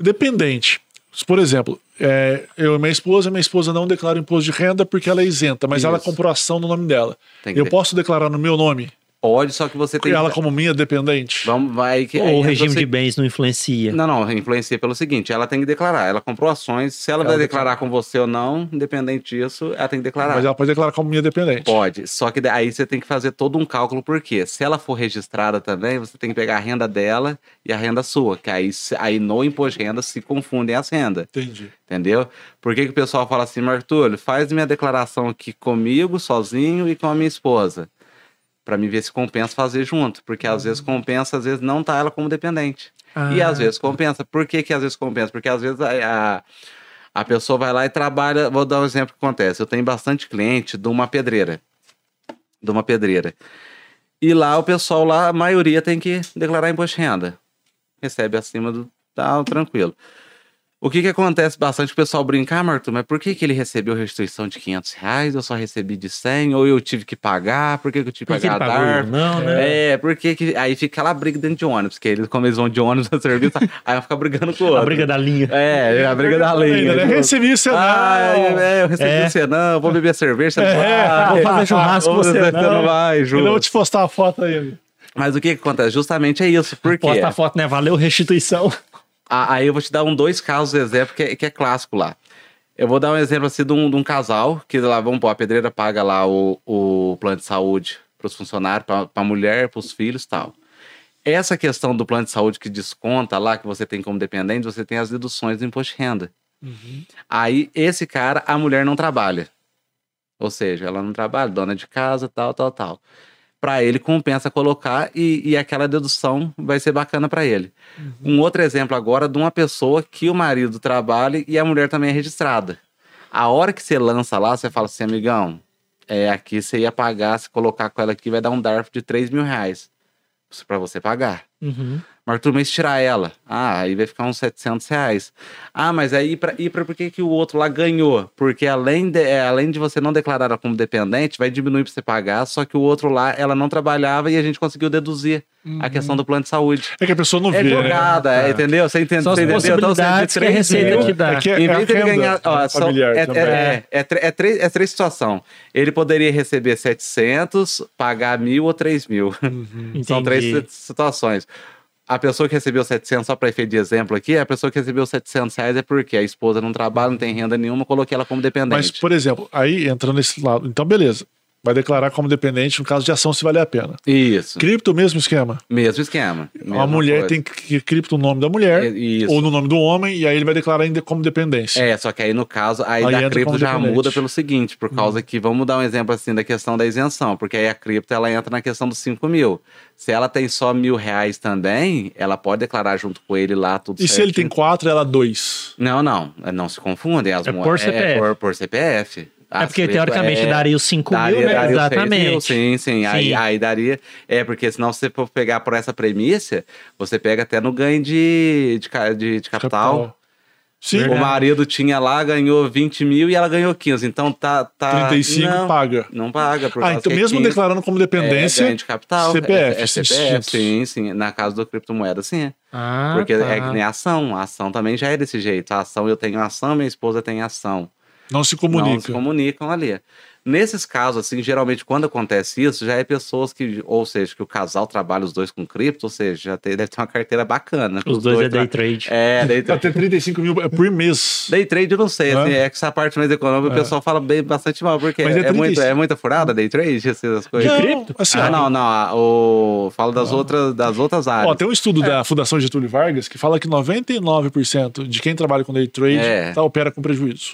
Speaker 1: Dependente. Por exemplo, é, eu e minha esposa, minha esposa não declara imposto de renda porque ela é isenta, mas ela
Speaker 3: Isso.
Speaker 1: comprou ação no nome dela.
Speaker 3: Tem que
Speaker 1: Eu
Speaker 3: ter.
Speaker 1: posso declarar no meu nome?
Speaker 3: pode, só que você tem
Speaker 1: ela como minha dependente?
Speaker 3: Vamos, vai que. aí é
Speaker 2: Ou o regime
Speaker 3: você-
Speaker 2: de bens não influencia.
Speaker 3: Não, não, influencia pelo seguinte, ela tem que declarar. Ela comprou ações, se ela,
Speaker 1: Ela
Speaker 3: vai
Speaker 1: declara.
Speaker 3: declarar com você ou não, independente disso, ela tem que declarar.
Speaker 1: Mas ela pode declarar como minha dependente.
Speaker 3: Pode, só que da- aí você tem que fazer todo um cálculo, porque se ela for registrada também, você tem que pegar a renda dela e a renda sua, que aí, se- aí no imposto de renda se confundem as rendas,
Speaker 1: Entendi.
Speaker 3: entendem? Por que, que o pessoal fala assim, Martulho, faz minha declaração aqui comigo, sozinho e com a minha esposa, Pra mim ver se compensa fazer junto, porque
Speaker 1: Uhum.
Speaker 3: às vezes compensa, às vezes não tá ela como dependente. E
Speaker 2: Ah,
Speaker 3: às vezes compensa. Por que, que às vezes compensa? Porque às vezes a, a, a pessoa vai lá e trabalha. Vou dar um exemplo que acontece. Eu tenho bastante cliente de uma pedreira. De uma pedreira. E lá o pessoal, lá, a maioria tem que declarar imposto de renda. Recebe acima do tal, tranquilo. O que, que acontece bastante, o pessoal brincar, Martu, mas por que, que ele recebeu restituição de 500 reais, eu só recebi de 100, ou eu tive que pagar, por que, que eu tive
Speaker 2: Por
Speaker 3: que
Speaker 2: que ele
Speaker 3: pagar
Speaker 2: pagou?
Speaker 3: DARF?
Speaker 2: Não, né?
Speaker 3: É, porque que- aí fica lá a briga dentro de ônibus, que eles, como eles vão de ônibus a serviço, aí fica brigando com o outro.
Speaker 2: A briga da linha.
Speaker 3: É, a briga da lei.
Speaker 1: Ainda, né? Recebi isso,
Speaker 3: Ah,
Speaker 1: não.
Speaker 3: é, eu recebi
Speaker 2: É.
Speaker 3: o Senão, eu vou beber cerveja, você não
Speaker 1: É,
Speaker 3: vai.
Speaker 2: vou fazer
Speaker 3: Ah,
Speaker 2: churrasco,
Speaker 3: vou-
Speaker 2: você não. um
Speaker 3: vai,
Speaker 1: Eu não vou
Speaker 3: juro.
Speaker 1: te postar a foto ainda.
Speaker 3: Mas o que, que acontece? Justamente é isso, porque
Speaker 2: Posta a foto, né? Valeu, restituição.
Speaker 3: a- aí eu vou te dar um, dois casos de exemplo que é, que é clássico lá. Eu vou dar um exemplo assim de um, de um casal, que lá, vamos pôr, a pedreira paga lá o, o plano de saúde para os funcionários, para a mulher, para os filhos e tal. Essa questão do plano de saúde que desconta lá, que você tem como dependente, você tem as deduções do imposto de renda. Aí, esse cara, a mulher não trabalha. Ou seja, ela não trabalha, dona de casa, tal, tal, tal. Para ele, compensa colocar e, e aquela dedução vai ser bacana para ele. Um outro exemplo agora de uma pessoa que o marido trabalha e a mulher também é registrada. A hora que você lança lá, você fala assim, amigão, é, aqui você ia pagar, se colocar com ela aqui, vai dar um DARF de 3 mil reais para você pagar.
Speaker 2: Uhum.
Speaker 3: Mas turma, e se tirar ela? Ah, aí vai ficar uns 700 reais. Ah, mas aí pra, e pra, por que, que o outro lá ganhou? Porque além de, é, além de você não declarar ela como dependente, vai diminuir pra você pagar, só que o outro lá, ela não trabalhava e a gente conseguiu deduzir a questão do plano de saúde.
Speaker 1: É que a pessoa não
Speaker 3: É
Speaker 1: vê. né?
Speaker 3: jogada, é,
Speaker 1: É.
Speaker 3: entendeu? Você entende,
Speaker 2: Só Tá. as
Speaker 3: você entendeu? Então, você de
Speaker 2: possibilidades que a
Speaker 3: 3
Speaker 2: receita
Speaker 3: mil,
Speaker 2: te dá.
Speaker 1: É que é,
Speaker 3: em
Speaker 1: é a
Speaker 3: vez dele
Speaker 1: renda
Speaker 3: ganhar. Ó, são-
Speaker 1: familiar
Speaker 3: é, é,
Speaker 1: também.
Speaker 3: é, é tre- é três, é três situações. Ele poderia receber 700, pagar mil ou 3 mil. São três
Speaker 2: Uhum. Entendi.
Speaker 3: si- situações. A pessoa que recebeu 700, só para efeito de exemplo aqui, a pessoa que recebeu 700 reais é porque a esposa não trabalha, não tem renda nenhuma, coloquei ela como
Speaker 1: Mas,
Speaker 3: dependente.
Speaker 1: por exemplo, aí entrando nesse lado, então beleza. Vai declarar como dependente no caso de ação se valer a pena.
Speaker 3: Isso.
Speaker 1: Cripto, mesmo esquema.
Speaker 3: Mesmo esquema.
Speaker 1: a mulher tem que cripto no nome da mulher
Speaker 3: É, isso.
Speaker 1: ou no nome do homem, e aí ele vai declarar ainda como dependência.
Speaker 3: É, só que aí no caso, aí,
Speaker 1: Aí
Speaker 3: da
Speaker 1: entra
Speaker 3: cripto
Speaker 1: como
Speaker 3: já
Speaker 1: dependente.
Speaker 3: muda pelo seguinte, por
Speaker 2: Uhum.
Speaker 3: causa que, vamos dar um exemplo assim da questão da isenção, porque aí a cripto ela entra na questão dos 5 mil. Se ela tem só mil reais também, ela pode declarar junto com ele lá tudo
Speaker 1: E se ele tem
Speaker 3: certinho.
Speaker 1: quatro, ela dois.
Speaker 3: Não, não, não se confundem. As
Speaker 2: É
Speaker 3: mo-
Speaker 2: por CPF.
Speaker 3: por, por CPF.
Speaker 2: É
Speaker 3: As
Speaker 2: porque
Speaker 3: cripto
Speaker 2: teoricamente
Speaker 3: é-
Speaker 2: daria os 5
Speaker 3: daria,
Speaker 2: mil, né?
Speaker 3: daria os seis mil,
Speaker 2: Exatamente.
Speaker 3: Sim, sim. Aí,
Speaker 2: Sim.
Speaker 3: aí daria. É, porque senão se você for pegar por essa premissa, você pega até no ganho de, de, ca- de- de capital.
Speaker 1: Sim,
Speaker 3: O marido tinha lá, ganhou 20 mil e ela ganhou 15. Então tá. tá
Speaker 1: 35
Speaker 3: não,
Speaker 1: paga.
Speaker 3: Não paga. Por
Speaker 1: Ah,
Speaker 3: causa
Speaker 1: então
Speaker 3: que
Speaker 1: mesmo
Speaker 3: 15
Speaker 1: declarando como
Speaker 3: é
Speaker 1: dependência,
Speaker 3: ganho de capital.
Speaker 1: CPF,
Speaker 3: É, é
Speaker 1: sim,
Speaker 3: CPF,
Speaker 1: sim.
Speaker 3: sim, sim. Na casa do criptomoeda, sim.
Speaker 2: Ah,
Speaker 3: Porque é que
Speaker 2: tá.
Speaker 3: nem a ação. A ação também já é desse jeito. A ação, eu tenho ação, minha esposa tem ação.
Speaker 1: não se
Speaker 3: Não se
Speaker 1: comunica.
Speaker 3: comunicam ali. Nesses casos, assim, geralmente quando acontece isso, já é pessoas que, ou seja, que o casal trabalha os dois com cripto, ou seja, já tem- deve ter uma carteira bacana.
Speaker 2: Os dois é day
Speaker 3: tra-
Speaker 2: trade.
Speaker 3: É, day trade.
Speaker 1: Até 35 mil é por mês.
Speaker 3: Day trade eu não sei,
Speaker 1: Hã?
Speaker 3: assim, é que essa parte mais econômica o
Speaker 1: É.
Speaker 3: pessoal fala bem, bastante mal, porque
Speaker 1: Mas é
Speaker 3: é,
Speaker 1: 35.
Speaker 3: muito, é muita furada day trade, essas coisas.
Speaker 1: Não,
Speaker 2: cripto?
Speaker 1: assim,
Speaker 3: Ah,
Speaker 1: ó,
Speaker 3: não, não, ah, o... falo das, outras, das outras áreas.
Speaker 1: Ó, tem um estudo da Fundação Getúlio Vargas que fala que 99% de quem trabalha com day trade
Speaker 3: É.
Speaker 1: tá, opera com prejuízo.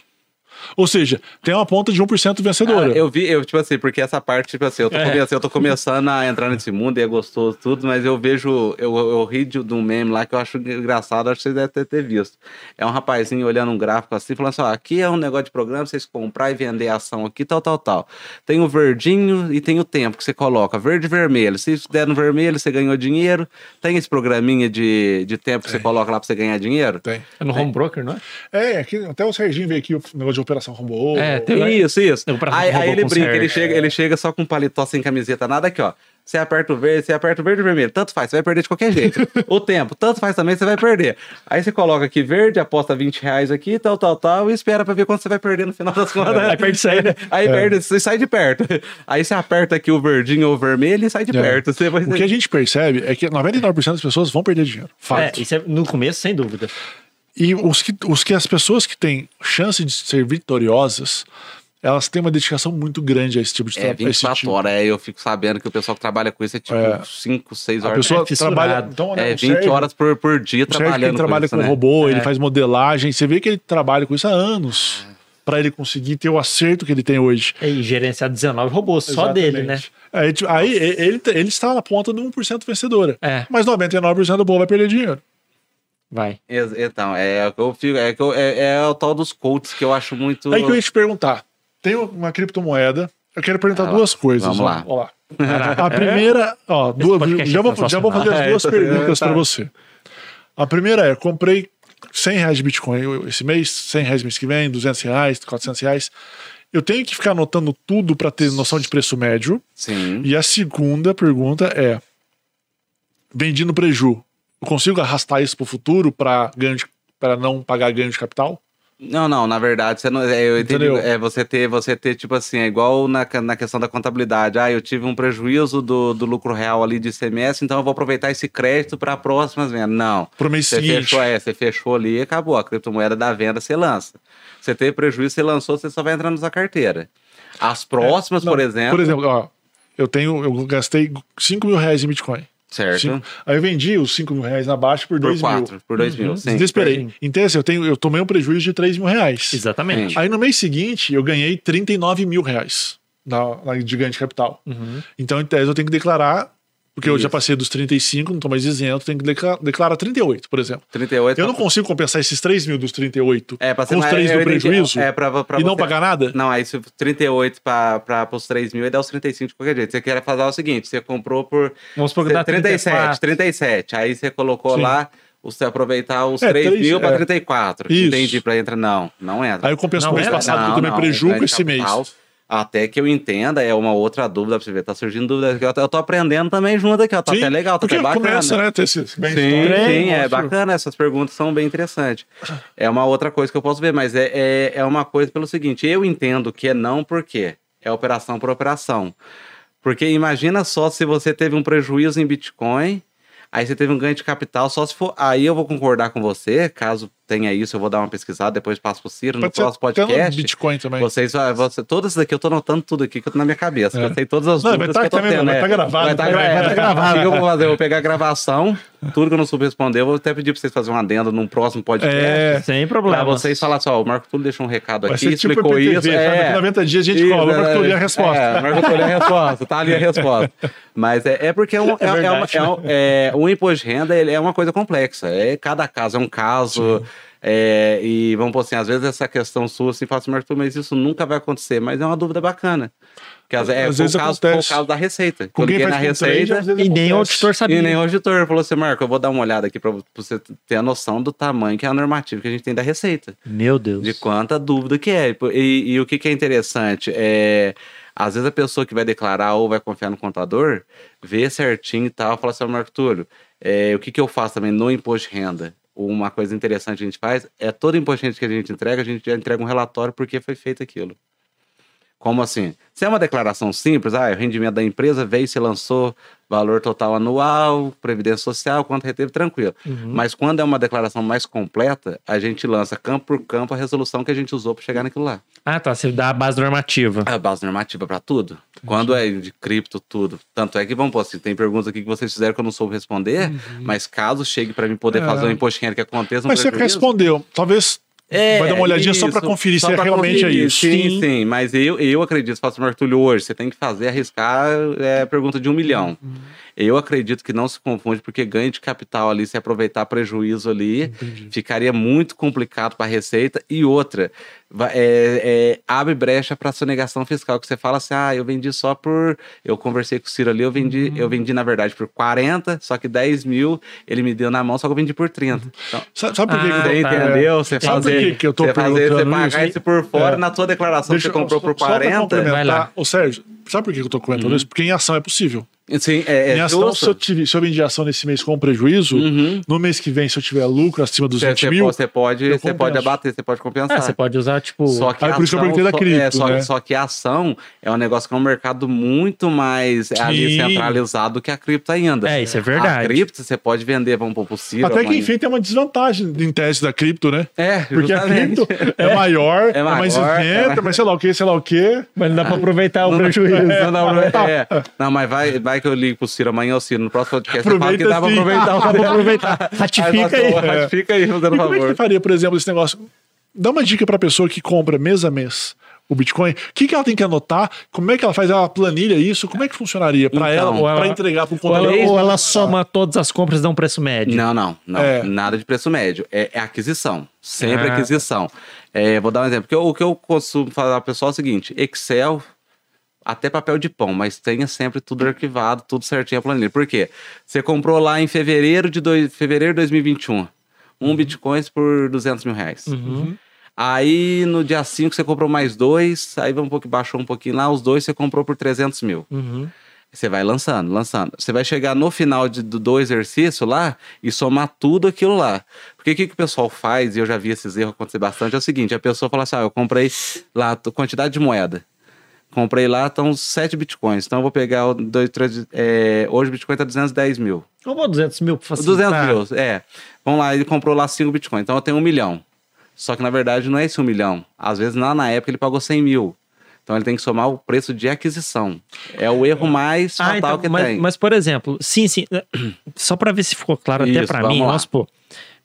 Speaker 1: Ou seja, tem uma ponta de 1%
Speaker 3: Cara,
Speaker 1: vencedora.
Speaker 3: eu vi, eu, tipo assim, porque essa parte, tipo assim, eu tô,
Speaker 2: É.
Speaker 3: começando, eu tô começando a entrar nesse mundo e é gostoso tudo, mas eu vejo, eu, eu ri de, de um meme lá que eu acho engraçado, acho que vocês devem ter, ter visto. É um rapazinho olhando um gráfico assim, falando assim, ó, aqui é um negócio de programa, vocês comprar e vender ação aqui, tal, tal, tal. Tem o verdinho e tem o tempo que você coloca, verde e vermelho. Se der no vermelho, você ganhou dinheiro. Tem esse programinha de, de tempo que você coloca lá pra você ganhar dinheiro?
Speaker 1: Tem.
Speaker 2: É no home broker, não é?
Speaker 1: É, aqui, até o Serginho veio aqui, o negócio de operação robô.
Speaker 2: É, tem-
Speaker 1: né?
Speaker 3: Isso, isso.
Speaker 2: Eu pra-
Speaker 3: Aí, aí
Speaker 2: roubou
Speaker 3: ele
Speaker 2: com
Speaker 3: brinca, ele
Speaker 2: certeza.
Speaker 3: chega, ele chega só com um paletó sem camiseta, nada aqui, ó. Você aperta o verde, você aperta o verde e o vermelho. Tanto faz, você vai perder de qualquer jeito. o tempo, tanto faz também, você vai perder. Aí você coloca aqui verde, aposta 20 reais aqui, tal, tal, tal, e espera pra ver quanto você vai perder no final das contas.
Speaker 2: Aí perde isso aí, né?
Speaker 1: É.
Speaker 3: Aí perde, você sai de perto. Aí você aperta aqui o verdinho ou o vermelho e sai de
Speaker 1: É.
Speaker 3: perto. Você vai...
Speaker 1: O que a gente percebe é que 99% das pessoas vão perder dinheiro. Fato.
Speaker 2: É, isso é no começo, sem dúvida.
Speaker 1: E os que, os que as pessoas que têm chance de ser vitoriosas, elas têm uma dedicação muito grande a esse tipo de
Speaker 3: É,
Speaker 1: tra- a esse
Speaker 3: 24
Speaker 1: tipo-
Speaker 3: horas. É, eu fico sabendo que o pessoal que trabalha com isso é tipo
Speaker 1: É.
Speaker 3: 5, 6
Speaker 1: A
Speaker 3: horas.
Speaker 1: pessoa
Speaker 2: É fissurado.
Speaker 1: trabalha. Então, né,
Speaker 3: É,
Speaker 1: o
Speaker 3: 20
Speaker 1: Sérgio-
Speaker 3: horas por, por dia
Speaker 1: o Sérgio que
Speaker 3: trabalhando
Speaker 1: ele trabalha
Speaker 3: isso,
Speaker 1: com,
Speaker 3: né?
Speaker 1: robô, ele
Speaker 2: É.
Speaker 1: faz modelagem. Você vê que ele trabalha com isso há anos para ele conseguir ter o acerto que ele tem hoje.
Speaker 2: É, E gerenciar 19 robôs, só dele, né?
Speaker 1: Exatamente. Aí, tipo, aí e- ele, ele está na ponta do 1% vencedora.
Speaker 2: É.
Speaker 1: Mas 99% do povo vai perder dinheiro.
Speaker 2: Vai.
Speaker 3: Ex- Então, é o que eu fico. É, que eu- é, é o tal dos Colts que eu acho muito.
Speaker 1: Aí É que eu ia te perguntar: tem uma criptomoeda. Eu quero perguntar
Speaker 3: Ah, lá.
Speaker 1: duas coisas.
Speaker 3: Vamos
Speaker 1: ó.
Speaker 3: lá.
Speaker 1: Ó A primeira, ó, duas-
Speaker 2: podcast
Speaker 1: já,
Speaker 2: é
Speaker 1: vou, já vou fazer as
Speaker 3: sensacional.
Speaker 1: duas
Speaker 3: É,
Speaker 1: perguntas
Speaker 3: tá.
Speaker 1: para você. A primeira é: comprei 100 reais de Bitcoin esse mês, 100 reais mês que vem, 200 reais, 400 reais. Eu tenho que ficar anotando tudo para ter noção de preço médio.
Speaker 3: Sim.
Speaker 1: E a segunda pergunta é: vendi no preju, eu consigo arrastar isso para o futuro para não pagar ganho de capital?
Speaker 3: Não, não, na verdade, você não. É, eu entendi,
Speaker 1: Entendeu?
Speaker 3: é você ter, você ter, tipo assim, é igual na, ca- na questão da contabilidade. Ah, eu tive um prejuízo do, do lucro real ali de ICMS, então eu vou aproveitar esse crédito para próximas vendas. Não.
Speaker 1: Pro mês
Speaker 3: Você
Speaker 1: seguinte.
Speaker 3: fechou, é, você fechou ali e acabou. A criptomoeda da venda você lança. Você teve prejuízo, você lançou, você só vai entrar na sua carteira. As próximas,
Speaker 1: É, Não,
Speaker 3: por exemplo.
Speaker 1: Por exemplo, ó, eu tenho, eu gastei 5 mil reais em Bitcoin.
Speaker 3: Certo?
Speaker 1: Cinco- Aí eu vendi os 5 mil reais na baixa por
Speaker 3: por
Speaker 1: 2 mil. Uhum.
Speaker 3: quatro, por dois mil. Sim.
Speaker 1: Desesperei.
Speaker 2: Sim.
Speaker 1: Então, assim, eu, tenho, eu tomei um prejuízo de 3 mil reais.
Speaker 2: Exatamente.
Speaker 1: Aí no mês seguinte, eu ganhei 39 mil reais na, na gigante capital.
Speaker 2: Uhum.
Speaker 1: Então, em tese, eu tenho que declarar, porque eu já
Speaker 3: Isso.
Speaker 1: passei dos 35, não tô mais isento, tenho que decla- declarar 38, por exemplo.
Speaker 3: 38.
Speaker 1: Eu não consigo compensar esses 3 mil dos 38
Speaker 3: tá É, pra ser
Speaker 1: com os
Speaker 3: mais-
Speaker 1: 3
Speaker 3: eu
Speaker 1: do
Speaker 3: entendi.
Speaker 1: prejuízo
Speaker 3: É, pra, pra
Speaker 1: e não
Speaker 3: você-
Speaker 1: pagar nada?
Speaker 3: Não, aí se 38 para os 3 mil, ia dar os 35 de qualquer jeito. Você quer fazer o seguinte: você comprou por
Speaker 2: Vamos supor que dá
Speaker 3: 37,
Speaker 2: 37.
Speaker 3: 37. Aí você colocou
Speaker 1: Sim.
Speaker 3: lá, você aproveitar os
Speaker 1: É,
Speaker 3: 3
Speaker 1: três-
Speaker 3: mil para
Speaker 1: é.
Speaker 3: 34.
Speaker 1: Isso.
Speaker 3: Entendi, para entrar. Não, não entra.
Speaker 1: Aí eu compenso
Speaker 2: Não
Speaker 1: o mês
Speaker 2: era?
Speaker 1: passado que eu tomei
Speaker 3: não,
Speaker 1: prejuízo com
Speaker 3: ganho
Speaker 1: esse mês.
Speaker 3: capital, Até que eu entenda, é uma outra dúvida pra você ver. Tá surgindo dúvida aqui. Eu tô- Eu tô aprendendo também junto aqui, ó. Tá
Speaker 1: Sim,
Speaker 3: até legal, tá
Speaker 1: porque
Speaker 3: até bacana.
Speaker 1: começa, né, ter esse bem
Speaker 3: Sim, sim, é
Speaker 1: mostra-
Speaker 3: bacana. Essas perguntas são bem interessantes. É uma outra coisa que eu posso ver, mas é, é, é uma coisa pelo seguinte: eu entendo que é não porque é operação por operação. Porque imagina só se você teve um prejuízo em Bitcoin, aí você teve um ganho de capital, só se for. Aí eu vou concordar com você, caso tenha isso, eu vou dar uma pesquisada, depois passo pro Ciro no
Speaker 1: Pode ser
Speaker 3: próximo
Speaker 1: até no
Speaker 3: podcast.
Speaker 1: Bitcoin também.
Speaker 3: Vocês, ah, você, todas daqui, eu tô anotando tudo aqui que eu tô na minha cabeça.
Speaker 1: É.
Speaker 3: que Eu sei todas as
Speaker 1: Não,
Speaker 3: dúvidas
Speaker 1: vai
Speaker 3: que
Speaker 1: tá
Speaker 3: eu tô
Speaker 1: também,
Speaker 3: tendo.
Speaker 1: vai
Speaker 3: é.
Speaker 1: tá gravado,
Speaker 3: Vai tá
Speaker 1: vai tá
Speaker 3: gravado.
Speaker 1: gravado.
Speaker 3: O que eu vou fazer? Eu vou pegar a gravação, tudo que eu não soube responder, eu vou até pedir pra vocês fazerem um adendo num próximo podcast.
Speaker 1: É,
Speaker 2: Sem
Speaker 3: Pra
Speaker 2: problema.
Speaker 3: vocês falarem assim, ó, o Marco Túlio deixou um recado
Speaker 1: vai
Speaker 3: aqui,
Speaker 1: ser tipo
Speaker 3: explicou
Speaker 1: IPTV,
Speaker 3: isso.
Speaker 1: sabe?
Speaker 3: é.
Speaker 1: Daqui 90 dias a gente
Speaker 3: Isso,
Speaker 1: cobra, mas eu li a
Speaker 3: é,
Speaker 1: resposta.
Speaker 3: É, mas eu tô olhando a resposta, tá ali a resposta. Mas é, é porque é um, é, é uma- é um- é, o imposto de renda ele é uma coisa complexa. É, cada caso é um caso. é, e vamos pôr assim, às vezes essa questão sua, assim, fala assim, Marco, mas isso nunca vai acontecer. Mas é uma dúvida bacana. Que às, é,
Speaker 1: Às
Speaker 3: foi o
Speaker 1: vezes
Speaker 3: caso, foi o
Speaker 1: acontece.
Speaker 3: caso da receita.
Speaker 1: Com
Speaker 3: Eu
Speaker 1: quem
Speaker 3: liguei na
Speaker 1: faz com trade,
Speaker 3: receita.
Speaker 1: às vezes
Speaker 2: E nem o
Speaker 1: acontece.
Speaker 2: auditor sabia.
Speaker 3: E nem o auditor falou assim, Marco, eu vou dar uma olhada aqui pra pra você ter a noção do tamanho que é a normativa que a gente tem da receita.
Speaker 2: Meu Deus.
Speaker 3: De quanta dúvida que é. E, e o que, que é interessante? É, às vezes a pessoa que vai declarar ou vai confiar no contador, vê certinho e tal, fala assim, "Ô, Marco Túlio, é, o que, que eu faço também no imposto de renda? Uma coisa interessante que a gente faz é todo imposto de renda que a gente entrega, a gente já entrega um relatório porque foi feito aquilo. Como assim? Se é uma declaração simples, ah, o rendimento da empresa veio, se lançou, valor total anual, previdência social, quanto reteve, tranquilo.
Speaker 1: Uhum.
Speaker 3: Mas quando é uma declaração mais completa, a gente lança campo por campo a resolução que a gente usou para chegar naquilo lá. É
Speaker 2: Ah, tá. Você dá a base normativa.
Speaker 3: A base normativa para tudo. Quando é de cripto, tudo. Tanto é que, vamos pôr assim, tem perguntas aqui que vocês fizeram que eu não soube responder, mas caso chegue para mim poder
Speaker 1: Uhum. É.
Speaker 3: fazer um imposto de renda que aconteça, um
Speaker 1: Mas você
Speaker 3: prejuízo,
Speaker 1: respondeu. Talvez
Speaker 3: é,
Speaker 1: vai dar uma olhadinha só
Speaker 3: isso,
Speaker 1: pra conferir se é
Speaker 3: pra
Speaker 1: realmente é isso.
Speaker 3: Sim, sim, mas eu, eu acredito, faço o Martulho hoje, você tem que fazer, arriscar é pergunta de um milhão. Eu acredito que não se confunde, porque ganho de capital ali, se aproveitar prejuízo ali, ficaria muito complicado para a Receita. E outra, va- é- é, abre brecha para sonegação fiscal, que você fala assim, ah, eu vendi só por... Eu conversei com o Ciro ali, eu vendi, eu vendi na verdade por 40, só que 10 mil ele me deu na mão, só que eu vendi por 30. Então,
Speaker 1: Sabe, sabe por que
Speaker 2: Ah,
Speaker 1: que
Speaker 3: você
Speaker 1: eu-
Speaker 2: tá.
Speaker 3: entendeu? Você
Speaker 1: Sabe por
Speaker 3: fazer,
Speaker 1: que que eu tô
Speaker 3: você fazer, você
Speaker 1: perguntando
Speaker 3: pagar
Speaker 1: isso?
Speaker 3: isso por fora
Speaker 1: É.
Speaker 3: na sua declaração
Speaker 1: Deixa
Speaker 3: que você comprou
Speaker 1: só-
Speaker 3: por
Speaker 1: só pra
Speaker 3: 40.
Speaker 1: complementar,
Speaker 2: Vai lá.
Speaker 1: Ô, Sérgio, sabe por que que eu tô comentando isso? Porque em ação é possível.
Speaker 3: Sim, é,
Speaker 1: em
Speaker 3: é
Speaker 1: ação, se eu,
Speaker 3: justo.
Speaker 1: tive, se eu vendi ação nesse mês com prejuízo, no mês que vem, se eu tiver lucro acima dos
Speaker 3: Você,
Speaker 1: 20
Speaker 3: você
Speaker 1: mil,
Speaker 3: pode, tipo, você pode,
Speaker 1: eu
Speaker 3: você pode
Speaker 1: compenso. É,
Speaker 3: abater, você pode compensar.
Speaker 2: Ah, você pode usar, tipo.
Speaker 3: Só que
Speaker 1: Ah,
Speaker 3: a
Speaker 1: é por isso que eu
Speaker 3: ação-
Speaker 1: perguntei da
Speaker 3: só-
Speaker 1: cripto,
Speaker 3: é, só,
Speaker 1: né?
Speaker 3: só que a ação é um negócio que é um mercado muito mais é, ali
Speaker 1: Sim.
Speaker 3: centralizado que a cripto ainda.
Speaker 2: É, isso é verdade.
Speaker 3: A cripto você pode vender, vamos pôr possível.
Speaker 1: até que enfim tem uma desvantagem em tese da cripto, né?
Speaker 3: É,
Speaker 1: Porque
Speaker 3: justamente.
Speaker 1: a cripto é, maior, é,
Speaker 3: É maior,
Speaker 1: mais
Speaker 3: é
Speaker 1: isenta,
Speaker 3: mais-
Speaker 1: mas sei lá o que, sei lá o Ah. que.
Speaker 2: Mas não dá pra aproveitar
Speaker 3: Não,
Speaker 2: o
Speaker 3: não,
Speaker 2: prejuízo.
Speaker 3: Não, não, é. Não, mas vai, vai que eu ligo pro Ciro amanhã, ô Ciro, no próximo podcast eu falo que
Speaker 1: Aproveita
Speaker 3: dá pra
Speaker 1: sim.
Speaker 3: aproveitar.
Speaker 2: assim. Dá pra aproveitar. Ratifica aí.
Speaker 3: Mas, Ratifica aí, fazendo
Speaker 1: E como é que
Speaker 3: favor.
Speaker 1: você faria, por exemplo, esse negócio? Dá uma dica pra pessoa que compra mês a mês o Bitcoin. O que, que ela tem que anotar? Como é que ela faz a planilha isso? Como é que funcionaria pra
Speaker 3: Então,
Speaker 1: ela,
Speaker 3: ou
Speaker 1: pra
Speaker 2: ela-
Speaker 1: entregar pro
Speaker 2: Ou ela,
Speaker 1: contador?
Speaker 2: ou ela soma todas as compras e dá um preço médio.
Speaker 3: Não, não, não.
Speaker 1: É.
Speaker 3: Nada de preço médio. É, é aquisição. Sempre
Speaker 2: Ah.
Speaker 3: aquisição. É, vou dar um exemplo. Porque eu- o que eu costumo falar pro pessoal é o seguinte: Excel, até papel de pão, mas tenha sempre tudo arquivado, tudo certinho a planilha. Por quê? Você comprou lá em fevereiro de dois, fevereiro de 2021 um
Speaker 1: Uhum.
Speaker 3: Bitcoin por 200 mil reais. Aí no dia 5 você comprou mais dois, aí vamos um pouco, baixou um pouquinho lá, os dois você comprou por 300 mil.
Speaker 2: Uhum.
Speaker 3: Você vai lançando, lançando. Você vai chegar no final de, do, do exercício lá e somar tudo aquilo lá. Porque o que, que o pessoal faz, e eu já vi esses erros acontecer bastante, é o seguinte: a pessoa fala assim, ah, eu comprei lá a quantidade de moeda. Comprei lá, estão 7 bitcoins. Então eu vou pegar o dois, três, é, hoje o bitcoin está 210 mil.
Speaker 2: Vamos pôr 200 mil pra facilitar.
Speaker 3: 200 mil, é. Vamos lá, ele comprou lá 5 bitcoins. um Então eu tenho 1 milhão. Só que na verdade não é esse 1 milhão. Às vezes lá na época ele pagou 100 mil. Então ele tem que somar o preço de aquisição. É o erro mais
Speaker 2: Ah,
Speaker 3: fatal
Speaker 2: então,
Speaker 3: que
Speaker 2: mas,
Speaker 3: tem.
Speaker 2: mas, por exemplo, sim, sim. Só para ver se ficou claro até
Speaker 3: Isso,
Speaker 2: para
Speaker 3: vamos
Speaker 2: mim,
Speaker 3: lá.
Speaker 2: vamos supor.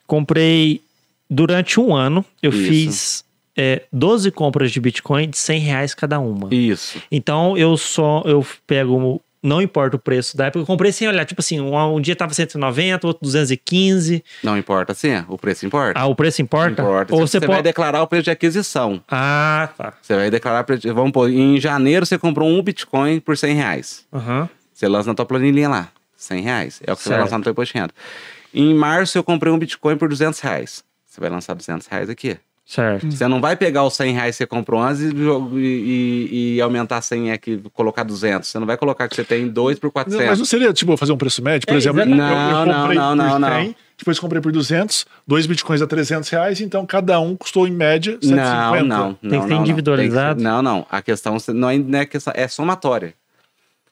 Speaker 2: Comprei durante um ano, eu
Speaker 3: Isso.
Speaker 2: fiz é, 12 compras de Bitcoin de 100 reais cada uma.
Speaker 3: Isso.
Speaker 2: Então eu só eu pego, não importa o preço da época, eu comprei sem olhar, tipo assim, um, um dia tava 190, outro 215.
Speaker 3: Não importa, sim. O preço importa.
Speaker 2: Ah, o preço importa?
Speaker 3: importa. tipo,
Speaker 2: Ou
Speaker 3: você
Speaker 2: você,
Speaker 3: vai
Speaker 2: pode
Speaker 3: declarar o preço de aquisição.
Speaker 2: Ah, tá.
Speaker 3: Você vai declarar, pra- vamos pôr, em janeiro você comprou um Bitcoin por 100 reais.
Speaker 2: Aham.
Speaker 3: Você lança na tua planilhinha lá, 100 reais. É o que você vai
Speaker 2: Certo.
Speaker 3: lançar no teu imposto de renda. Em março eu comprei um Bitcoin por 200 reais. Você vai lançar 200 reais aqui.
Speaker 2: Certo.
Speaker 3: Você não vai pegar os 100 reais que você comprou antes e, jo- e- e- e aumentar 100 aqui, colocar 200. Você não vai colocar que você tem 2 por
Speaker 1: Não, mas
Speaker 3: 400.
Speaker 1: não seria, tipo, fazer um preço médio? Por
Speaker 2: É,
Speaker 1: exemplo,
Speaker 2: exatamente.
Speaker 3: Não, não, não,
Speaker 1: por
Speaker 3: não,
Speaker 1: 100,
Speaker 3: não.
Speaker 1: depois comprei por 200, dois bitcoins a 300 reais, então cada um custou em média 150.
Speaker 3: Não, não, não.
Speaker 2: Tem que ser
Speaker 3: não, não.
Speaker 2: individualizado.
Speaker 3: Tem que ser- Não, não. A questão não é, não é questão, é somatória.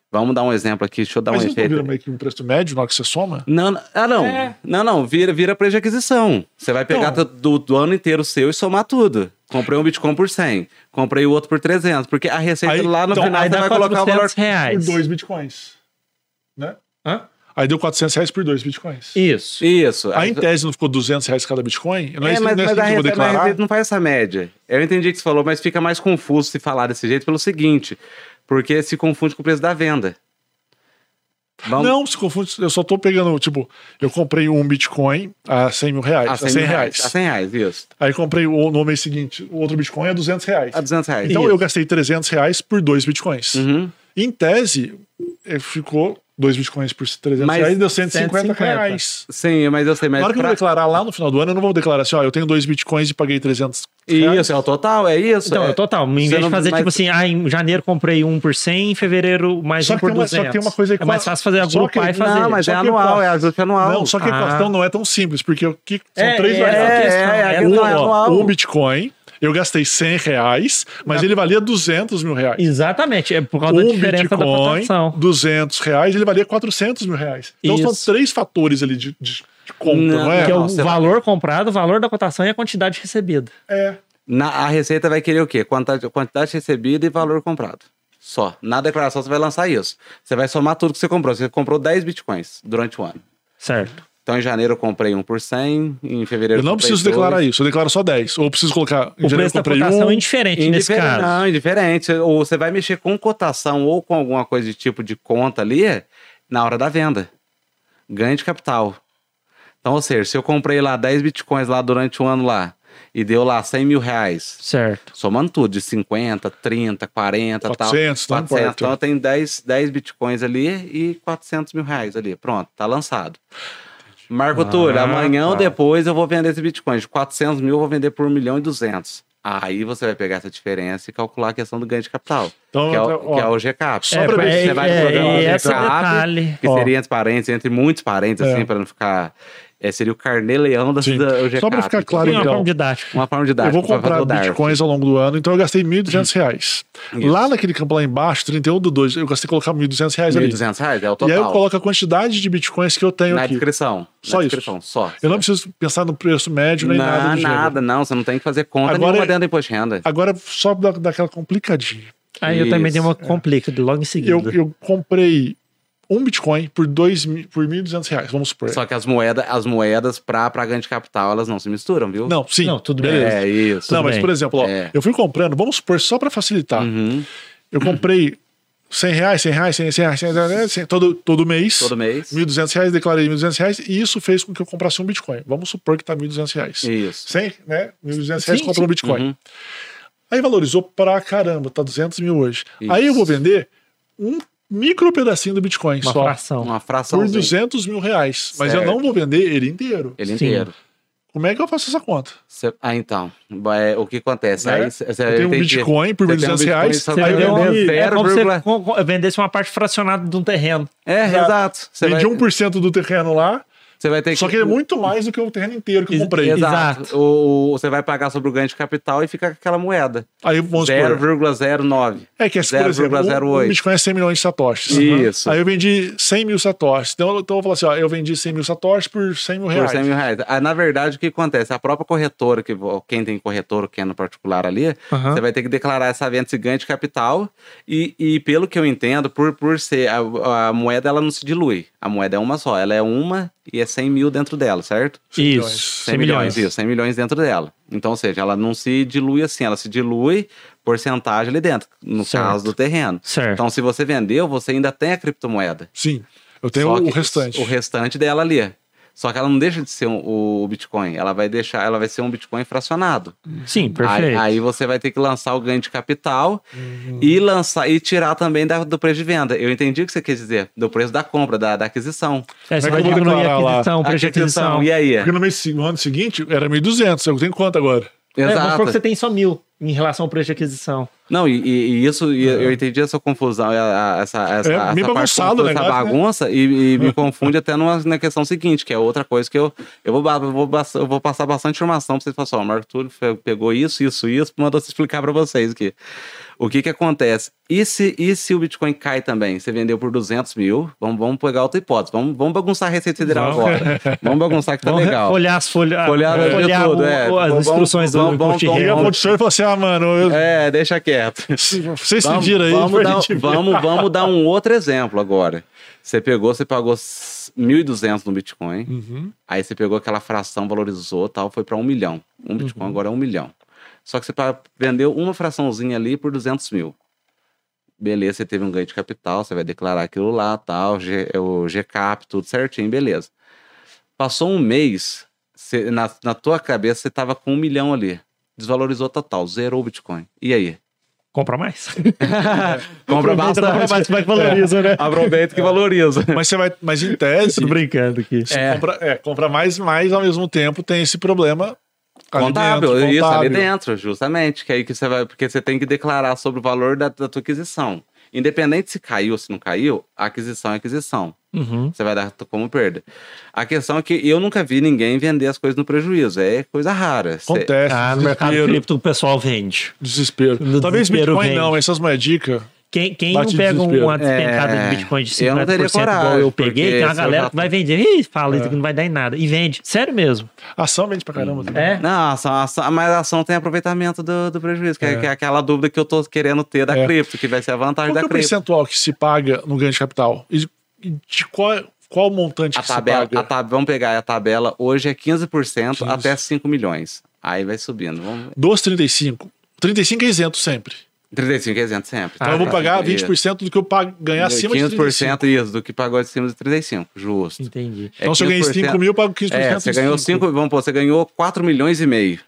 Speaker 3: Vamos dar um exemplo aqui. Deixa eu dar
Speaker 1: Mas
Speaker 3: um
Speaker 1: não
Speaker 3: efeito.
Speaker 1: vira meio que um preço médio na hora que você soma?
Speaker 3: Não, não- ah, não. Não, não, vira, vira preço de aquisição. Você vai pegar
Speaker 1: Então.
Speaker 3: do, do ano inteiro seu e somar tudo. Comprei um Bitcoin por 100, comprei o outro por 300, porque a receita
Speaker 1: Aí,
Speaker 3: lá no
Speaker 1: então,
Speaker 3: final
Speaker 2: Aí
Speaker 3: você
Speaker 2: dá
Speaker 3: vai colocar o
Speaker 2: 400
Speaker 3: valor.
Speaker 1: Por
Speaker 2: reais.
Speaker 1: dois bitcoins. Né?
Speaker 2: Hã?
Speaker 1: Aí deu 400 reais por dois bitcoins.
Speaker 2: Isso.
Speaker 3: Isso.
Speaker 1: Aí em tese não ficou 200 reais cada bitcoin? Não é,
Speaker 3: É,
Speaker 1: isso
Speaker 3: mas,
Speaker 1: não é isso que
Speaker 3: mas a
Speaker 1: eu vou
Speaker 3: receita, mas a
Speaker 1: declarar?
Speaker 3: receita não faz essa média. Eu entendi o que você falou, mas fica mais confuso se falar desse jeito pelo seguinte, porque se confunde com o preço da venda. Vamos,
Speaker 1: Não, se confunde. Eu só tô pegando, tipo, eu comprei um bitcoin a 100 mil Tá reais.
Speaker 3: a 100, reais. A 100 reais, isso. Tá
Speaker 1: Aí comprei o, no mês seguinte o outro bitcoin a 200 reais.
Speaker 3: A 200 reais.
Speaker 1: Então
Speaker 3: Isso.
Speaker 1: eu gastei 300 reais por dois bitcoins.
Speaker 3: Uhum.
Speaker 1: Em tese, eh, ficou dois bitcoins por 300
Speaker 3: Mas
Speaker 1: reais, deu 150,
Speaker 2: 150.
Speaker 1: reais.
Speaker 3: Sim, mas eu sei, mas
Speaker 1: Na hora que eu vou
Speaker 3: pra-
Speaker 1: declarar lá no final do ano, eu não vou declarar assim, ó, eu tenho dois bitcoins e paguei 300 reais.
Speaker 3: Isso, é o total, é isso.
Speaker 2: Então,
Speaker 3: é...
Speaker 2: é total. Em
Speaker 3: você
Speaker 2: vez de
Speaker 3: não-
Speaker 2: fazer
Speaker 3: mas-
Speaker 2: tipo assim, ah, em janeiro comprei um por 100, em fevereiro mais
Speaker 1: Só
Speaker 2: um
Speaker 1: que
Speaker 2: por
Speaker 1: tem uma- só
Speaker 2: 200.
Speaker 1: que tem uma coisa aí
Speaker 2: é
Speaker 1: que
Speaker 2: mais
Speaker 1: fala-
Speaker 2: fácil fazer
Speaker 1: só que-
Speaker 2: agrupar e
Speaker 1: Não,
Speaker 2: fazer.
Speaker 3: Não, mas
Speaker 1: Só
Speaker 3: é
Speaker 1: que
Speaker 3: anual,
Speaker 1: posso-
Speaker 3: é ajuste anual.
Speaker 1: Não, só que a
Speaker 2: Ah.
Speaker 1: equação não é tão simples, porque o que são
Speaker 2: É,
Speaker 1: três
Speaker 2: é,
Speaker 1: variáveis.
Speaker 2: é,
Speaker 3: é, é,
Speaker 2: é
Speaker 1: Um, ó,
Speaker 2: anual.
Speaker 1: um bitcoin, eu gastei 100 reais, mas ele valia 200 mil reais.
Speaker 2: Exatamente, é por causa da
Speaker 1: um
Speaker 2: diferença da
Speaker 1: Bitcoin,
Speaker 2: cotação.
Speaker 1: 200 reais, ele valia 400 mil reais. Então
Speaker 2: Isso.
Speaker 1: são três fatores ali de, de, de compra,
Speaker 3: Não,
Speaker 1: não, é?
Speaker 2: Que é o
Speaker 3: não, você vai-
Speaker 2: valor comprado, o valor da cotação e a quantidade recebida.
Speaker 1: É.
Speaker 3: Na, a receita vai querer o quê? Quantidade, quantidade recebida e valor comprado. Só. Na declaração você vai lançar isso. Você vai somar tudo que você comprou. Você comprou 10 bitcoins durante o ano.
Speaker 2: Certo.
Speaker 3: Então em janeiro eu comprei um por 100, em fevereiro
Speaker 1: Eu não
Speaker 3: comprei
Speaker 1: preciso
Speaker 3: dois.
Speaker 1: declarar isso, eu declaro só 10. Ou eu preciso colocar. em
Speaker 2: O
Speaker 1: janeiro eu
Speaker 2: preço da
Speaker 1: comprei
Speaker 2: cotação
Speaker 1: um,
Speaker 2: é indiferente, nesse
Speaker 3: Indiferente-
Speaker 2: caso.
Speaker 3: Não, indiferente. Ou você vai mexer com cotação ou com alguma coisa de tipo de conta ali na hora da venda. Ganho de capital. Então, ou seja, se eu comprei lá 10 bitcoins lá durante um ano lá e deu lá 100 mil reais,
Speaker 2: Certo.
Speaker 3: somando tudo, de 50, 30, 40,
Speaker 1: 400,
Speaker 3: tal.
Speaker 1: não
Speaker 3: 400,
Speaker 1: importa.
Speaker 3: então eu tenho 10, 10 bitcoins ali e 400 mil reais ali. Pronto, tá lançado. Marco Túlio,
Speaker 2: Ah,
Speaker 3: amanhã ou
Speaker 2: tá.
Speaker 3: depois eu vou vender esse bitcoin. De 400 mil eu vou vender por 1 milhão e 200. Aí você vai pegar essa diferença e calcular a questão do ganho de capital,
Speaker 1: Então,
Speaker 3: que, é o,
Speaker 1: ó,
Speaker 3: que é o GCAP.
Speaker 1: só pra ver se
Speaker 2: é,
Speaker 1: você vai
Speaker 2: é,
Speaker 1: jogar
Speaker 2: é,
Speaker 1: no
Speaker 2: esse
Speaker 3: GCAP,
Speaker 2: detalhe.
Speaker 3: que
Speaker 1: Ó.
Speaker 3: seria entre parênteses, entre muitos parênteses,
Speaker 1: É.
Speaker 3: assim, para não ficar... é, seria o carneleão da,
Speaker 1: Sim.
Speaker 3: da o GCAP.
Speaker 1: Só pra ficar claro,
Speaker 2: Tem uma
Speaker 1: então.
Speaker 2: forma didática.
Speaker 3: Uma forma de dar.
Speaker 1: Eu vou comprar bitcoins ao longo do ano, então eu gastei 1.200 reais.
Speaker 3: Hum. Isso.
Speaker 1: Lá naquele campo lá embaixo, 31 do 2, eu gastei colocar 1.200 reais ali.
Speaker 3: 1.200 reais, é o
Speaker 1: E
Speaker 3: total.
Speaker 1: aí eu coloco a quantidade de bitcoins que eu tenho
Speaker 3: na
Speaker 1: aqui.
Speaker 3: descrição.
Speaker 1: Só
Speaker 3: na
Speaker 1: isso.
Speaker 3: descrição, só.
Speaker 1: Eu não preciso pensar no preço médio nem
Speaker 3: não,
Speaker 1: nada do gênero.
Speaker 3: nada, não. Você não tem que fazer conta
Speaker 1: Agora
Speaker 3: nenhuma
Speaker 1: é-
Speaker 3: dentro do imposto de renda.
Speaker 1: Agora, só dar daquela complicadinha.
Speaker 2: Aí eu também dei uma complica logo em
Speaker 1: Eu,
Speaker 2: seguida.
Speaker 1: eu comprei um Bitcoin por, dois, mi- por 1.200 reais, vamos supor.
Speaker 3: Só que as moedas, as moedas pra, pra ganho de capital, elas não se misturam, viu?
Speaker 1: Não, sim.
Speaker 2: Não, tudo bem.
Speaker 1: beleza.
Speaker 3: É isso.
Speaker 1: não,
Speaker 2: tudo
Speaker 1: mas,
Speaker 2: bem.
Speaker 1: por exemplo, ó,
Speaker 3: É.
Speaker 1: eu fui comprando, vamos supor, só para facilitar.
Speaker 3: Uhum.
Speaker 1: Eu comprei 100 reais, 100 reais, 100 reais, 100 reais, 100 reais 100, todo, todo mês.
Speaker 3: Todo mês.
Speaker 1: 1.200 reais, declarei 1.200 reais e isso fez com que eu comprasse um Bitcoin. Vamos supor que tá 1.200 reais.
Speaker 3: Isso.
Speaker 1: 100, né? 1.200
Speaker 2: Sim,
Speaker 1: reais, compra um Bitcoin.
Speaker 3: Uhum.
Speaker 1: Aí valorizou pra caramba, tá 200 mil hoje.
Speaker 3: Isso.
Speaker 1: Aí eu vou vender um micro pedacinho do Bitcoin
Speaker 2: Uma
Speaker 1: só.
Speaker 2: fração.
Speaker 3: Uma fração.
Speaker 1: Por 200 mil reais. Mas eu
Speaker 3: Certo.
Speaker 1: não vou vender ele inteiro.
Speaker 3: Ele
Speaker 2: Sim.
Speaker 3: inteiro.
Speaker 1: Como é que eu faço essa conta?
Speaker 3: Cê- Ah, então. Vai- O que acontece?
Speaker 1: Né?
Speaker 3: Aí cê- cê-
Speaker 1: Eu tenho um
Speaker 3: tem que-
Speaker 1: Bitcoin por
Speaker 3: você tem um
Speaker 1: 1.200
Speaker 3: Bitcoin,
Speaker 1: reais.
Speaker 3: só
Speaker 1: Aí
Speaker 2: Você
Speaker 1: eu
Speaker 2: vendeu
Speaker 1: vendi-
Speaker 2: um,
Speaker 3: vendi
Speaker 2: é como se
Speaker 3: 0,1.
Speaker 2: você con- vendesse uma parte fracionada de um terreno.
Speaker 3: É,
Speaker 1: Exato.
Speaker 3: exato. Você
Speaker 1: Vendi
Speaker 3: vai-
Speaker 1: 1% do terreno lá,
Speaker 3: Você vai ter que.
Speaker 1: Só que é muito mais do que o terreno inteiro que eu comprei.
Speaker 2: Ex-
Speaker 3: Exato.
Speaker 2: Exato.
Speaker 3: O, o- você vai pagar sobre o ganho de capital e fica com aquela moeda.
Speaker 1: Aí vamos supor.
Speaker 3: 0,09.
Speaker 1: É que, por exemplo, o
Speaker 2: um
Speaker 3: 0,08.
Speaker 1: Bitcoin é 100 milhões de satoshis. né?
Speaker 3: Isso.
Speaker 1: Aí eu vendi 100 mil satoshis. Então, eu- então eu vou falar assim, ó, eu vendi 100 mil satoshis por 100 mil
Speaker 3: Por
Speaker 1: reais.
Speaker 3: 100 mil reais. Ah, na verdade, o que acontece? A própria corretora, que, vo- quem tem corretora, quem é no particular ali,
Speaker 2: Aham.
Speaker 3: você vai ter que declarar essa venda esse ganho de capital. E, e pelo que eu entendo, por, por ser a, a moeda, ela não se dilui. A moeda é uma só. Ela é uma e é 100 mil dentro dela, certo?
Speaker 2: Isso,
Speaker 1: milhões.
Speaker 2: 100 milhões.
Speaker 3: Isso, 100 milhões dentro dela. Então, ou seja, ela não se dilui assim. Ela se dilui porcentagem ali dentro, no
Speaker 2: Certo.
Speaker 3: caso do terreno.
Speaker 2: Certo.
Speaker 3: Então, se você vendeu, você ainda tem a criptomoeda.
Speaker 1: Sim. Eu tenho
Speaker 3: Só
Speaker 1: o
Speaker 3: que
Speaker 1: restante.
Speaker 3: O restante dela ali. Só que ela não deixa de ser um- o Bitcoin, ela vai deixar, ela vai ser um Bitcoin fracionado.
Speaker 2: Sim,
Speaker 3: Aí,
Speaker 2: perfeito.
Speaker 3: aí você vai ter que lançar o ganho de capital
Speaker 1: Uhum.
Speaker 3: e lançar e tirar também da- do preço de venda. Eu entendi o que você quis dizer, do preço da compra, da, da aquisição.
Speaker 2: é, você
Speaker 1: Como é
Speaker 2: vai
Speaker 1: que eu vou
Speaker 2: diminuir
Speaker 1: declarar
Speaker 2: a
Speaker 1: lá?
Speaker 2: aquisição, o preço de aquisição.
Speaker 3: E aí?
Speaker 1: Porque no, mês, se- no ano seguinte era 1.200. Eu tenho quanto agora?
Speaker 2: É, vamos supor que você
Speaker 3: Exato.
Speaker 2: tem só mil em relação ao preço de aquisição.
Speaker 3: Não, e, e- e isso, e eu entendi essa confusão, a- a- essa, essa,
Speaker 1: É,
Speaker 3: essa
Speaker 1: meio
Speaker 3: parte
Speaker 1: bagunçado o
Speaker 3: confusa, essa
Speaker 1: negócio, né?
Speaker 3: bagunça e, e me confunde até numa- na questão seguinte, que é outra coisa que eu, eu, vou, ba- eu vou, ba- eu vou passar bastante informação pra vocês. Falar, assim, ó, o Marco Túlio fe- pegou isso, isso, isso, mandou se explicar pra vocês aqui. O que que acontece? E se, e se o Bitcoin cai também? Você vendeu por 200 mil, vamos, vamos pegar outra hipótese, vamos, vamos bagunçar a Receita Federal
Speaker 2: Vamos.
Speaker 3: agora. Vamos bagunçar que tá
Speaker 2: Vamos
Speaker 3: legal.
Speaker 2: Então, olhar as folhas,
Speaker 3: Folhar-
Speaker 2: folhar,
Speaker 3: olhar tudo,
Speaker 2: o-
Speaker 3: é.
Speaker 2: as
Speaker 3: Vamos-
Speaker 2: instruções
Speaker 3: vamos-
Speaker 2: do
Speaker 3: vamos-
Speaker 2: Curti
Speaker 3: vamos-
Speaker 1: Liga
Speaker 2: Rego.
Speaker 1: pro auditor e falo assim, ah, mano, eu,
Speaker 3: É, deixa quieto.
Speaker 1: se- vocês pediram aí.
Speaker 3: vamos,
Speaker 1: pra
Speaker 3: dar, um,
Speaker 1: gente ver.
Speaker 3: vamos, vamos dar um outro exemplo agora. Você pegou, você pagou s- 1.200 no Bitcoin,
Speaker 1: Uhum.
Speaker 3: aí você pegou aquela fração, valorizou tal, foi para um milhão. Um Bitcoin agora é um milhão. Só que você pa- vendeu uma fraçãozinha ali por 200 mil. Beleza, você teve um ganho de capital, você vai declarar aquilo lá, tal, G- é o GCAP, tudo certinho, beleza. Passou um mês, você- na, na tua cabeça você tava com um milhão ali. Desvalorizou total, zerou o Bitcoin. E aí?
Speaker 2: Compra mais. Compra
Speaker 3: Compra bastante.
Speaker 2: mais, vai que valoriza, né?
Speaker 3: Aproveita que valoriza.
Speaker 1: Mas você vai. Mas em tese,
Speaker 2: Tô brincando aqui.
Speaker 1: se compra, é, compra mais, mais ao mesmo tempo tem esse problema. ali
Speaker 3: Contábil,
Speaker 1: dentro,
Speaker 3: isso ali
Speaker 1: contábil.
Speaker 3: dentro, justamente. Que aí que você vai, porque você tem que declarar sobre o valor da, da tua aquisição. Independente se caiu ou se não caiu, a aquisição é aquisição.
Speaker 2: Uhum.
Speaker 3: Você vai dar como perda. A questão é que eu nunca vi ninguém vender as coisas no prejuízo. É coisa rara. Cê-
Speaker 1: Acontece.
Speaker 2: Ah, no mercado
Speaker 1: desespero.
Speaker 2: cripto o pessoal vende.
Speaker 1: Desespero.
Speaker 2: No
Speaker 1: Talvez
Speaker 2: desespero
Speaker 1: Bitcoin
Speaker 2: vende.
Speaker 1: não, é essas moedas dicas.
Speaker 2: Quem, quem não
Speaker 1: Bate
Speaker 2: pega um
Speaker 1: desespero.
Speaker 2: uma despencada
Speaker 3: É,
Speaker 2: de Bitcoin de
Speaker 3: eu não
Speaker 2: 50%
Speaker 3: teria
Speaker 2: igual
Speaker 3: coragem,
Speaker 2: eu peguei,
Speaker 3: porque
Speaker 2: tem uma
Speaker 3: se eu
Speaker 2: galera
Speaker 3: já-
Speaker 2: que vai vender. Ih, fala, isso aqui não vai dar em nada. E vende. Sério mesmo.
Speaker 1: Ação vende pra caramba também.
Speaker 2: É.
Speaker 3: Não, a ação, a ação- mas a ação tem aproveitamento do, do prejuízo, que é.
Speaker 1: É.
Speaker 3: que é aquela dúvida que eu tô querendo ter da
Speaker 1: É.
Speaker 3: cripto, que vai ser a
Speaker 1: Qual
Speaker 3: vantagem
Speaker 1: que é
Speaker 3: da
Speaker 1: o
Speaker 3: cripto.
Speaker 1: percentual que se paga no ganho de capital? E e de qual, qual montante
Speaker 3: A
Speaker 1: que se
Speaker 3: tabela,
Speaker 1: paga?
Speaker 3: a tab- vamos pegar a tabela, hoje é 15%,
Speaker 1: 15.
Speaker 3: até 5 milhões. Aí vai subindo. Vamos...
Speaker 1: Dos 35. 35 é isento sempre.
Speaker 3: 35 é isento sempre.
Speaker 1: Então eu vou pagar 20% do que eu pago, ganhar acima de 35.
Speaker 3: 15% isso, do que pagou acima de 35, justo.
Speaker 2: Entendi.
Speaker 3: É
Speaker 1: Então se eu ganhei 5 mil, eu pago 15%
Speaker 3: É, você
Speaker 1: em
Speaker 3: ganhou 5, vamos pôr, você ganhou 4 milhões e meio.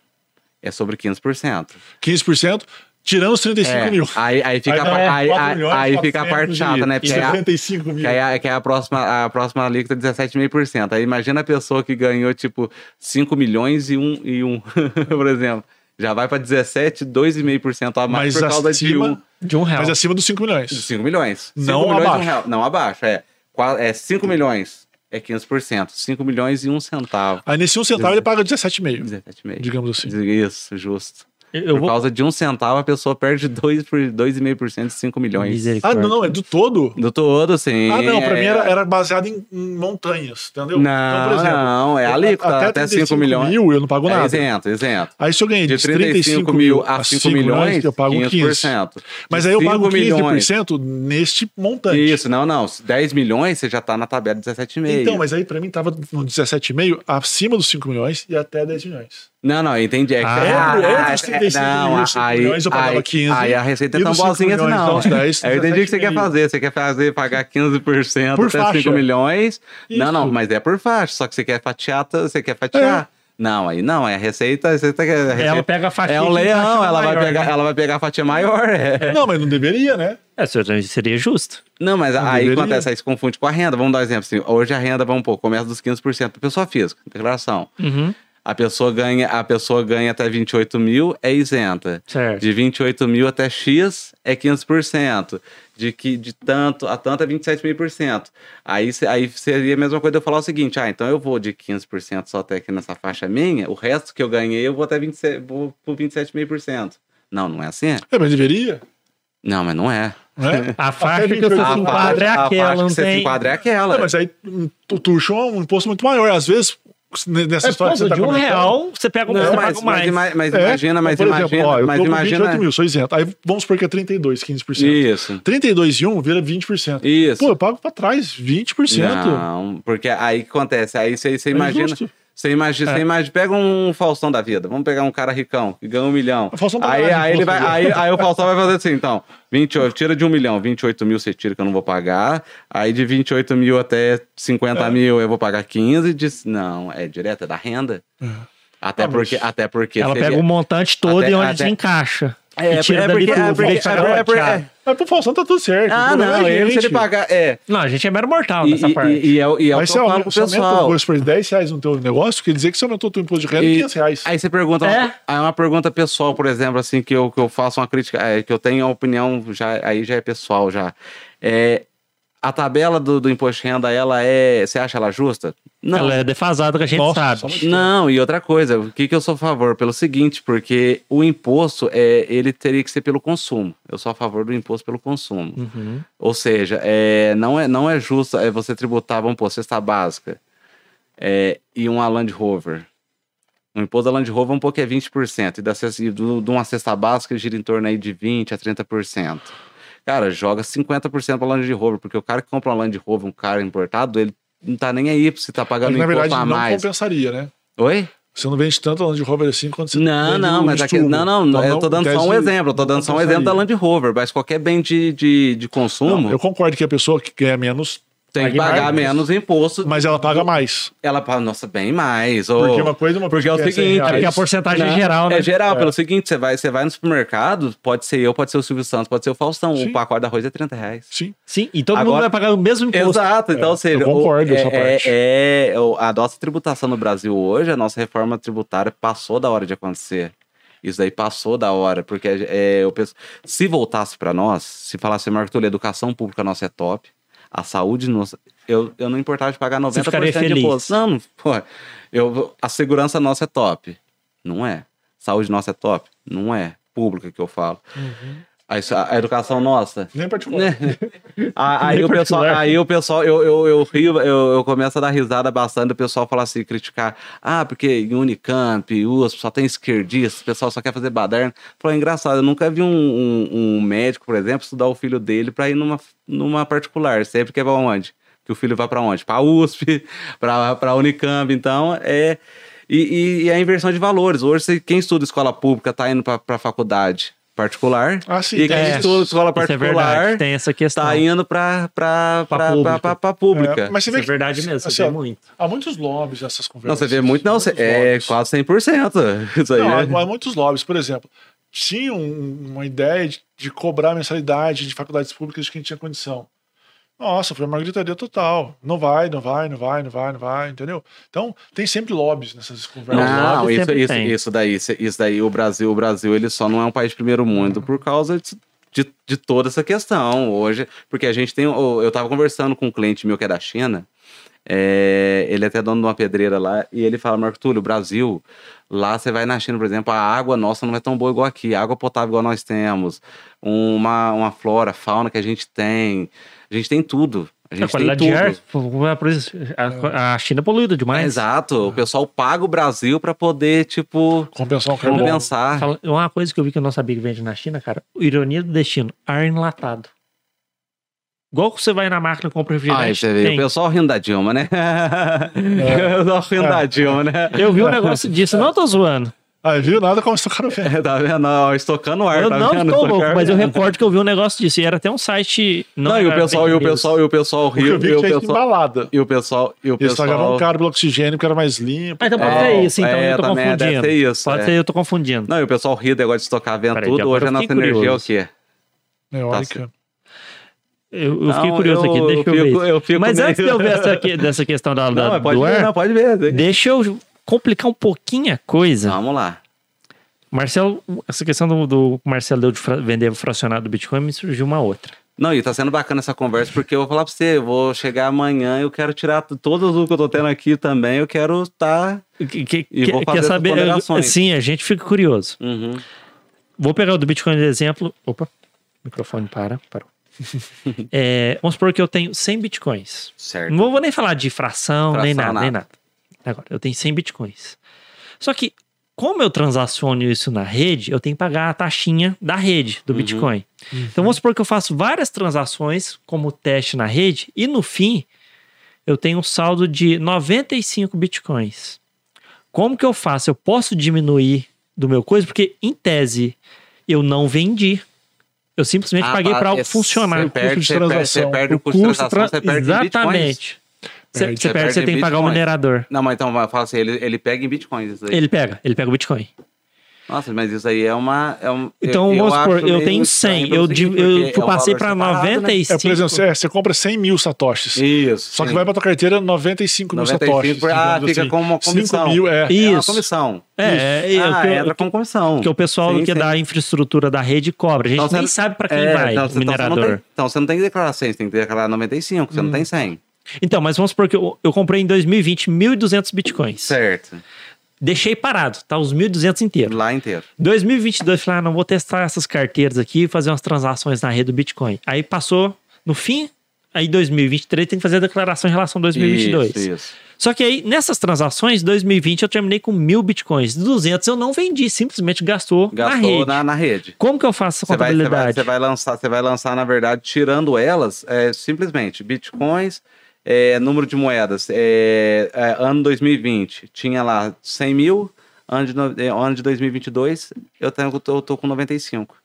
Speaker 3: É sobre 15%.
Speaker 1: 15%, tirando os 35
Speaker 3: É,
Speaker 1: mil.
Speaker 3: aí, aí fica, a
Speaker 1: dá
Speaker 3: par- aí,
Speaker 1: 4
Speaker 3: aí-
Speaker 1: milhões,
Speaker 3: aí fica a parte
Speaker 1: 400
Speaker 3: chata, né?
Speaker 1: e
Speaker 3: Porque a-
Speaker 1: 75
Speaker 3: Que
Speaker 1: mil.
Speaker 3: aí a- que é a próxima, a próxima alíquota é 17,5%. Aí imagina a pessoa que ganhou, tipo, 5 milhões e 1, um, e um, por exemplo. Já vai para 17, 2,5% a mais
Speaker 1: Mas
Speaker 3: por causa de um,
Speaker 1: acima,
Speaker 2: De um real.
Speaker 1: mas acima dos 5
Speaker 3: de
Speaker 1: milhões.
Speaker 3: 5 milhões.
Speaker 1: Não
Speaker 3: 5 milhões e um
Speaker 1: abaixo.
Speaker 3: real. Não abaixo, é. Qua- é 5 milhões é 15%. 5 milhões e 1 centavo.
Speaker 1: Aí nesse 1 centavo ele paga 17,5,
Speaker 3: 17,5.
Speaker 1: digamos assim.
Speaker 3: Isso, justo.
Speaker 2: Eu
Speaker 3: Por
Speaker 2: vou...
Speaker 3: causa de um centavo, a pessoa perde 2,5% de um 5 milhões.
Speaker 1: Ah,
Speaker 2: Misericórdia.
Speaker 1: não, não, é do todo?
Speaker 3: Do todo, sim.
Speaker 1: Ah, não, pra mim
Speaker 3: é-
Speaker 1: era, era baseado em, em montanhas, entendeu? Então,
Speaker 3: Não, não, é
Speaker 1: eu-
Speaker 3: alíquota, até 5 milhões.
Speaker 1: mil eu não pago
Speaker 3: É
Speaker 1: nada.
Speaker 3: isento, isento.
Speaker 1: Aí se eu ganhei
Speaker 3: De
Speaker 1: de 35
Speaker 3: 35, mil a 5 milhões,
Speaker 1: eu pago 15%.
Speaker 3: 15%.
Speaker 1: Mas
Speaker 3: De
Speaker 1: aí eu
Speaker 3: 5
Speaker 1: pago
Speaker 3: milhões.
Speaker 1: 15% neste montante.
Speaker 3: Isso, não, não. 10 milhões, você já tá na tabela de 17,5.
Speaker 1: Então, mas aí pra mim tava no 17,5, acima dos 5 milhões e até 10 milhões.
Speaker 3: Não, não, entendi. É que-
Speaker 2: Ah,
Speaker 1: entre- entre
Speaker 3: é-
Speaker 1: os 35
Speaker 3: não,
Speaker 1: e os 5
Speaker 3: aí,
Speaker 1: milhões eu pagava
Speaker 3: aí-
Speaker 1: 15,
Speaker 3: Aí a receita
Speaker 1: e
Speaker 3: é tão
Speaker 1: dos 5
Speaker 3: boazinha assim,
Speaker 1: milhões então, é
Speaker 3: não.
Speaker 1: aos 10,
Speaker 3: eu entendi o que você quer
Speaker 1: 17,5.
Speaker 3: fazer. Você quer fazer pagar 15%
Speaker 1: Por
Speaker 3: até
Speaker 1: faixa.
Speaker 3: 5 milhões. Não,
Speaker 1: Isso.
Speaker 3: não, mas é por faixa. Só que você quer fatiar, tá- você quer fatiar. Não, aí não, é a receita. A receita, a receita
Speaker 2: Ela pega a fatia
Speaker 3: É
Speaker 2: que
Speaker 3: um
Speaker 2: tá
Speaker 3: leão,
Speaker 2: achando
Speaker 3: ela, vai
Speaker 2: maior,
Speaker 3: pegar,
Speaker 2: né?
Speaker 3: ela vai pegar a fatia maior. é.
Speaker 1: Não, mas não deveria, né?
Speaker 2: É, seria- seria justo.
Speaker 3: Não, mas aí
Speaker 1: deveria.
Speaker 3: acontece, aí se confunde
Speaker 1: Hum.
Speaker 3: com a renda. Vamos dar um exemplo assim. Hoje a renda, vamos pôr, começa dos 15% para pessoa física, declaração.
Speaker 2: Uhum.
Speaker 3: A pessoa ganha, a pessoa ganha até 28 mil, é isenta.
Speaker 2: Certo. É,
Speaker 3: De 28 mil até X é 15%. De que de tanto a tanto é 27 mil por cento. Aí, se- aí seria a mesma coisa eu falar o seguinte: ah, então eu vou de 15% só até aqui nessa faixa minha, o resto que eu ganhei eu vou até 27, vou por 27 mil por cento. Não, não é assim?
Speaker 1: É, mas deveria,
Speaker 3: não, mas não é.
Speaker 1: né?
Speaker 2: A faixa que
Speaker 1: 28
Speaker 2: você
Speaker 1: mil.
Speaker 2: se enquadra é
Speaker 3: a
Speaker 2: aquela,
Speaker 3: faixa
Speaker 2: não
Speaker 3: que você se
Speaker 2: tem.
Speaker 3: enquadra é aquela.
Speaker 1: É, mas aí hum, o tucho é um imposto muito maior. Às vezes, nessa
Speaker 2: É,
Speaker 1: história que
Speaker 2: pô,
Speaker 1: você tá
Speaker 2: de um
Speaker 1: comentando-
Speaker 2: real, você pega um
Speaker 3: Não,
Speaker 2: você
Speaker 3: mas,
Speaker 2: paga mais.
Speaker 3: mas, ima- mas
Speaker 1: É,
Speaker 3: imagina, mas
Speaker 1: por
Speaker 3: imagina,
Speaker 1: exemplo, ó, eu
Speaker 3: mas
Speaker 1: tô com
Speaker 3: imagina.
Speaker 1: 28 mil, sou isento. Aí vamos supor que é 32, 15%.
Speaker 3: Isso,
Speaker 1: 32 e 1 vira 20%.
Speaker 3: isso.
Speaker 1: Pô, eu pago pra trás 20%.
Speaker 3: Não, porque aí que acontece, aí você você
Speaker 1: É
Speaker 3: imagina,
Speaker 1: injusto.
Speaker 3: você imagina,
Speaker 1: É.
Speaker 3: você imagina, pega um Faustão da vida, vamos pegar um cara ricão que ganha um milhão.
Speaker 1: O Faustão tá
Speaker 3: Aí,
Speaker 1: ganhando
Speaker 3: aí, ele vai,
Speaker 1: imposto
Speaker 3: aí, aí o Faustão vai fazer assim, então, 28, tira de um milhão, 28 mil você tira que eu não vou pagar, aí de 28 mil até 50 mil eu vou pagar 15, diz, não, é direto, é da renda. Até,
Speaker 1: Ah, mas
Speaker 3: porque, até porque...
Speaker 2: Ela
Speaker 3: seria-
Speaker 2: pega o montante todo
Speaker 3: até-
Speaker 2: e onde
Speaker 3: até-
Speaker 2: desencaixa.
Speaker 3: É,
Speaker 2: e tira
Speaker 3: é
Speaker 2: dali né?
Speaker 3: porque- é
Speaker 2: tudo.
Speaker 3: porque-
Speaker 2: deixa
Speaker 3: é
Speaker 2: ela
Speaker 3: porque-
Speaker 2: fatiada.
Speaker 1: Mas pro Faustão tá tudo certo.
Speaker 3: Ah,
Speaker 1: O problema é
Speaker 3: não,
Speaker 1: a
Speaker 3: ele, se
Speaker 1: gente.
Speaker 3: ele pagar, é,
Speaker 2: Não, a gente é mero mortal
Speaker 3: E,
Speaker 2: nessa
Speaker 3: e-
Speaker 2: parte.
Speaker 3: e- e é, o- e é o
Speaker 1: Mas um
Speaker 3: que
Speaker 1: se
Speaker 3: eu falo
Speaker 1: aumenta,
Speaker 3: pro
Speaker 1: se aumenta o
Speaker 3: pessoal.
Speaker 1: imposto por 10 reais no teu negócio, quer dizer que você aumentou o teu imposto de renda em
Speaker 3: E-
Speaker 1: 500 reais.
Speaker 3: Aí você pergunta,
Speaker 2: É.
Speaker 3: aí é uma pergunta pessoal, por exemplo, assim, que eu, que eu faço uma crítica, é, que eu tenho a opinião, já, aí já é pessoal já. É, a tabela do, do imposto de renda, ela é. Você acha ela justa? Não.
Speaker 2: Ela é defasada que a gente
Speaker 1: Nossa,
Speaker 2: sabe.
Speaker 1: só uma-
Speaker 3: Não, e outra coisa, o que, que eu sou a favor? Pelo seguinte, porque o imposto, é, ele teria que ser pelo consumo. Eu sou a favor do imposto pelo consumo.
Speaker 2: Uhum.
Speaker 3: Ou seja, é, não, é, não é justo é, você tributar, vamos pôr, cesta básica é, e uma Land Rover. O imposto da Land Rover, vamos pôr que é 20%. E, da, cesta- e do, de uma cesta básica gira em torno aí de 20% a 30%. Cara, joga 50% para Land Rover, porque o cara que compra uma Land Rover, um cara importado, ele não tá nem aí se tá
Speaker 1: Mas,
Speaker 3: pagando
Speaker 1: na
Speaker 3: imposto
Speaker 1: verdade,
Speaker 3: a
Speaker 1: não
Speaker 3: mais.
Speaker 1: compensaria, né?
Speaker 3: Oi?
Speaker 1: Você não vende tanto Land Rover assim quanto você
Speaker 3: Não,
Speaker 1: vende
Speaker 3: não,
Speaker 1: o
Speaker 3: mas aqui,
Speaker 1: Sturo.
Speaker 3: não, não,
Speaker 1: Então,
Speaker 3: eu tô
Speaker 1: não,
Speaker 3: dando
Speaker 1: em
Speaker 3: só um
Speaker 1: tese,
Speaker 3: exemplo, eu tô
Speaker 1: não
Speaker 3: dando só um exemplo da
Speaker 1: compensaria.
Speaker 3: Land Rover, mas qualquer bem de, de, de consumo
Speaker 1: Não, eu concordo que a pessoa que ganha menos,
Speaker 3: um. tem que
Speaker 1: pague
Speaker 3: pagar
Speaker 1: mais.
Speaker 3: menos imposto
Speaker 1: mas ela paga mais.
Speaker 3: Ela fala, nossa, bem mais. ô.
Speaker 1: Porque uma coisa, uma
Speaker 3: Porque é o
Speaker 1: pessoa que ganha 100
Speaker 2: É
Speaker 3: seguinte,
Speaker 1: reais.
Speaker 2: porque a porcentagem é
Speaker 3: Não,
Speaker 2: geral, né?
Speaker 3: É geral,
Speaker 1: É.
Speaker 3: pelo seguinte, você vai, você vai no supermercado, pode ser eu, pode ser o Silvio Santos, pode ser o Faustão,
Speaker 1: Sim.
Speaker 3: o pacote de arroz é 30 reais.
Speaker 1: Sim.
Speaker 2: Sim, e todo mundo
Speaker 3: Agora-
Speaker 2: vai pagar o mesmo imposto.
Speaker 3: Exato, então,
Speaker 1: É,
Speaker 3: ou seja,
Speaker 1: eu concordo
Speaker 3: o,
Speaker 1: essa
Speaker 3: é,
Speaker 1: parte.
Speaker 3: é- é- o- a nossa tributação no Brasil hoje, a nossa reforma tributária passou da hora de acontecer. Isso daí passou da hora, porque é, eu penso, se voltasse para nós, se falasse, Marco Túlio, a educação pública nossa é top, a saúde nossa, eu, eu não importava de pagar 90%
Speaker 2: ficaria
Speaker 3: de
Speaker 2: feliz.
Speaker 3: imposto. Não, pô, eu, a segurança nossa é top. Não é. Saúde nossa é top? Não é. Pública que eu falo.
Speaker 2: Uhum.
Speaker 3: Aí, A, a educação nossa
Speaker 1: Nem particular.
Speaker 3: né? A- aí,
Speaker 2: Nem
Speaker 3: o pessoal,
Speaker 2: particular.
Speaker 3: aí o pessoal, eu, eu, eu rio, eu, eu começo a dar risada bastante, o pessoal fala assim, criticar. Ah, porque em Unicamp, USP, só tem esquerdista, o pessoal só quer fazer baderna. Falou, "É engraçado, eu nunca vi um, um- um médico, por exemplo, estudar o filho dele pra ir numa, numa particular. Sempre quer pra onde? Que o filho vai pra onde? Pra USP, pra, pra Unicamp, então é. E, e- e a inversão de valores. Hoje, você- quem estuda escola pública tá indo pra, pra faculdade particular.
Speaker 1: Ah, sim,
Speaker 3: e
Speaker 1: tem
Speaker 3: quem
Speaker 1: isso.
Speaker 3: estuda escola
Speaker 2: Isso é
Speaker 3: particular
Speaker 2: verdade, tem essa questão.
Speaker 3: tá indo pra, pra,
Speaker 2: Pra
Speaker 3: pra,
Speaker 2: pública.
Speaker 3: pra, pra, pra pública.
Speaker 1: É, mas você
Speaker 2: Isso
Speaker 1: vê
Speaker 2: é
Speaker 1: que-
Speaker 2: verdade mesmo,
Speaker 1: assim,
Speaker 2: você
Speaker 1: ó,
Speaker 2: vê muito.
Speaker 1: Há muitos lobbies nessas
Speaker 3: Não,
Speaker 1: conversas.
Speaker 3: você vê muito, não,
Speaker 1: Muitos
Speaker 3: cê- é
Speaker 1: lobbies.
Speaker 3: quase 100%. Isso aí.
Speaker 1: Não,
Speaker 3: é.
Speaker 1: há, há muitos lobbies, por exemplo, tinha um- uma ideia de, de cobrar mensalidade de faculdades públicas de quem tinha condição. Nossa, foi uma gritaria total. Não vai, não vai, não vai, não vai, não vai, entendeu? Então, tem sempre lobbies nessas conversas.
Speaker 3: Não,
Speaker 2: lobby
Speaker 3: isso,
Speaker 2: um sempre
Speaker 3: isso,
Speaker 2: tem.
Speaker 3: isso daí, isso- isso daí, o Brasil, o Brasil, ele só não é um país de primeiro mundo por causa de, de, de toda essa questão hoje, porque a gente tem, o- eu tava conversando com um cliente meu que é da China, é, ele é até dono de uma pedreira lá, e ele fala, Marco Túlio, Brasil, lá você vai na China, por exemplo, a água nossa não é tão boa igual aqui, a água potável igual nós temos, uma, uma flora, fauna que a gente tem, a gente tem tudo, a gente
Speaker 2: A
Speaker 3: tem
Speaker 2: qualidade
Speaker 3: tudo.
Speaker 2: de ar, pô, a pres- a, a China é poluída demais.
Speaker 3: Exato, o pessoal paga o Brasil para poder, tipo,
Speaker 1: Compensar o carbono.
Speaker 3: compensar.
Speaker 2: Fala- Uma coisa que eu vi que eu não sabia que vende na China, cara, ironia do destino, ar enlatado. Igual que você vai na máquina e compra
Speaker 3: Ai,
Speaker 2: refrigerante.
Speaker 3: você vê, o
Speaker 2: tem.
Speaker 3: pessoal rindo da Dilma, né?
Speaker 2: É.
Speaker 3: O pessoal rindo da Dilma, né?
Speaker 2: Eu vi um negócio disso, não tô zoando.
Speaker 1: Aí, Ah, viu? Nada como estocar o ferro.
Speaker 3: Tá vendo? Ó, Estocando o ar,
Speaker 2: eu
Speaker 3: tá
Speaker 2: não
Speaker 3: vendo?
Speaker 2: estou louco,
Speaker 3: Estocando-
Speaker 2: mas eu recordo que eu vi um negócio disso. E era até um site.
Speaker 3: Não, e o
Speaker 2: era
Speaker 3: pessoal, e o
Speaker 2: fake news.
Speaker 3: pessoal, e o pessoal
Speaker 1: Porque eu
Speaker 3: riu,
Speaker 1: vi
Speaker 3: e
Speaker 1: que
Speaker 3: o
Speaker 1: tinha gente
Speaker 3: pessoal...
Speaker 1: embalada.
Speaker 3: E o pessoal... E o
Speaker 1: Eles
Speaker 2: um
Speaker 1: pagavam
Speaker 3: pessoal...
Speaker 1: caro pelo oxigênio, porque era mais limpo.
Speaker 2: Ah, então pode
Speaker 3: É,
Speaker 2: ser isso, então
Speaker 3: é,
Speaker 2: eu tô
Speaker 3: também
Speaker 2: confundindo.
Speaker 3: deve ser isso,
Speaker 2: pode
Speaker 3: é.
Speaker 2: ser eu tô confundindo.
Speaker 3: Não, e o pessoal ri, negócio de estocar vento,
Speaker 2: Peraí,
Speaker 3: tudo.
Speaker 2: agora
Speaker 3: Hoje
Speaker 2: eu
Speaker 3: a nossa
Speaker 2: fiquei
Speaker 3: energia é o
Speaker 2: curioso.
Speaker 3: quê?
Speaker 1: Eólica.
Speaker 2: Eu, eu fiquei
Speaker 3: Não,
Speaker 2: curioso
Speaker 3: eu-
Speaker 2: aqui, deixa eu,
Speaker 3: eu
Speaker 2: ver.
Speaker 3: fico-
Speaker 2: isso.
Speaker 3: eu fico
Speaker 2: Mas
Speaker 3: meio-
Speaker 2: antes de eu ver essa aqui- dessa questão da, da-
Speaker 3: Não, mas pode
Speaker 2: do
Speaker 3: ver,
Speaker 2: ar,
Speaker 3: não, pode ver.
Speaker 2: deixa eu complicar um pouquinho a coisa,
Speaker 3: Vamos lá.
Speaker 2: Marcelo, essa questão do, do Marcelo deu de fra- vender fracionado do Bitcoin, me surgiu uma outra.
Speaker 3: Não, e tá sendo bacana essa conversa, porque eu vou falar pra você, eu vou chegar amanhã, eu quero tirar t- todas o que eu tô tendo aqui também, eu quero tá...
Speaker 2: Que, que,
Speaker 3: E
Speaker 2: que-
Speaker 3: vou
Speaker 2: quer
Speaker 3: fazer
Speaker 2: saber?
Speaker 3: ponderações.
Speaker 2: Sim, a gente fica curioso.
Speaker 3: Uhum.
Speaker 2: Vou pegar o do Bitcoin de exemplo. Opa, microfone para, parou. É, vamos supor que eu tenho 100 Bitcoins.
Speaker 3: Certo.
Speaker 2: Não vou nem falar de fração, nem nada,
Speaker 3: Fração,
Speaker 2: nem nada. Agora, eu tenho 100 Bitcoins. Só que, como eu transaciono isso na rede, eu tenho que pagar a taxinha da rede do
Speaker 3: Uhum.
Speaker 2: Bitcoin. Então vamos supor que eu faço várias transações como teste na rede e no fim eu tenho um saldo de 95 bitcoins. Como que eu faço? Eu posso diminuir do meu coisa porque em tese eu não vendi. Eu simplesmente
Speaker 3: Ah,
Speaker 2: paguei
Speaker 3: tá.
Speaker 2: para algo
Speaker 3: É,
Speaker 2: funcionar.
Speaker 3: Você perde,
Speaker 1: de
Speaker 3: você perde, você
Speaker 1: transação.
Speaker 3: perde o
Speaker 2: O
Speaker 3: custo de
Speaker 2: custo tra-
Speaker 3: transação, você perde em bitcoins.
Speaker 2: Exatamente. Você
Speaker 1: Perde.
Speaker 2: você
Speaker 3: Você
Speaker 2: perde,
Speaker 3: perde
Speaker 2: você tem que pagar o
Speaker 3: bitcoins.
Speaker 2: minerador.
Speaker 3: Não, mas então, fala assim, ele, ele pega em bitcoins isso aí.
Speaker 2: Ele pega, ele pega o Bitcoin.
Speaker 3: Nossa, mas isso aí é uma... É um,
Speaker 2: Então, vamos supor,
Speaker 3: acho
Speaker 2: eu
Speaker 3: meio
Speaker 2: tenho
Speaker 3: estranho
Speaker 2: 100,
Speaker 3: pelo
Speaker 2: eu,
Speaker 3: seguinte,
Speaker 2: div- eu
Speaker 3: porque é um
Speaker 2: passei
Speaker 3: valor
Speaker 2: para
Speaker 3: separado, né?
Speaker 2: 95.
Speaker 1: É, por exemplo, é, você compra 100 mil satoshis.
Speaker 3: Isso.
Speaker 1: Só que
Speaker 3: sim.
Speaker 1: vai pra tua carteira 95 mil
Speaker 3: 95
Speaker 1: satoshis.
Speaker 3: por- ah,
Speaker 1: digamos
Speaker 3: fica com uma
Speaker 1: 5
Speaker 3: comissão.
Speaker 1: mil, é.
Speaker 3: É uma
Speaker 2: assim. Isso.
Speaker 3: comissão.
Speaker 2: É, é,
Speaker 3: ah,
Speaker 2: o que eu-
Speaker 3: entra com
Speaker 1: um
Speaker 3: comissão.
Speaker 2: Porque o pessoal
Speaker 3: Sim,
Speaker 2: que é
Speaker 3: sim.
Speaker 2: da infraestrutura da rede cobra. A gente
Speaker 3: Então,
Speaker 2: nem
Speaker 3: você-
Speaker 2: sabe para quem
Speaker 3: É,
Speaker 2: vai
Speaker 3: então,
Speaker 2: o
Speaker 3: você- então você não
Speaker 2: minerador. Hum.
Speaker 3: tem- Então você não tem que declarar 100, você tem que declarar 95, você não tem 100.
Speaker 2: Então, mas vamos supor que eu, eu comprei em 2020 1.200 bitcoins.
Speaker 3: Certo.
Speaker 2: Deixei parado, tá? Os 1.200 inteiros.
Speaker 3: Lá inteiro.
Speaker 2: 2022, falei, ah, não, vou testar essas carteiras aqui e fazer umas transações na rede do Bitcoin. Aí passou no fim, aí 2023 tem que fazer a declaração em relação a 2022.
Speaker 3: Isso, isso.
Speaker 2: Só que aí, nessas transações, 2020 eu terminei com mil bitcoins. 200 eu não vendi, simplesmente gastou, na
Speaker 3: Gastou
Speaker 2: rede.
Speaker 3: na, na rede.
Speaker 2: Como que eu faço essa
Speaker 3: Você vai, você, vai,
Speaker 2: contabilidade?
Speaker 3: você vai lançar, você vai lançar, na verdade, tirando elas, é, simplesmente bitcoins, é, número de moedas. é, é, ano 2020 tinha lá 100 mil, ano de, no- é, ano de 2022 eu, tenho, eu, tô, eu tô com 95.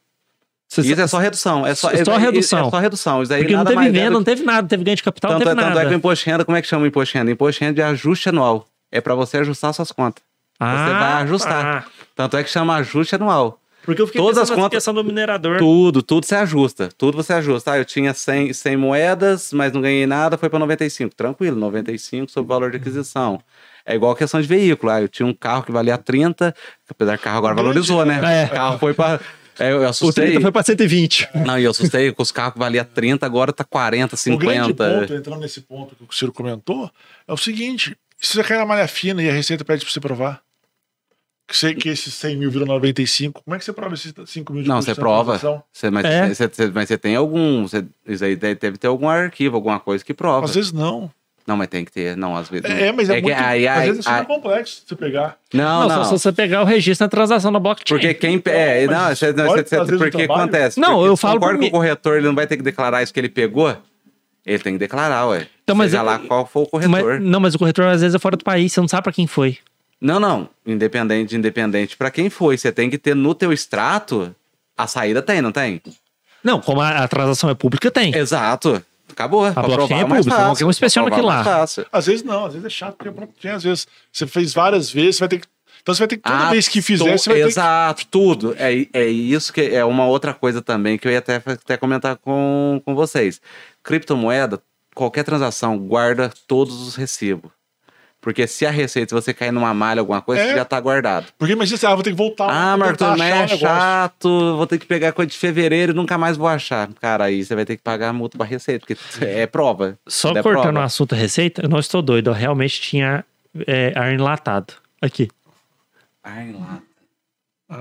Speaker 2: Você
Speaker 3: Isso é só redução. É
Speaker 2: Só
Speaker 3: só, é- é-
Speaker 2: redução.
Speaker 3: É só redução. Isso aí
Speaker 2: Porque não tá
Speaker 3: nada
Speaker 2: teve
Speaker 3: mais é
Speaker 2: venda,
Speaker 3: do
Speaker 2: não teve nada, não teve ganho de capital,
Speaker 3: Tanto,
Speaker 2: não
Speaker 3: é-
Speaker 2: teve
Speaker 3: tanto é
Speaker 2: nada.
Speaker 3: que o imposto de renda, como é que chama o imposto de renda? Imposto de renda é ajuste anual. É para você ajustar suas contas.
Speaker 2: Ah,
Speaker 3: vai ajustar.
Speaker 2: tá.
Speaker 3: Tanto é que chama ajuste anual.
Speaker 2: Porque eu fiquei
Speaker 3: Todas
Speaker 2: pensando
Speaker 3: as
Speaker 2: nessa
Speaker 3: contas-
Speaker 2: questão do minerador.
Speaker 3: Tudo, tudo você ajusta. Tudo você ajusta. Ah, eu tinha 100, 100 moedas, mas não ganhei nada, foi para 95. Tranquilo, 95 sobre o valor de aquisição. É igual a questão de veículo. Ah, eu tinha um carro que valia 30, apesar que o carro agora valorizou, né?
Speaker 2: É.
Speaker 3: O carro foi para... Eu
Speaker 2: O
Speaker 3: assustei.
Speaker 2: 30 foi pra 120.
Speaker 3: Não, e eu assustei com os carros que valia 30, agora tá 40,
Speaker 1: O grande
Speaker 3: 50.
Speaker 1: ponto, é entrando nesse ponto que o Ciro comentou, é o seguinte: se você cai na malha fina e a receita pede pra você provar que, você, que esses 100 mil viram 95, como é que você prova esses 5 mil de
Speaker 3: Não,
Speaker 1: custo
Speaker 3: você
Speaker 1: de
Speaker 3: prova.
Speaker 1: transação?
Speaker 3: Você, mas,
Speaker 2: É.
Speaker 3: você, você- mas você tem algum. você- isso aí deve, deve ter algum arquivo, alguma coisa que prova.
Speaker 1: Às vezes não.
Speaker 3: Não, mas tem que ter. Não, às vezes.
Speaker 1: É, mas é,
Speaker 3: que-
Speaker 1: muito.
Speaker 3: aí-
Speaker 1: às
Speaker 3: aí-
Speaker 1: vezes é super
Speaker 3: aí-
Speaker 1: complexo você pegar.
Speaker 3: não, não.
Speaker 2: só se você pegar o registro na transação na blockchain.
Speaker 3: Porque quem. É,
Speaker 1: então, Mas
Speaker 3: não,
Speaker 1: isso
Speaker 3: você, não,
Speaker 1: pode
Speaker 3: você- você-
Speaker 1: fazer do
Speaker 3: porque
Speaker 1: trabalho?
Speaker 3: acontece.
Speaker 2: Não,
Speaker 3: porque
Speaker 2: eu
Speaker 3: você
Speaker 2: falo
Speaker 3: concorda
Speaker 2: por
Speaker 3: que
Speaker 2: mim.
Speaker 3: o corretor ele não vai ter que declarar isso que ele pegou? Ele tem que declarar, ué.
Speaker 2: Então, mas
Speaker 3: Seja
Speaker 2: eu-
Speaker 3: lá qual for o
Speaker 2: Mas-
Speaker 3: corretor.
Speaker 2: não, mas o corretor às vezes é fora do país, você não sabe pra quem foi.
Speaker 3: Não, não. Independente, independente pra quem foi. Você tem que ter no teu extrato. A saída tem, não tem?
Speaker 2: Não, como a, a transação é pública, tem.
Speaker 3: Exato. Acabou. Pra
Speaker 2: blockchain
Speaker 3: provar
Speaker 2: é
Speaker 3: mais
Speaker 2: pública,
Speaker 3: fácil.
Speaker 2: eu inspeciono
Speaker 3: Pra provar é
Speaker 2: aquilo
Speaker 3: mais fácil.
Speaker 1: Às vezes não, às vezes é chato, porque a blockchain, às vezes você fez várias vezes, você vai ter que. Então você vai ter que, toda
Speaker 3: Ah,
Speaker 1: vez que
Speaker 3: tu-
Speaker 1: fizer, você vai ter que.
Speaker 3: Exato, tudo. É, é isso que é uma outra coisa também que eu ia até, até comentar com, com vocês. Criptomoeda, qualquer transação, guarda todos os recibos. Porque se a receita, se você cair numa malha, alguma coisa,
Speaker 1: É. tá
Speaker 3: você já tá guardado.
Speaker 1: Porque imagina assim, ah, vou ter que voltar.
Speaker 3: Ah,
Speaker 1: vou
Speaker 3: Marco,
Speaker 1: tentar
Speaker 3: mas
Speaker 1: achar
Speaker 3: é
Speaker 1: o negócio.
Speaker 3: chato, vou ter que pegar coisa de fevereiro e nunca mais vou achar. Cara, aí você vai ter que pagar a multa pra receita, porque é prova.
Speaker 2: Só
Speaker 3: É
Speaker 2: cortando
Speaker 3: prova.
Speaker 2: o assunto receita, eu não estou doido, eu realmente tinha é, ar enlatado. Aqui.
Speaker 3: Ai, lá.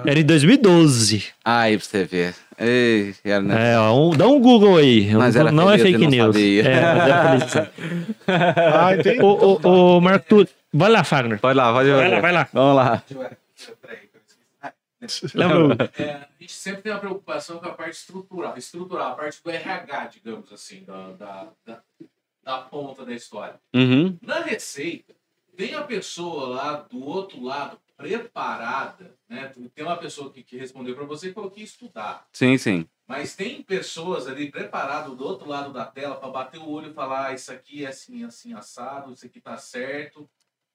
Speaker 2: Era em 2012.
Speaker 3: Ai, pra você ver. Ei, era, né?
Speaker 2: É, ó, um- dá um Google aí.
Speaker 3: Mas era
Speaker 2: não é
Speaker 3: feliz e
Speaker 2: fake
Speaker 3: não
Speaker 2: news.
Speaker 3: sabia.
Speaker 2: É, mas era feliz e sabe.
Speaker 1: Ah, entendi.
Speaker 2: Ô, ô, ô, Marco, tu... vai lá, Fagner.
Speaker 3: Vai lá, vai,
Speaker 2: Vai lá, vai lá.
Speaker 3: Vamos lá.
Speaker 4: Peraí, que eu esqueci.
Speaker 2: Lembra?
Speaker 4: É, a gente sempre tem uma preocupação com a parte estrutural, estrutural, a parte do RH, digamos assim, da, da, da, da ponta da história.
Speaker 3: Uhum.
Speaker 4: Na Receita, tem a pessoa lá do outro lado preparada, né? Tem uma pessoa que, que respondeu para você e falou que ia estudar.
Speaker 3: Sim, sim.
Speaker 4: Mas tem pessoas ali preparadas do outro lado da tela para bater o olho e falar: ah, isso aqui é assim, assim, assado, isso aqui tá certo.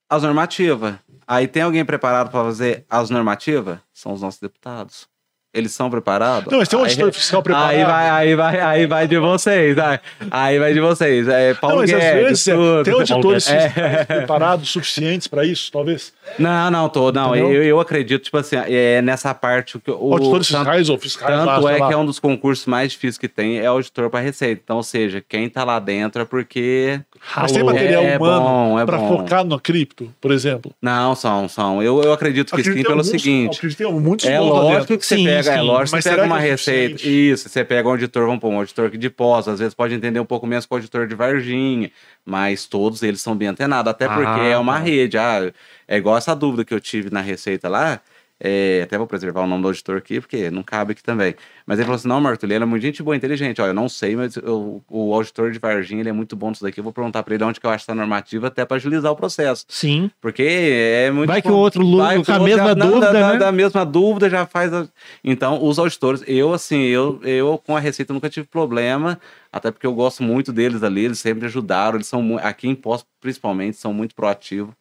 Speaker 3: As normativas. Aí tem alguém preparado para fazer as normativas? São os nossos deputados. eles são preparados?
Speaker 1: Não, mas tem um
Speaker 3: Aí-
Speaker 1: auditor fiscal preparado.
Speaker 3: Aí vai, aí vai, aí vai de vocês. Aí, aí vai de vocês. É,
Speaker 1: não,
Speaker 3: Paulo
Speaker 1: mas às
Speaker 3: Guedes,
Speaker 1: vezes é,
Speaker 3: tudo.
Speaker 1: tem auditores
Speaker 3: Paulo Guedes. É.
Speaker 1: fiscais preparados suficientes para isso, talvez.
Speaker 3: Não, não, tô, não.
Speaker 1: Entendeu?
Speaker 3: Eu, eu acredito, tipo assim, é nessa parte que o.
Speaker 1: auditores
Speaker 3: tanto-
Speaker 1: fiscais ou fiscais lá,
Speaker 3: Tanto
Speaker 1: sei
Speaker 3: é
Speaker 1: lá.
Speaker 3: que é um dos concursos mais difíceis que tem, é auditor para receita. Então, ou seja, quem tá lá dentro é porque.
Speaker 1: Mas tem
Speaker 2: Alô.
Speaker 1: material
Speaker 3: É bom,
Speaker 1: humano
Speaker 3: é
Speaker 1: pra
Speaker 3: bom.
Speaker 1: focar no cripto, por exemplo.
Speaker 3: Não, são, são. Eu, eu acredito que sim,
Speaker 1: Acredito em
Speaker 3: pelo
Speaker 1: alguns-
Speaker 3: seguinte.
Speaker 1: acredito em muitos
Speaker 3: É
Speaker 1: bons lá dentro.
Speaker 3: lógico que você
Speaker 2: Sim,
Speaker 3: pega, é
Speaker 2: sim,
Speaker 3: lógico que
Speaker 1: mas
Speaker 3: você
Speaker 1: será
Speaker 3: pega uma
Speaker 1: que é o
Speaker 3: receita.
Speaker 1: suficiente?
Speaker 3: Isso, você pega um auditor, vamos pôr um auditor que de pós, às vezes pode entender um pouco menos que o auditor de Varginha, mas todos eles são bem antenados, até porque
Speaker 2: Ah,
Speaker 3: é uma
Speaker 2: tá.
Speaker 3: rede. Ah, é igual essa dúvida que eu tive na receita lá. é, até vou preservar o nome do auditor aqui, porque não cabe aqui também. Mas ele falou assim: não, Marco, ele é muito gente boa, inteligente. Olha, eu não sei, mas eu- o auditor de Varginha ele é muito bom nisso daqui. Eu vou perguntar pra ele onde que eu acho essa normativa, até pra agilizar o processo.
Speaker 2: Sim.
Speaker 3: Porque é muito.
Speaker 2: Vai que o outro Lula
Speaker 3: Vai
Speaker 2: com a
Speaker 3: o outro
Speaker 2: mesma
Speaker 3: já- não,
Speaker 2: dúvida,
Speaker 3: da,
Speaker 2: né?
Speaker 3: da- da mesma dúvida já faz. a- Então, os auditores, eu assim, eu, eu com a Receita nunca tive problema, até porque eu gosto muito deles ali, eles sempre ajudaram, eles são mu- aqui em Pós, principalmente, são muito proativos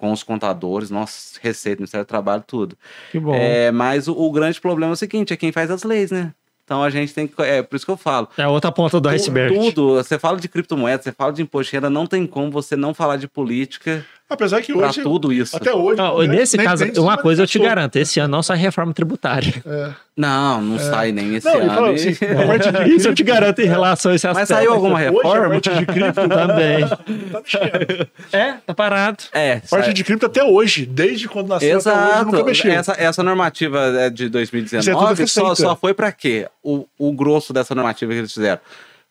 Speaker 3: com os contadores, nossa, Receita, Ministério do Trabalho, tudo.
Speaker 2: Que bom. É,
Speaker 3: É, mas o, o grande problema é o seguinte, é quem faz as leis, né? Então a gente tem que. É por isso que eu falo.
Speaker 2: a outra ponta do
Speaker 3: tu-
Speaker 2: iceberg.
Speaker 3: Tudo, você fala de criptomoeda, você fala de imposto de renda, não tem como você não falar de política
Speaker 1: Apesar que
Speaker 3: para
Speaker 1: hoje,
Speaker 3: tudo né? isso.
Speaker 1: até hoje... o
Speaker 2: Não,
Speaker 1: Congresso
Speaker 2: nesse
Speaker 1: nem-
Speaker 2: caso,
Speaker 1: nem se
Speaker 2: uma coisa eu te
Speaker 1: manifestou.
Speaker 2: garanto: esse ano não sai reforma tributária.
Speaker 3: Não, não sai nem esse
Speaker 1: É. Não, e
Speaker 3: ano.
Speaker 1: fala assim,
Speaker 3: e-
Speaker 1: a parte de
Speaker 2: Isso eu te garanto em relação a esse
Speaker 3: É. Mas
Speaker 2: aspecto. é
Speaker 3: saiu alguma
Speaker 1: Hoje a
Speaker 3: reforma?
Speaker 1: parte de cripto tá,
Speaker 2: Também.
Speaker 1: tá mexendo.
Speaker 2: É, tá parado.
Speaker 3: É,
Speaker 1: A parte
Speaker 3: sai-
Speaker 1: de cripto até hoje, desde quando nasceu até hoje,
Speaker 3: Exato.
Speaker 1: nunca mexeu.
Speaker 3: Essa, essa normativa é, de
Speaker 1: Isso é tudo
Speaker 3: 2019 só,
Speaker 1: receita.
Speaker 3: só foi para quê? O, o grosso dessa normativa que eles fizeram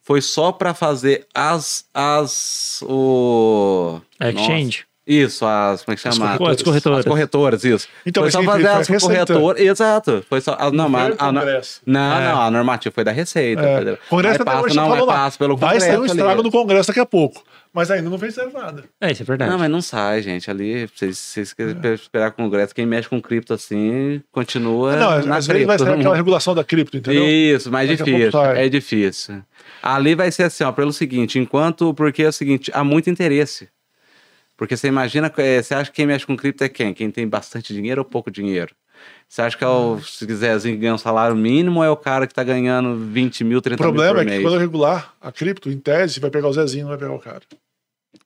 Speaker 3: foi só para fazer as. as o...
Speaker 2: Exchange.
Speaker 3: Nossa. Isso, as. Como é que
Speaker 1: As
Speaker 3: chama?
Speaker 1: corretoras.
Speaker 2: As corretoras.
Speaker 3: As corretoras, isso.
Speaker 1: Então,
Speaker 3: foi
Speaker 1: mas
Speaker 3: só
Speaker 1: quem
Speaker 3: fazer
Speaker 1: fez?
Speaker 3: as
Speaker 1: Foi a Receita.
Speaker 3: corretoras. Exato. Foi só. ah, Não,
Speaker 1: Não
Speaker 3: mas.
Speaker 1: foi o
Speaker 3: a- Não,
Speaker 1: Congresso.
Speaker 2: É.
Speaker 3: não, a normativa foi da Receita.
Speaker 1: É.
Speaker 3: entendeu?
Speaker 1: O Congresso
Speaker 3: Aí
Speaker 1: até
Speaker 3: passa-
Speaker 1: hoje
Speaker 3: não,
Speaker 1: falou
Speaker 3: aí
Speaker 1: lá,
Speaker 3: passa pelo
Speaker 1: vai ser um
Speaker 3: Congresso ali.
Speaker 1: estrago no Congresso daqui a pouco. Mas ainda não fizeram nada.
Speaker 2: É, isso é verdade.
Speaker 3: Não, mas não sai, gente. Ali, se vocês, vocês
Speaker 1: É.
Speaker 3: querem esperar o Congresso, quem mexe com cripto assim, continua.
Speaker 1: É, não,
Speaker 3: na
Speaker 1: às vezes vai
Speaker 3: cripto, né?
Speaker 1: ser
Speaker 3: não-
Speaker 1: aquela regulação da cripto, entendeu?
Speaker 3: Isso, mais
Speaker 1: Daqui a
Speaker 3: difícil.
Speaker 1: pouco sai.
Speaker 3: É difícil. Ali vai ser assim, ó, pelo seguinte, enquanto. Porque é o seguinte, há muito interesse. Porque você imagina, eh, você acha que quem mexe com cripto é quem? Quem tem bastante dinheiro ou pouco dinheiro? Você acha que é o, se quiser assim, ganhar um salário mínimo, é o cara que tá ganhando 20 mil,
Speaker 1: O
Speaker 3: 30 mil
Speaker 1: problema
Speaker 3: tá por
Speaker 1: é que
Speaker 3: mês?
Speaker 1: quando eu regular a cripto, em tese, vai pegar o Zezinho, não vai pegar o cara.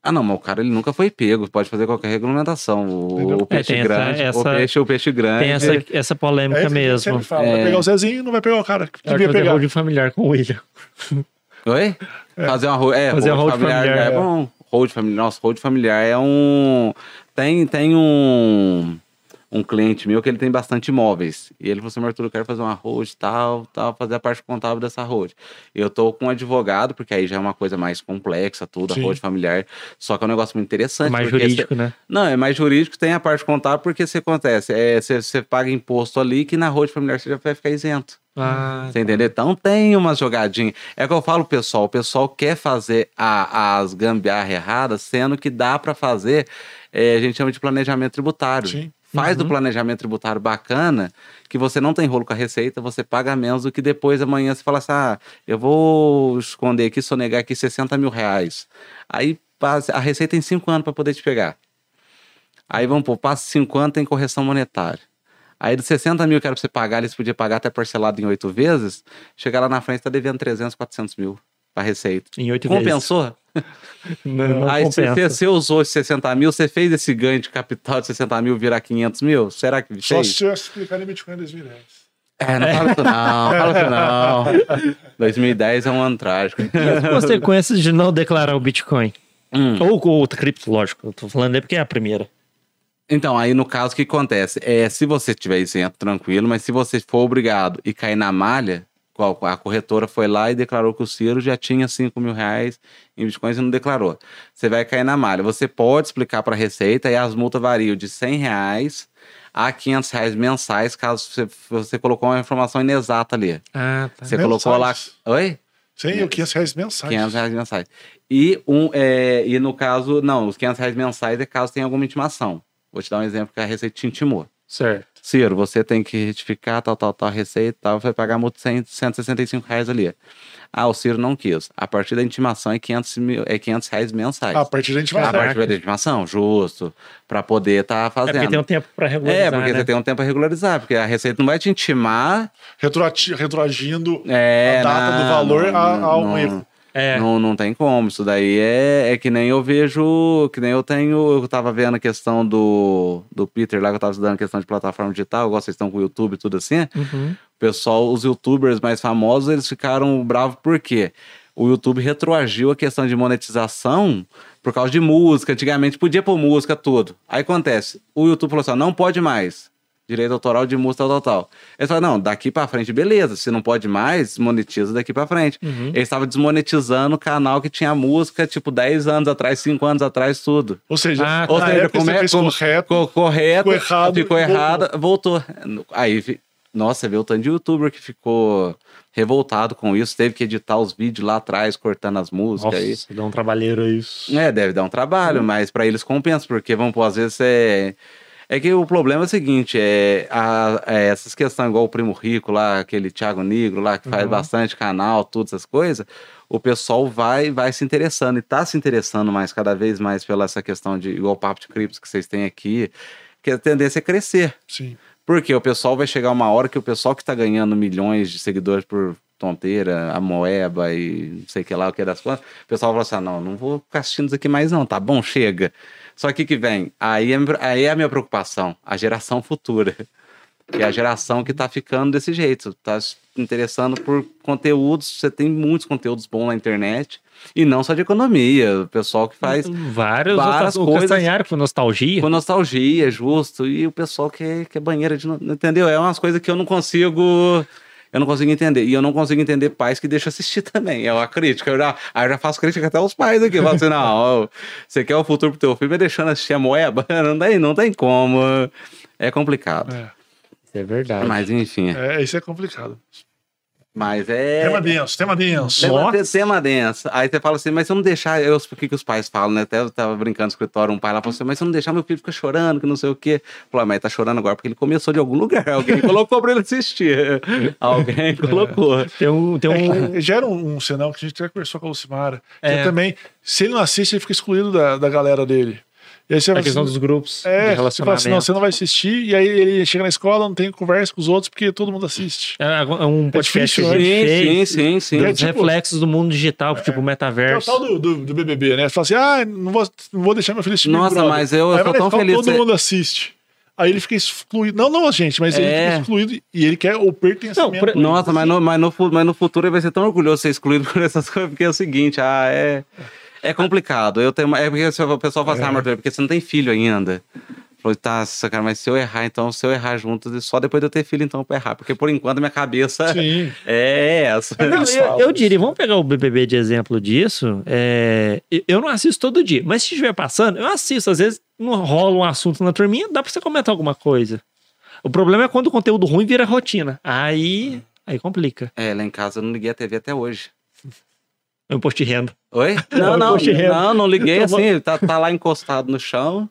Speaker 3: Ah, não, mas o cara ele nunca foi pego, pode fazer qualquer regulamentação. O,
Speaker 1: Entendeu?
Speaker 3: o peixe
Speaker 2: É, tem essa-
Speaker 3: grande, o
Speaker 2: essa-
Speaker 3: peixe, o peixe grande.
Speaker 2: Tem essa, essa
Speaker 1: É
Speaker 2: polêmica
Speaker 1: isso que eu
Speaker 2: mesmo.
Speaker 1: sempre falo, Vai
Speaker 3: É.
Speaker 1: pegar o Zezinho, não vai pegar o cara que
Speaker 2: É o que
Speaker 1: devia
Speaker 2: fazer
Speaker 1: pegar.
Speaker 2: holding familiar com o William.
Speaker 3: Oi? Fazer uma ro- é,
Speaker 2: Fazer
Speaker 3: hold,
Speaker 2: uma hold
Speaker 3: familiar,
Speaker 2: familiar,
Speaker 3: é
Speaker 2: é.
Speaker 3: bom. Hold familiar, nossa, hold familiar é um tem tem um um cliente meu que ele tem bastante imóveis. E ele falou assim, Arthur, eu quero fazer uma hold, tal, tal, fazer a parte contábil dessa hold. Eu tô com um advogado, porque aí já é uma coisa mais complexa, tudo,
Speaker 1: Sim.
Speaker 3: a hold familiar. Só que é um negócio muito interessante.
Speaker 2: Mais
Speaker 3: porque você-
Speaker 2: jurídico, né?
Speaker 3: não, é mais jurídico, tem a parte contábil, porque se acontece, é, você, você paga imposto ali que na rede familiar você já vai ficar isento.
Speaker 2: Ah,
Speaker 3: Você entendeu? Então tem uma jogadinha. É o que eu falo, pessoal. O pessoal quer fazer a- as gambiarras erradas, sendo que dá para fazer, é, a gente chama de planejamento tributário.
Speaker 1: Sim.
Speaker 3: Faz do planejamento tributário bacana, que você não tem rolo com a receita, você paga menos do que depois amanhã você fala assim: ah, eu vou esconder aqui, sonegar aqui 60 mil reais. Aí passa- a receita tem cinco anos para poder te pegar. Aí vamos pôr, passa 50 em correção monetária. Aí dos 60 mil que era pra você pagar, eles podiam pagar até parcelado em oito vezes. Chegar lá na frente, tá devendo 300, 400 mil pra receita.
Speaker 2: em oito vezes.
Speaker 3: Compensou?
Speaker 2: Não, não
Speaker 3: Aí você,
Speaker 2: compensa.
Speaker 3: você- você usou esses 60 mil, você fez esse ganho de capital de 60 mil virar 500 mil? Será que
Speaker 1: Só se
Speaker 3: fez?
Speaker 1: tivesse explicado em Bitcoin em 2000 reais.
Speaker 3: É, não fala isso não, fala isso não. 2010 é um ano trágico.
Speaker 2: As consequências de não declarar o Bitcoin.
Speaker 3: Hum.
Speaker 2: Ou com outra cripto, lógico. Eu tô falando aí porque é a primeira.
Speaker 3: Então, aí no caso, o que acontece? É, se você estiver isento, tranquilo, mas se você for obrigado e cair na malha, qual- a corretora foi lá e declarou que o Ciro já tinha 5 mil reais em bitcoins e não declarou. Você vai cair na malha. Você pode explicar para a Receita e as multas variam de 100 reais a 500 reais mensais, caso você, você colocou uma informação inexata ali.
Speaker 2: Ah, tá.
Speaker 3: Você
Speaker 1: Mensais?
Speaker 3: colocou lá... Oi?
Speaker 1: Sem o 500 reais mensais.
Speaker 3: 500 reais mensais. E, um, é, e no caso, não, os 500 reais mensais é caso tenha alguma intimação. Vou te dar um exemplo que a Receita te intimou.
Speaker 2: Certo.
Speaker 3: Ciro, você tem que retificar tal, tal, tal receita, tal, vai pagar a multa de 100, 165 reais ali. Ah, o Ciro não quis. A partir da intimação é 500, mil, é 500 reais mensais.
Speaker 1: Ah,
Speaker 2: Ah,
Speaker 1: A partir da gente vai
Speaker 3: a
Speaker 1: dar.
Speaker 3: partir da intimação, justo, para poder estar
Speaker 2: É porque
Speaker 3: Tá fazendo.
Speaker 2: tem um tempo pra regularizar,
Speaker 3: É, porque
Speaker 2: né?
Speaker 3: você tem um tempo para regularizar, porque a Receita não vai te intimar
Speaker 1: Retroati- retroagindo
Speaker 3: é,
Speaker 1: a data
Speaker 3: na-
Speaker 1: do valor a, a um
Speaker 3: no-
Speaker 1: erro.
Speaker 2: É,
Speaker 3: Não, não tem como. Isso daí é, é que nem eu vejo, que nem eu tenho. Eu tava vendo a questão do, do Peter lá, que eu tava estudando a questão de plataforma digital, igual vocês estão com o YouTube e tudo assim.
Speaker 2: uhum.
Speaker 3: O pessoal, os youtubers mais famosos, eles ficaram bravos por quê? O YouTube retroagiu a questão de monetização por causa de música. Antigamente podia pôr música, tudo. Aí acontece, o YouTube falou assim: ó, não pode mais. Direito autoral de música, tal, tal, tal. Eles falaram, não, daqui pra frente, beleza. Se não pode mais, monetiza daqui pra frente. Eles estavam desmonetizando o canal que tinha música, tipo, 10 anos atrás, 5 anos atrás, tudo.
Speaker 1: Ou seja,
Speaker 2: Ah,
Speaker 1: na
Speaker 3: Ou seja,
Speaker 1: época
Speaker 3: como
Speaker 1: você
Speaker 3: é-
Speaker 1: fez
Speaker 3: como-
Speaker 1: correto.
Speaker 3: Ficou correto,
Speaker 1: Ficou errado,
Speaker 3: ficou
Speaker 1: voltou.
Speaker 3: errado, voltou. Aí, vi- nossa, viu o tanto de youtuber que ficou revoltado com isso, teve que editar os vídeos lá atrás, cortando as músicas. aí.
Speaker 2: Nossa, dá um trabalheiro isso.
Speaker 3: É, deve dar um trabalho, mas pra eles compensa, porque vamos pôr, às vezes é. É que o problema é o seguinte, é, a- é essas questões igual o Primo Rico lá, aquele Thiago Negro lá, que faz
Speaker 2: Uhum.
Speaker 3: bastante canal, todas essas coisas, o pessoal vai vai se interessando e tá se interessando mais, cada vez mais pela essa questão de, igual o Papo de Criptos que vocês têm aqui, que a tendência é crescer.
Speaker 1: Sim.
Speaker 3: Porque o pessoal vai chegar uma hora que o pessoal que tá ganhando milhões de seguidores por tonteira, amoeba e não sei o que lá, o que é das coisas, o pessoal fala assim: ah, não, não vou ficar assistindo isso aqui mais, não, tá bom, chega. Só que que vem, aí é, aí é a minha preocupação, a geração futura. Que é a geração que tá ficando desse jeito, tá se interessando por conteúdos, você tem muitos conteúdos bons na internet, e não só de economia, o pessoal que faz
Speaker 2: Vários
Speaker 3: várias
Speaker 2: outras coisas. O
Speaker 3: coisas-
Speaker 2: Castanhari com nostalgia.
Speaker 3: com nostalgia, é justo. E o pessoal que, que é banheira de. no- Entendeu? É umas coisas que eu não consigo. Eu não consigo entender. E eu não consigo entender pais que deixam assistir também. É uma crítica. Eu já, aí eu já faço crítica até aos pais aqui. Eu falo assim, não, ó, você quer o futuro pro teu filho, mas deixando assistir a moeba? Não tem, não tem como. É complicado.
Speaker 1: É.
Speaker 2: Isso é verdade.
Speaker 3: Mas enfim.
Speaker 1: É, isso é complicado.
Speaker 3: Mas é.
Speaker 1: Tema denso, tema denso.
Speaker 3: Tema,
Speaker 2: Nossa.
Speaker 3: te- tema densa. Aí você fala assim, mas se eu não deixar, eu, o que, que os pais falam, né? Até eu tava brincando no escritório, um pai lá falou assim, mas se eu não deixar, meu filho fica chorando, que não sei o quê. Falou, ah, mas tá chorando agora porque ele começou de algum lugar. Alguém colocou pra ele assistir.
Speaker 2: É.
Speaker 3: Alguém colocou.
Speaker 2: Tem um. Tem um...
Speaker 1: É que gera um, um sinal que a gente até conversou com a Lucimara. Que
Speaker 2: É.
Speaker 1: é também, se ele não assiste, ele fica excluído da, da galera dele. E aí você
Speaker 2: A
Speaker 1: vai
Speaker 2: questão dos grupos
Speaker 1: é, você fala
Speaker 2: de relacionamento.
Speaker 1: assim, não, você não vai assistir, e aí ele chega na escola, não tem conversa com os outros, porque todo mundo assiste.
Speaker 2: É um podcast
Speaker 1: difícil,
Speaker 2: que a gente fez.
Speaker 3: Sim, sim, sim, sim.
Speaker 1: É,
Speaker 2: Os
Speaker 1: tipo-
Speaker 2: reflexos do mundo digital, tipo o
Speaker 1: É o
Speaker 2: metaverso.
Speaker 1: tal do, do, do BBB, né? Fala assim, ah, não vou, não vou deixar meu filho assistir Big
Speaker 3: Nossa,
Speaker 1: Brother.
Speaker 3: mas eu, eu
Speaker 1: Aí vai
Speaker 3: sou
Speaker 1: na
Speaker 3: tão
Speaker 1: escola,
Speaker 3: feliz.
Speaker 1: Todo mundo assiste. Aí ele fica excluído. Não, não, gente, mas ele
Speaker 3: É.
Speaker 1: fica excluído e ele quer o pertencimento.
Speaker 2: Não, por-
Speaker 3: Nossa, mas no, mas, no, fu- mas no futuro ele vai ser tão orgulhoso de ser excluído por essas coisas, porque é o seguinte, ah, é, é complicado. Eu tenho, é porque o pessoal fala assim, ah, Marcelo, é porque você não tem filho ainda. Falei, tá, cara, mas se eu errar, então, se eu errar junto, só depois de eu ter filho, então, pra errar. Porque por enquanto minha cabeça
Speaker 1: Sim.
Speaker 3: é essa.
Speaker 2: Não, eu, eu diria, vamos pegar o BBB de exemplo disso. é, eu- eu não assisto todo dia, mas se estiver passando, eu assisto. Às vezes não rola um assunto na turminha, dá pra você comentar alguma coisa. O problema é quando o conteúdo ruim vira rotina. Aí, aí complica.
Speaker 3: É, lá em casa eu não liguei a TV até hoje.
Speaker 2: É um imposto de renda.
Speaker 3: Oi?
Speaker 2: Não,
Speaker 3: Não, não,
Speaker 2: poxa, é-
Speaker 3: não, não, liguei
Speaker 2: Eu tô-
Speaker 3: assim, tá, tá lá encostado no chão.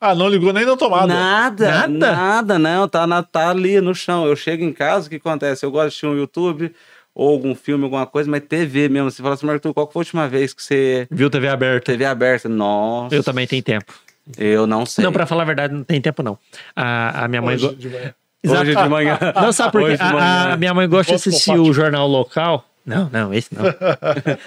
Speaker 1: Ah, não ligou nem na tomada.
Speaker 3: Nada,
Speaker 2: Nada?
Speaker 3: nada, não. Tá, na, tá ali no chão. Eu chego em casa, o que acontece? Eu gosto de assistir um YouTube ou algum filme, alguma coisa, mas TV mesmo. Você fala assim, Arthur, qual que foi a última vez que você.
Speaker 2: Viu TV aberta?
Speaker 3: TV aberta? Nossa.
Speaker 2: Eu também tenho tempo.
Speaker 3: Eu não sei.
Speaker 2: Não, pra falar a verdade, não tem tempo, não. A, a minha mãe.
Speaker 1: Hoje é
Speaker 2: go-
Speaker 1: de manhã.
Speaker 3: Hoje de manhã.
Speaker 2: Não, sabe por quê? Ah,
Speaker 3: Hoje de
Speaker 2: A, a
Speaker 3: manhã.
Speaker 2: minha mãe gosta de
Speaker 1: Volta pro
Speaker 2: assistir
Speaker 1: pátio.
Speaker 2: o jornal local. Não, não, esse não.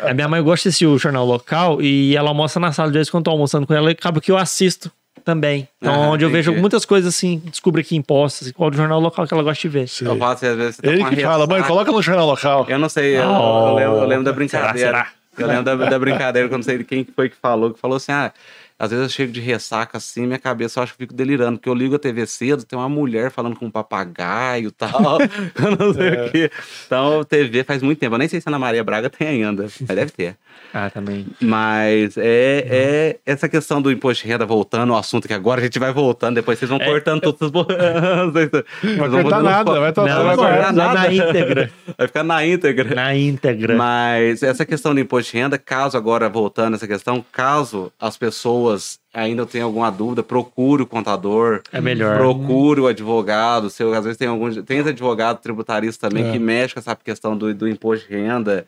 Speaker 2: a minha mãe gosta de assistir o jornal local e ela almoça na sala de vez em quando eu tô almoçando com ela e acaba que eu assisto também. Então,
Speaker 3: Ah,
Speaker 2: onde eu vejo
Speaker 3: entendi.
Speaker 2: muitas coisas assim, descubro aqui em postas, qual do jornal local que ela gosta de ver.
Speaker 1: Sei.
Speaker 3: Eu falo assim, às vezes você tá com
Speaker 1: Ele
Speaker 3: uma
Speaker 1: que fala, mãe,
Speaker 3: ressaca.
Speaker 1: coloca no jornal local.
Speaker 3: Eu não sei, eu,
Speaker 2: Oh.
Speaker 3: eu lembro, eu lembro da
Speaker 2: Será,
Speaker 3: brincadeira.
Speaker 2: será?
Speaker 3: Eu lembro da, da brincadeira, que eu não sei de quem que foi que falou, que falou assim: ah, às vezes eu chego de ressaca assim, minha cabeça eu acho que fico delirando, porque eu ligo a TV cedo, tem uma mulher falando com um papagaio e tal.
Speaker 1: Oh.
Speaker 3: eu não sei
Speaker 1: É.
Speaker 3: o quê. Então, TV faz muito tempo. Eu nem sei se a Ana Maria Braga tem ainda, mas deve ter.
Speaker 2: Ah, também.
Speaker 3: Mas é, é essa questão do imposto de renda voltando ao assunto que agora a gente vai voltando, depois vocês vão cortando todos os. bo- Vocês
Speaker 1: É Não vai
Speaker 3: vão
Speaker 1: cortar
Speaker 3: fazendo-
Speaker 1: nada, vai
Speaker 2: Não,
Speaker 1: tratar
Speaker 3: vai
Speaker 1: agora.
Speaker 3: guardar
Speaker 2: mas na- na
Speaker 3: nada.
Speaker 2: íntegra.
Speaker 3: Vai ficar na íntegra.
Speaker 2: Na íntegra.
Speaker 3: Mas essa questão do imposto de renda, caso agora, voltando a essa questão, caso as pessoas pessoas ainda tem alguma dúvida, procure o contador,
Speaker 2: É melhor.
Speaker 3: procure o advogado. Seu, às vezes tem algum. Tem advogado tributarista também
Speaker 1: É.
Speaker 3: que mexe com essa questão do, do imposto de renda.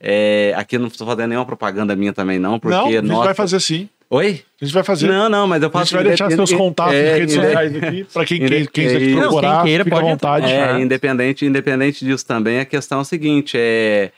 Speaker 3: É, aqui eu não estou fazendo nenhuma propaganda minha também, não, porque.
Speaker 1: não, a gente
Speaker 3: nossa-
Speaker 1: vai fazer sim.
Speaker 3: Oi?
Speaker 1: A gente vai fazer.
Speaker 3: Não, não, mas eu
Speaker 1: a
Speaker 3: faço.
Speaker 1: gente vai deixar
Speaker 3: independ-
Speaker 1: seus contatos
Speaker 3: é,
Speaker 1: em redes
Speaker 3: é,
Speaker 1: sociais aqui, pra quem, quem,
Speaker 3: Independente.
Speaker 1: quem quiser te
Speaker 3: Não, quem
Speaker 1: procurar,
Speaker 2: queira
Speaker 1: fica à
Speaker 2: pode entrar.
Speaker 1: vontade.
Speaker 3: É,
Speaker 2: né?
Speaker 3: independente, independente disso também, a questão é o seguinte: é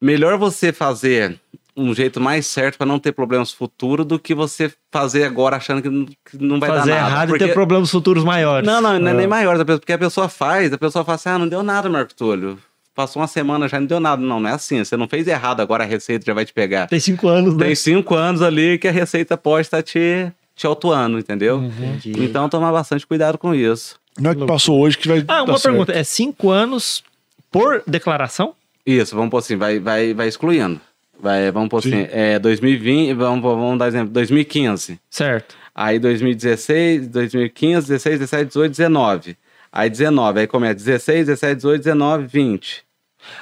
Speaker 3: melhor você fazer um jeito mais certo para não ter problemas futuros do que você fazer agora achando que não, que não vai
Speaker 2: Fazer
Speaker 3: dar nada.
Speaker 2: errado
Speaker 3: porque...
Speaker 2: e ter problemas futuros maiores. Ah,
Speaker 3: Não, não, não é
Speaker 1: É.
Speaker 3: nem maior, da pessoa- porque a pessoa faz, a pessoa fala assim: ah, não deu nada, Marco Túlio. Passou uma semana já, não deu nada. Não, não é assim. Você não fez errado, agora a receita já vai te pegar.
Speaker 2: Tem cinco anos, né?
Speaker 3: Tem cinco anos ali que a receita pode estar te, te autuando, entendeu?
Speaker 2: Entendi.
Speaker 3: Então, tomar bastante cuidado com isso.
Speaker 1: Não é que passou hoje que vai.
Speaker 2: Ah,
Speaker 3: Tá
Speaker 2: uma
Speaker 1: dar certo.
Speaker 2: pergunta. É cinco anos por declaração?
Speaker 3: Isso, vamos pôr assim, vai, vai, vai excluindo. Vai, vamos pôr
Speaker 1: Sim.
Speaker 3: assim, é, 2020, vamos, pôr- vamos dar exemplo, 2015.
Speaker 2: Certo.
Speaker 3: Aí 2016, 2015, 16, 17, 18, 19. Aí 19, aí é? começa 16, 17, 18, 19, 20.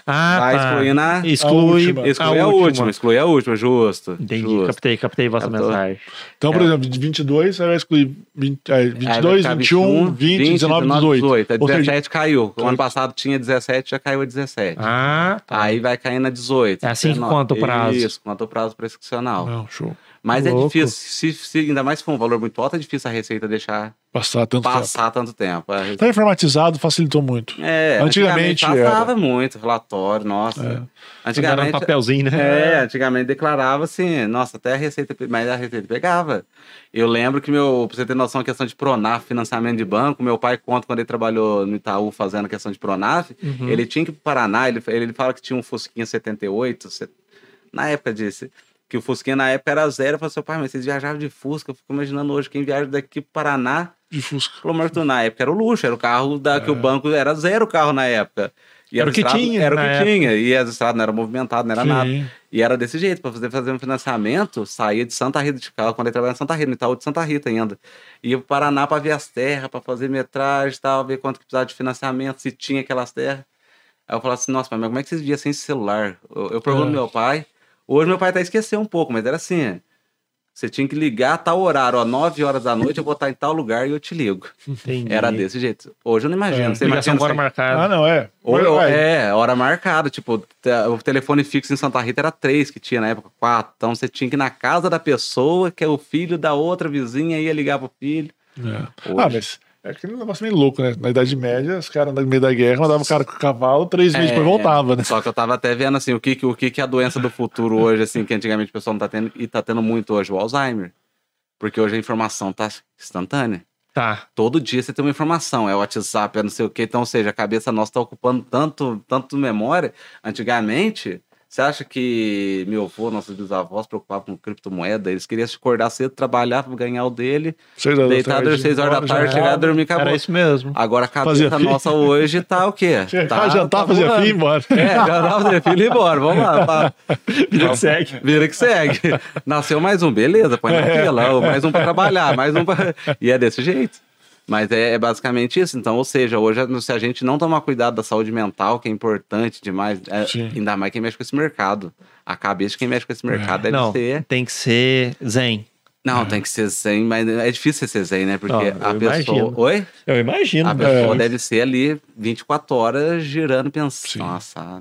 Speaker 2: Ah,
Speaker 3: Vai
Speaker 2: tá.
Speaker 3: excluindo a-
Speaker 2: Exclui
Speaker 1: A
Speaker 3: Exclui a, última. exclui a última, justo.
Speaker 2: Entendi.
Speaker 3: justo.
Speaker 2: Captei, captei vossa
Speaker 3: Captou.
Speaker 2: mensagem.
Speaker 1: Então, por
Speaker 3: É.
Speaker 1: exemplo, de 22, aí vai excluir 20, é,
Speaker 3: Aí vai
Speaker 1: 22,
Speaker 3: ficar
Speaker 1: 21, 20, 19, 18.
Speaker 3: Aí
Speaker 1: Ou seja,
Speaker 3: 17 caiu. O
Speaker 1: Então-
Speaker 3: ano passado tinha 17, já caiu a 17.
Speaker 2: Ah, tá.
Speaker 3: Aí vai caindo a 18.
Speaker 2: É assim que
Speaker 3: 19.
Speaker 2: conta o prazo. Ah.
Speaker 3: Isso, conta o prazo prescricional.
Speaker 1: Não, show.
Speaker 3: Mas é
Speaker 2: Louco.
Speaker 3: difícil, se, se- ainda mais se for um valor muito alto, é difícil a receita deixar
Speaker 1: Passar tanto tempo.
Speaker 3: passar tanto tempo. A rece-
Speaker 1: Tá informatizado, facilitou muito.
Speaker 3: É,
Speaker 1: Antigamente
Speaker 3: passava muito relatório, nossa.
Speaker 2: Era um
Speaker 3: Antigamente,
Speaker 2: papelzinho, né?
Speaker 3: é, antigamente declarava assim, nossa, até a receita, pe- mas a receita pegava. Eu lembro que meu, pra você ter noção, questão de Pronaf, financiamento de banco, meu pai conta quando ele trabalhou no Itaú fazendo a questão de Pronaf,
Speaker 2: Uhum.
Speaker 3: ele tinha que ir pro Paraná, ele, ele fala que tinha um Fusquinha 78, se- na época disse que o Fusquinha na época era zero, eu falei assim, pai, mas vocês viajavam de Fusca, eu fico imaginando hoje quem viaja daqui pro Paraná
Speaker 1: De Fusca.
Speaker 3: Falou, Marco, tu, na época era o luxo, era o carro da, que o banco era zero carro na época. E
Speaker 2: É. Era
Speaker 3: as
Speaker 2: o que
Speaker 3: estradas-
Speaker 2: tinha
Speaker 3: Era o
Speaker 2: na
Speaker 3: que
Speaker 2: época.
Speaker 3: tinha. E as estradas não eram movimentadas, não era nada.
Speaker 1: Sim.
Speaker 3: E era desse jeito, para fazer, fazer um financiamento, saía de Santa Rita de carro, quando ele trabalhava em Santa Rita, no Itaú de Santa Rita ainda. Ia para Paraná para ver as terras, para fazer metragem e tal, ver quanto que precisava de financiamento, se tinha aquelas terras. Aí eu falava assim, nossa, pai, mas como é que vocês viam sem esse celular? Eu, eu
Speaker 1: É.
Speaker 3: pergunto pro meu pai. Hoje meu pai até esqueceu um pouco, mas era assim. Você tinha que ligar a tal horário, ó, 9 horas da noite, eu vou estar em tal lugar e eu te ligo.
Speaker 2: Entendi.
Speaker 3: Era desse jeito. Hoje eu não imagino.
Speaker 1: É.
Speaker 3: Você
Speaker 2: Ligação
Speaker 3: imagina.
Speaker 2: agora
Speaker 3: Você...
Speaker 1: Ah,
Speaker 2: marcada.
Speaker 1: não, é.
Speaker 3: Ou-
Speaker 1: Vai,
Speaker 3: ou-
Speaker 1: vai.
Speaker 3: é, hora marcada. Tipo, te- o telefone fixo em Santa Rita era três que tinha na época, quatro. Então você tinha que ir na casa da pessoa, que é o filho da outra vizinha, ia ligar pro filho.
Speaker 1: É.
Speaker 3: Hoje.
Speaker 1: Ah, mas é aquele negócio meio louco, né? Na Idade Média, os caras no meio da guerra mandavam o cara com o cavalo, três meses
Speaker 3: É.
Speaker 1: depois voltava, né?
Speaker 3: Só que eu tava até vendo assim, o que, que- o que, que é a doença do futuro hoje, assim, que antigamente o pessoal não tá tendo, e tá tendo muito hoje, o Alzheimer. Porque hoje a informação tá instantânea.
Speaker 2: Tá.
Speaker 3: todo dia você tem uma informação, é WhatsApp, é não sei o quê. Então, ou seja, a cabeça nossa está ocupando tanto, tanto memória. Antigamente, você acha que meu avô, nossos bisavós, preocupavam com criptomoeda? Eles queriam se acordar cedo, trabalhar, ganhar o dele,
Speaker 1: Seis horas da
Speaker 3: deitar
Speaker 1: tarde,
Speaker 3: às seis horas da
Speaker 1: bora já.
Speaker 3: tarde, chegar, dormir,
Speaker 2: Era
Speaker 3: acabou. Ah,
Speaker 2: isso mesmo.
Speaker 3: Agora a
Speaker 1: Fazia
Speaker 3: cabeça nossa hoje tá o quê?
Speaker 1: Chegar,
Speaker 3: Tá,
Speaker 1: jantar, fazer
Speaker 3: voando.
Speaker 1: fim e ir embora.
Speaker 3: É, jantar, fazer filho e ir embora. Vamos lá. pá.
Speaker 2: Vida
Speaker 3: então,
Speaker 2: que segue.
Speaker 3: Vira que segue. Nasceu mais um, beleza, põe na
Speaker 1: É.
Speaker 3: fila, ó, mais um para trabalhar, mais um para. E é desse jeito. Mas é, é basicamente isso. Então, ou seja, hoje, se a gente não tomar cuidado da saúde mental, que é importante demais, é,
Speaker 1: Sim.
Speaker 3: ainda mais quem mexe com esse mercado. A cabeça de quem mexe com esse mercado
Speaker 1: É.
Speaker 3: deve
Speaker 2: Não,
Speaker 3: ser.
Speaker 2: tem que ser zen.
Speaker 3: Não, tem que ser zen, mas é difícil ser zen, né? Porque
Speaker 2: Não, eu
Speaker 3: a pessoa.
Speaker 2: imagino.
Speaker 3: Oi?
Speaker 2: Eu imagino.
Speaker 1: É.
Speaker 3: A pessoa deve ser ali 24 horas girando, pensando.
Speaker 1: Sim.
Speaker 3: Nossa,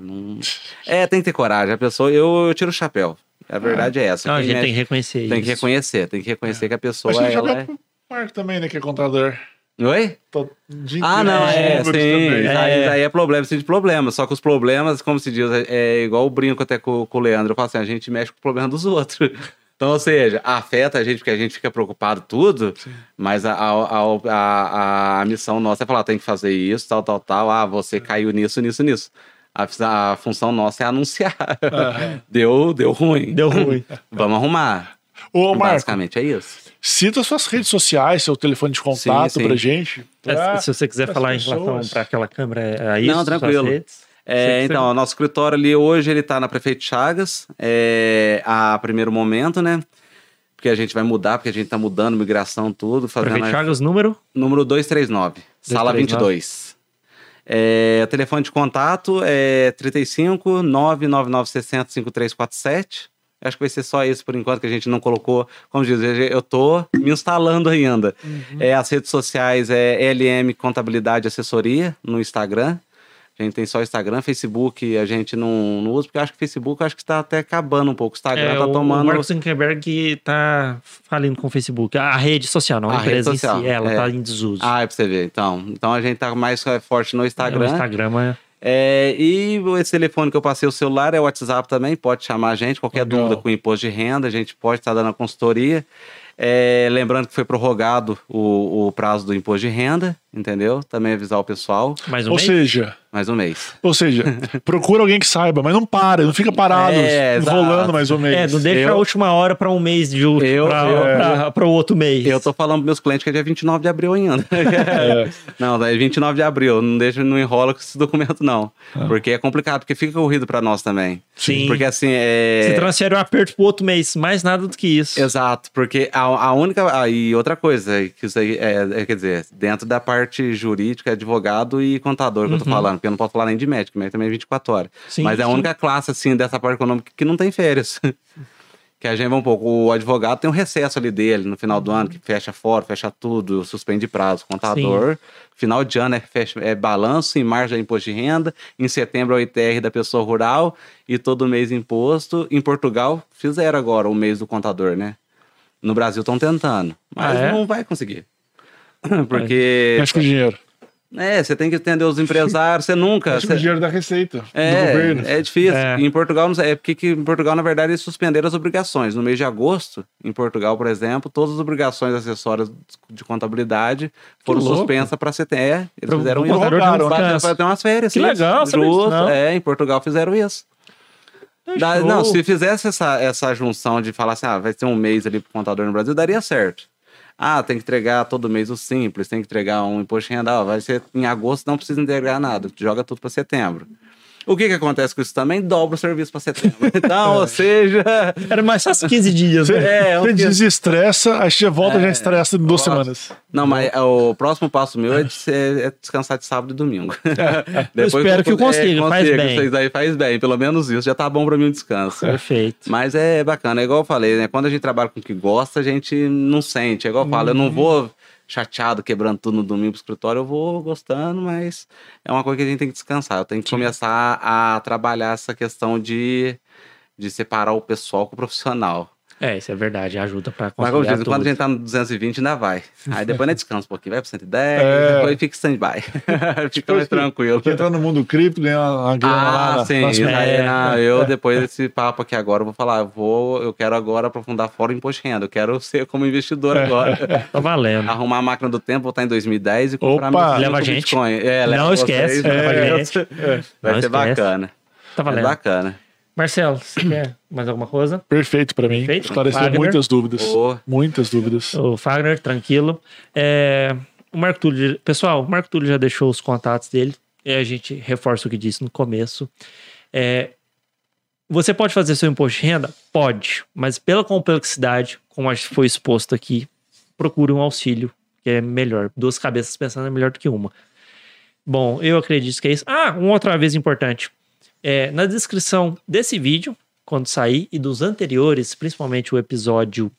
Speaker 3: não. É, tem que ter coragem. A pessoa, eu, eu tiro o chapéu. A verdade é essa.
Speaker 2: Não, a
Speaker 3: Quem
Speaker 2: gente tem
Speaker 3: mexe-
Speaker 2: que reconhecer
Speaker 3: tem
Speaker 2: isso.
Speaker 3: que reconhecer, tem que reconhecer que a pessoa é
Speaker 1: Mas você já
Speaker 3: ela
Speaker 1: viu o Marco também, né? Que é contador.
Speaker 3: é... Oi?
Speaker 1: Tô- de
Speaker 3: Ah, não, é,
Speaker 1: números
Speaker 3: sim.
Speaker 1: também.
Speaker 3: Isso aí, isso aí é problema, sim, de problema. Só que os problemas, como se diz, é- é igual o brinco até com, com o Leandro. Eu falo assim, a gente mexe com o problema dos outros. Então, ou seja, afeta a gente porque a gente fica preocupado tudo, mas a, a, a- a- a missão nossa é falar, tem que fazer isso, tal, tal, tal. Ah, você caiu nisso, nisso, nisso. A, a função nossa é anunciar. Deu, deu ruim.
Speaker 2: Deu ruim.
Speaker 3: Vamos arrumar.
Speaker 1: Ô, Marco,
Speaker 3: Basicamente é isso.
Speaker 1: Cita suas redes sociais, seu telefone de contato
Speaker 3: Sim, sim.
Speaker 1: pra gente.
Speaker 2: É,
Speaker 1: pra-
Speaker 2: se você quiser
Speaker 1: as
Speaker 2: falar em
Speaker 1: pessoas.
Speaker 2: relação para aquela câmera, aí
Speaker 3: Não, tranquilo. É,
Speaker 2: Você-
Speaker 3: então, o nosso escritório ali hoje ele tá na Prefeito Chagas, é, a primeiro momento, né? Porque a gente vai mudar, porque a gente tá mudando migração, tudo, fazendo
Speaker 2: Prefeito Chagas, número?
Speaker 3: número 239, sala
Speaker 2: 239.
Speaker 3: 22. É, telefone de contato é 35 999 60 5347. Eu acho que vai ser só isso por enquanto que a gente não colocou. Como diz, eu tô me instalando ainda.
Speaker 2: Uhum.
Speaker 3: É, as redes sociais é LM Contabilidade Assessoria no Instagram. A gente tem só Instagram, Facebook a gente não, não usa, porque eu acho que Facebook eu acho que está até acabando um pouco. O Instagram
Speaker 2: É,
Speaker 3: tá
Speaker 2: o-
Speaker 3: tomando.
Speaker 2: O Mark Zuckerberg tá falindo com o Facebook. A rede social, não a,
Speaker 3: A rede
Speaker 2: empresa em
Speaker 3: social,
Speaker 2: si. Ela
Speaker 3: é.
Speaker 2: tá em desuso.
Speaker 3: Ah, é pra você ver. Então, então a gente tá mais é, forte no
Speaker 2: É,
Speaker 3: Instagram.
Speaker 2: o Instagram mas
Speaker 3: É, e esse telefone que eu passei, o celular, é o WhatsApp também, pode chamar a gente, qualquer
Speaker 1: Legal.
Speaker 3: dúvida com imposto de renda, a gente pode estar dando a consultoria. É, lembrando que foi prorrogado o, o prazo do imposto de renda, entendeu? Também avisar o pessoal,
Speaker 2: mais um
Speaker 1: Ou
Speaker 2: mês.
Speaker 1: seja,
Speaker 3: mais um mês.
Speaker 1: ou seja, procura alguém que saiba, mas não para, não fica parado,
Speaker 3: É,
Speaker 1: enrolando
Speaker 3: exato.
Speaker 1: mais ou menos.
Speaker 2: É, não deixa
Speaker 3: Eu-
Speaker 2: a última hora pra um mês de último,
Speaker 3: Eu-
Speaker 2: pra,
Speaker 3: eu-
Speaker 2: pra- pra o outro mês.
Speaker 3: Eu tô falando pros meus clientes que é dia 29 de abril ainda. Não, daí é 29 de abril, não deixa, não enrola com esse documento não, porque é complicado, porque fica corrido para nós também.
Speaker 2: Sim.
Speaker 3: Porque assim,
Speaker 2: Você
Speaker 3: é...
Speaker 2: transfere o aperto pro outro mês, mais nada do que isso.
Speaker 3: Exato, porque a, a única. ah, e outra coisa, que isso aí é, é, quer dizer, dentro da parte jurídica, advogado e contador que eu tô falando, porque eu não posso falar nem de médico, médico também é 24 horas.
Speaker 2: Uhum. Sim,
Speaker 3: Mas é a
Speaker 2: sim.
Speaker 3: única classe, assim, dessa parte econômica que não tem férias. que a gente vai um pouco. O advogado tem um recesso ali dele no final do ano, que fecha fora, fecha tudo, suspende prazo. Contador, final de ano é, fecha, é balanço, em março é imposto de renda, em setembro é o ITR da pessoa rural e todo mês imposto. Em Portugal, fizeram agora o mês do contador, né? No Brasil estão tentando, mas
Speaker 2: Ah, é?
Speaker 3: não vai conseguir. Porque.
Speaker 1: Mexe com o dinheiro.
Speaker 3: É, você tem que entender os empresários, você nunca.
Speaker 1: Mexe com o
Speaker 3: você-
Speaker 1: dinheiro da Receita, do
Speaker 3: é,
Speaker 1: governo.
Speaker 3: é difícil.
Speaker 2: É.
Speaker 3: Em Portugal, não sei- é porque que em Portugal, na verdade, eles suspenderam as obrigações. No mês de agosto, em Portugal, por exemplo, todas as obrigações acessórias de contabilidade foram
Speaker 2: louco.
Speaker 3: suspensas para setembro. É, eles
Speaker 2: Pro-
Speaker 3: fizeram
Speaker 2: pro
Speaker 3: isso.
Speaker 2: contador
Speaker 1: prorrogaram,
Speaker 2: de
Speaker 3: Para
Speaker 2: descanso.
Speaker 3: para ter umas férias.
Speaker 2: Que
Speaker 3: sim.
Speaker 2: legal, sabia disso,
Speaker 3: Justo,
Speaker 2: não.
Speaker 3: É, em Portugal fizeram isso. Da-
Speaker 2: Então, É Show.
Speaker 3: não, se fizesse essa, essa junção de falar assim, ah, vai ter um mês ali pro contador no Brasil, daria certo. Ah, tem que entregar todo mês o simples, tem que entregar um imposto de renda, ó, vai ser em agosto, não precisa entregar nada, joga tudo para setembro. O que que acontece com isso também? Dobra o serviço para setembro. Então,
Speaker 2: É.
Speaker 3: ou seja,
Speaker 2: Era mais só 15 dias, né?
Speaker 3: é, um
Speaker 1: Você
Speaker 3: que-
Speaker 1: desestressa, aí você volta
Speaker 3: É.
Speaker 1: já estressa em duas
Speaker 3: Nossa.
Speaker 1: semanas.
Speaker 3: não, mas é, o próximo passo meu é, de ser- é descansar de sábado e domingo. Depois
Speaker 2: espero que eu consiga, faz
Speaker 3: consigo,
Speaker 2: bem.
Speaker 3: Vocês aí faz bem, pelo menos isso, já tá bom para mim o descanso.
Speaker 2: Perfeito.
Speaker 3: Mas é bacana, é igual eu falei, né? Quando a gente trabalha com o que gosta, a gente não sente. É igual eu falo, eu não vou chateado, quebrando tudo no domingo pro escritório, eu vou gostando, mas é uma coisa que a gente tem que descansar. Eu tenho que começar a trabalhar essa questão de, de separar o pessoal com o profissional.
Speaker 2: É, isso é verdade, ajuda pra
Speaker 3: Mas como
Speaker 2: conciliar
Speaker 3: diz, quando a
Speaker 2: tudo.
Speaker 3: gente tá no 220, ainda vai. Aí depois né, descansa um pouquinho, vai pro 110,
Speaker 1: É.
Speaker 3: depois fica stand-by. fica mais tranquilo.
Speaker 1: Quer entrar no mundo cripto, ganhar uma uma grana lá.
Speaker 3: Ah,
Speaker 1: na-
Speaker 3: sim.
Speaker 1: nas-
Speaker 3: isso aí,
Speaker 2: é.
Speaker 3: não, eu, depois desse papo aqui agora, eu vou falar, eu vou, eu quero agora aprofundar fora o imposto de renda. Eu quero ser como investidor agora.
Speaker 2: Tá valendo.
Speaker 3: Arrumar a máquina do tempo, voltar em 2010 e comprar
Speaker 1: Opa,
Speaker 3: meus
Speaker 2: leva a
Speaker 3: cinco
Speaker 2: gente.
Speaker 3: Bitcoin. É, leva
Speaker 2: Não
Speaker 3: vocês,
Speaker 2: esquece,
Speaker 3: leva
Speaker 2: leva a
Speaker 3: eu.
Speaker 2: gente.
Speaker 1: É,
Speaker 3: Vai
Speaker 2: Não
Speaker 3: ser
Speaker 2: esquece.
Speaker 3: bacana.
Speaker 2: Tá
Speaker 3: É
Speaker 2: valendo.
Speaker 3: bacana.
Speaker 2: Marcelo, você quer mais alguma coisa?
Speaker 1: Perfeito pra mim.
Speaker 2: Perfeito.
Speaker 1: Esclareceu
Speaker 2: Wagner.
Speaker 1: muitas dúvidas.
Speaker 3: Boa.
Speaker 1: Muitas dúvidas.
Speaker 2: O Fagner, tranquilo. É, o Marco Túlio, pessoal, o Marco Túlio já deixou os contatos dele. E a gente reforça o que disse no começo. É, você pode fazer seu imposto de renda? Pode, mas pela complexidade, como acho que foi exposto aqui, procure um auxílio, que é melhor. Duas cabeças pensando é melhor do que uma. Bom, eu acredito que é isso. Ah, uma outra vez importante. É, na descrição desse vídeo, quando sair, e dos anteriores, principalmente o episódio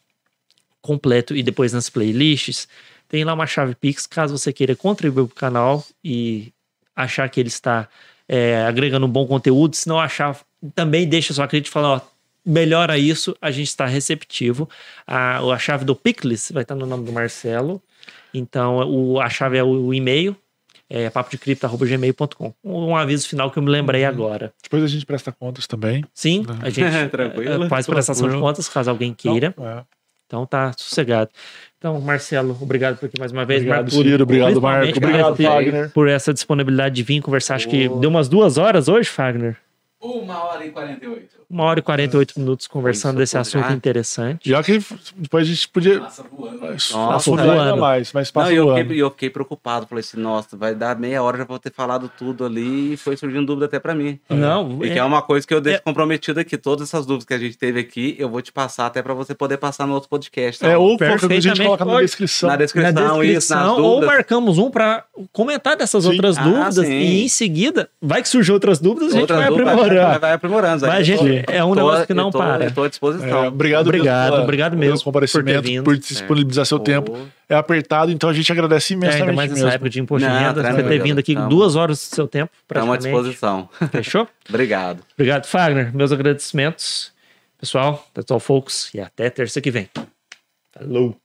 Speaker 2: completo e depois nas playlists, tem lá uma chave Pix, caso você queira contribuir para o canal e achar que ele está é, agregando um bom conteúdo. Se não achar, também deixa sua crítica e fala, ó, melhora isso, a gente está receptivo. A, a chave do Picles vai estar no nome do Marcelo. Então, o, a chave é o, o e-mail, é papodecripta.gmail.com. Um aviso final que eu me lembrei agora.
Speaker 1: Depois a gente presta contas também.
Speaker 2: Sim, a gente
Speaker 3: Tranquilo.
Speaker 2: eh, faz prestação de
Speaker 1: Tranquilo.
Speaker 2: contas, caso alguém queira.
Speaker 1: Então, é.
Speaker 2: Então tá sossegado. Então, Marcelo, obrigado por aqui mais uma vez.
Speaker 1: Obrigado,
Speaker 2: Marco,
Speaker 1: Ciro. Obrigado,
Speaker 2: principalmente
Speaker 1: Marco.
Speaker 3: obrigado,
Speaker 1: Obrigado,
Speaker 2: por-
Speaker 1: Wagner.
Speaker 2: Por essa disponibilidade de vir conversar. Acho que
Speaker 3: Boa.
Speaker 2: deu umas duas horas hoje, Fagner.
Speaker 4: Uma hora e 48.
Speaker 2: Uma hora e 48 minutos conversando
Speaker 3: Isso,
Speaker 2: desse
Speaker 3: pô,
Speaker 2: assunto
Speaker 3: já.
Speaker 2: interessante.
Speaker 1: Já que depois a gente podia
Speaker 4: Passa voando.
Speaker 1: afundar
Speaker 2: voando.
Speaker 1: ainda mais, mas
Speaker 3: Não,
Speaker 1: passa
Speaker 3: e eu,
Speaker 1: o ano.
Speaker 3: fiquei, e eu fiquei preocupado. Falei assim, nossa, vai dar meia hora, já vou ter falado tudo ali. E foi surgindo dúvida até pra mim.
Speaker 2: Não,
Speaker 3: E que
Speaker 2: é,
Speaker 3: é uma coisa que eu deixo
Speaker 2: É.
Speaker 3: comprometido aqui. Todas essas dúvidas que a gente teve aqui, eu vou te passar até pra você poder passar no outro podcast. tá
Speaker 1: É,
Speaker 3: bom?
Speaker 1: ou qualquer coisa a gente
Speaker 2: Perfeitamente
Speaker 1: coloca na
Speaker 2: pode.
Speaker 1: descrição.
Speaker 3: na
Speaker 2: na
Speaker 3: descrição, isso, nas
Speaker 2: descrição,
Speaker 3: dúvidas.
Speaker 2: ou marcamos um para comentar dessas
Speaker 1: Sim.
Speaker 2: outras
Speaker 3: Ah,
Speaker 2: dúvidas
Speaker 3: sim.
Speaker 2: e em seguida vai que surgem outras dúvidas, a gente
Speaker 3: Outras
Speaker 2: vai
Speaker 3: dúvidas, vai, vai aprimorando. Zé.
Speaker 2: Mas,
Speaker 3: Eu
Speaker 2: gente,
Speaker 3: tô-
Speaker 2: é um
Speaker 3: tô-
Speaker 2: negócio que
Speaker 3: eu
Speaker 2: não
Speaker 3: tô-
Speaker 2: para.
Speaker 3: Eu tô à
Speaker 1: É,
Speaker 3: disposição.
Speaker 1: obrigado,
Speaker 2: Obrigado,
Speaker 1: pelo,
Speaker 2: obrigado
Speaker 1: pelo
Speaker 2: mesmo por
Speaker 1: comparecimento,
Speaker 2: ter vindo.
Speaker 1: por disponibilizar seu
Speaker 3: Pô,
Speaker 1: tempo. É apertado, então a gente agradece
Speaker 2: É,
Speaker 1: imensamente
Speaker 2: ainda mais nessa
Speaker 1: mesmo.
Speaker 2: época de imposto de
Speaker 3: Não,
Speaker 2: renda, você ter
Speaker 3: tranquilo,
Speaker 2: vindo aqui
Speaker 3: tamo-
Speaker 2: duas horas do seu tempo,
Speaker 3: Estamos à
Speaker 2: praticamente.
Speaker 3: disposição.
Speaker 2: Fechou?
Speaker 3: Obrigado.
Speaker 2: Obrigado, Fagner. Meus agradecimentos. Pessoal, da Total Focus e até terça que vem. Falou!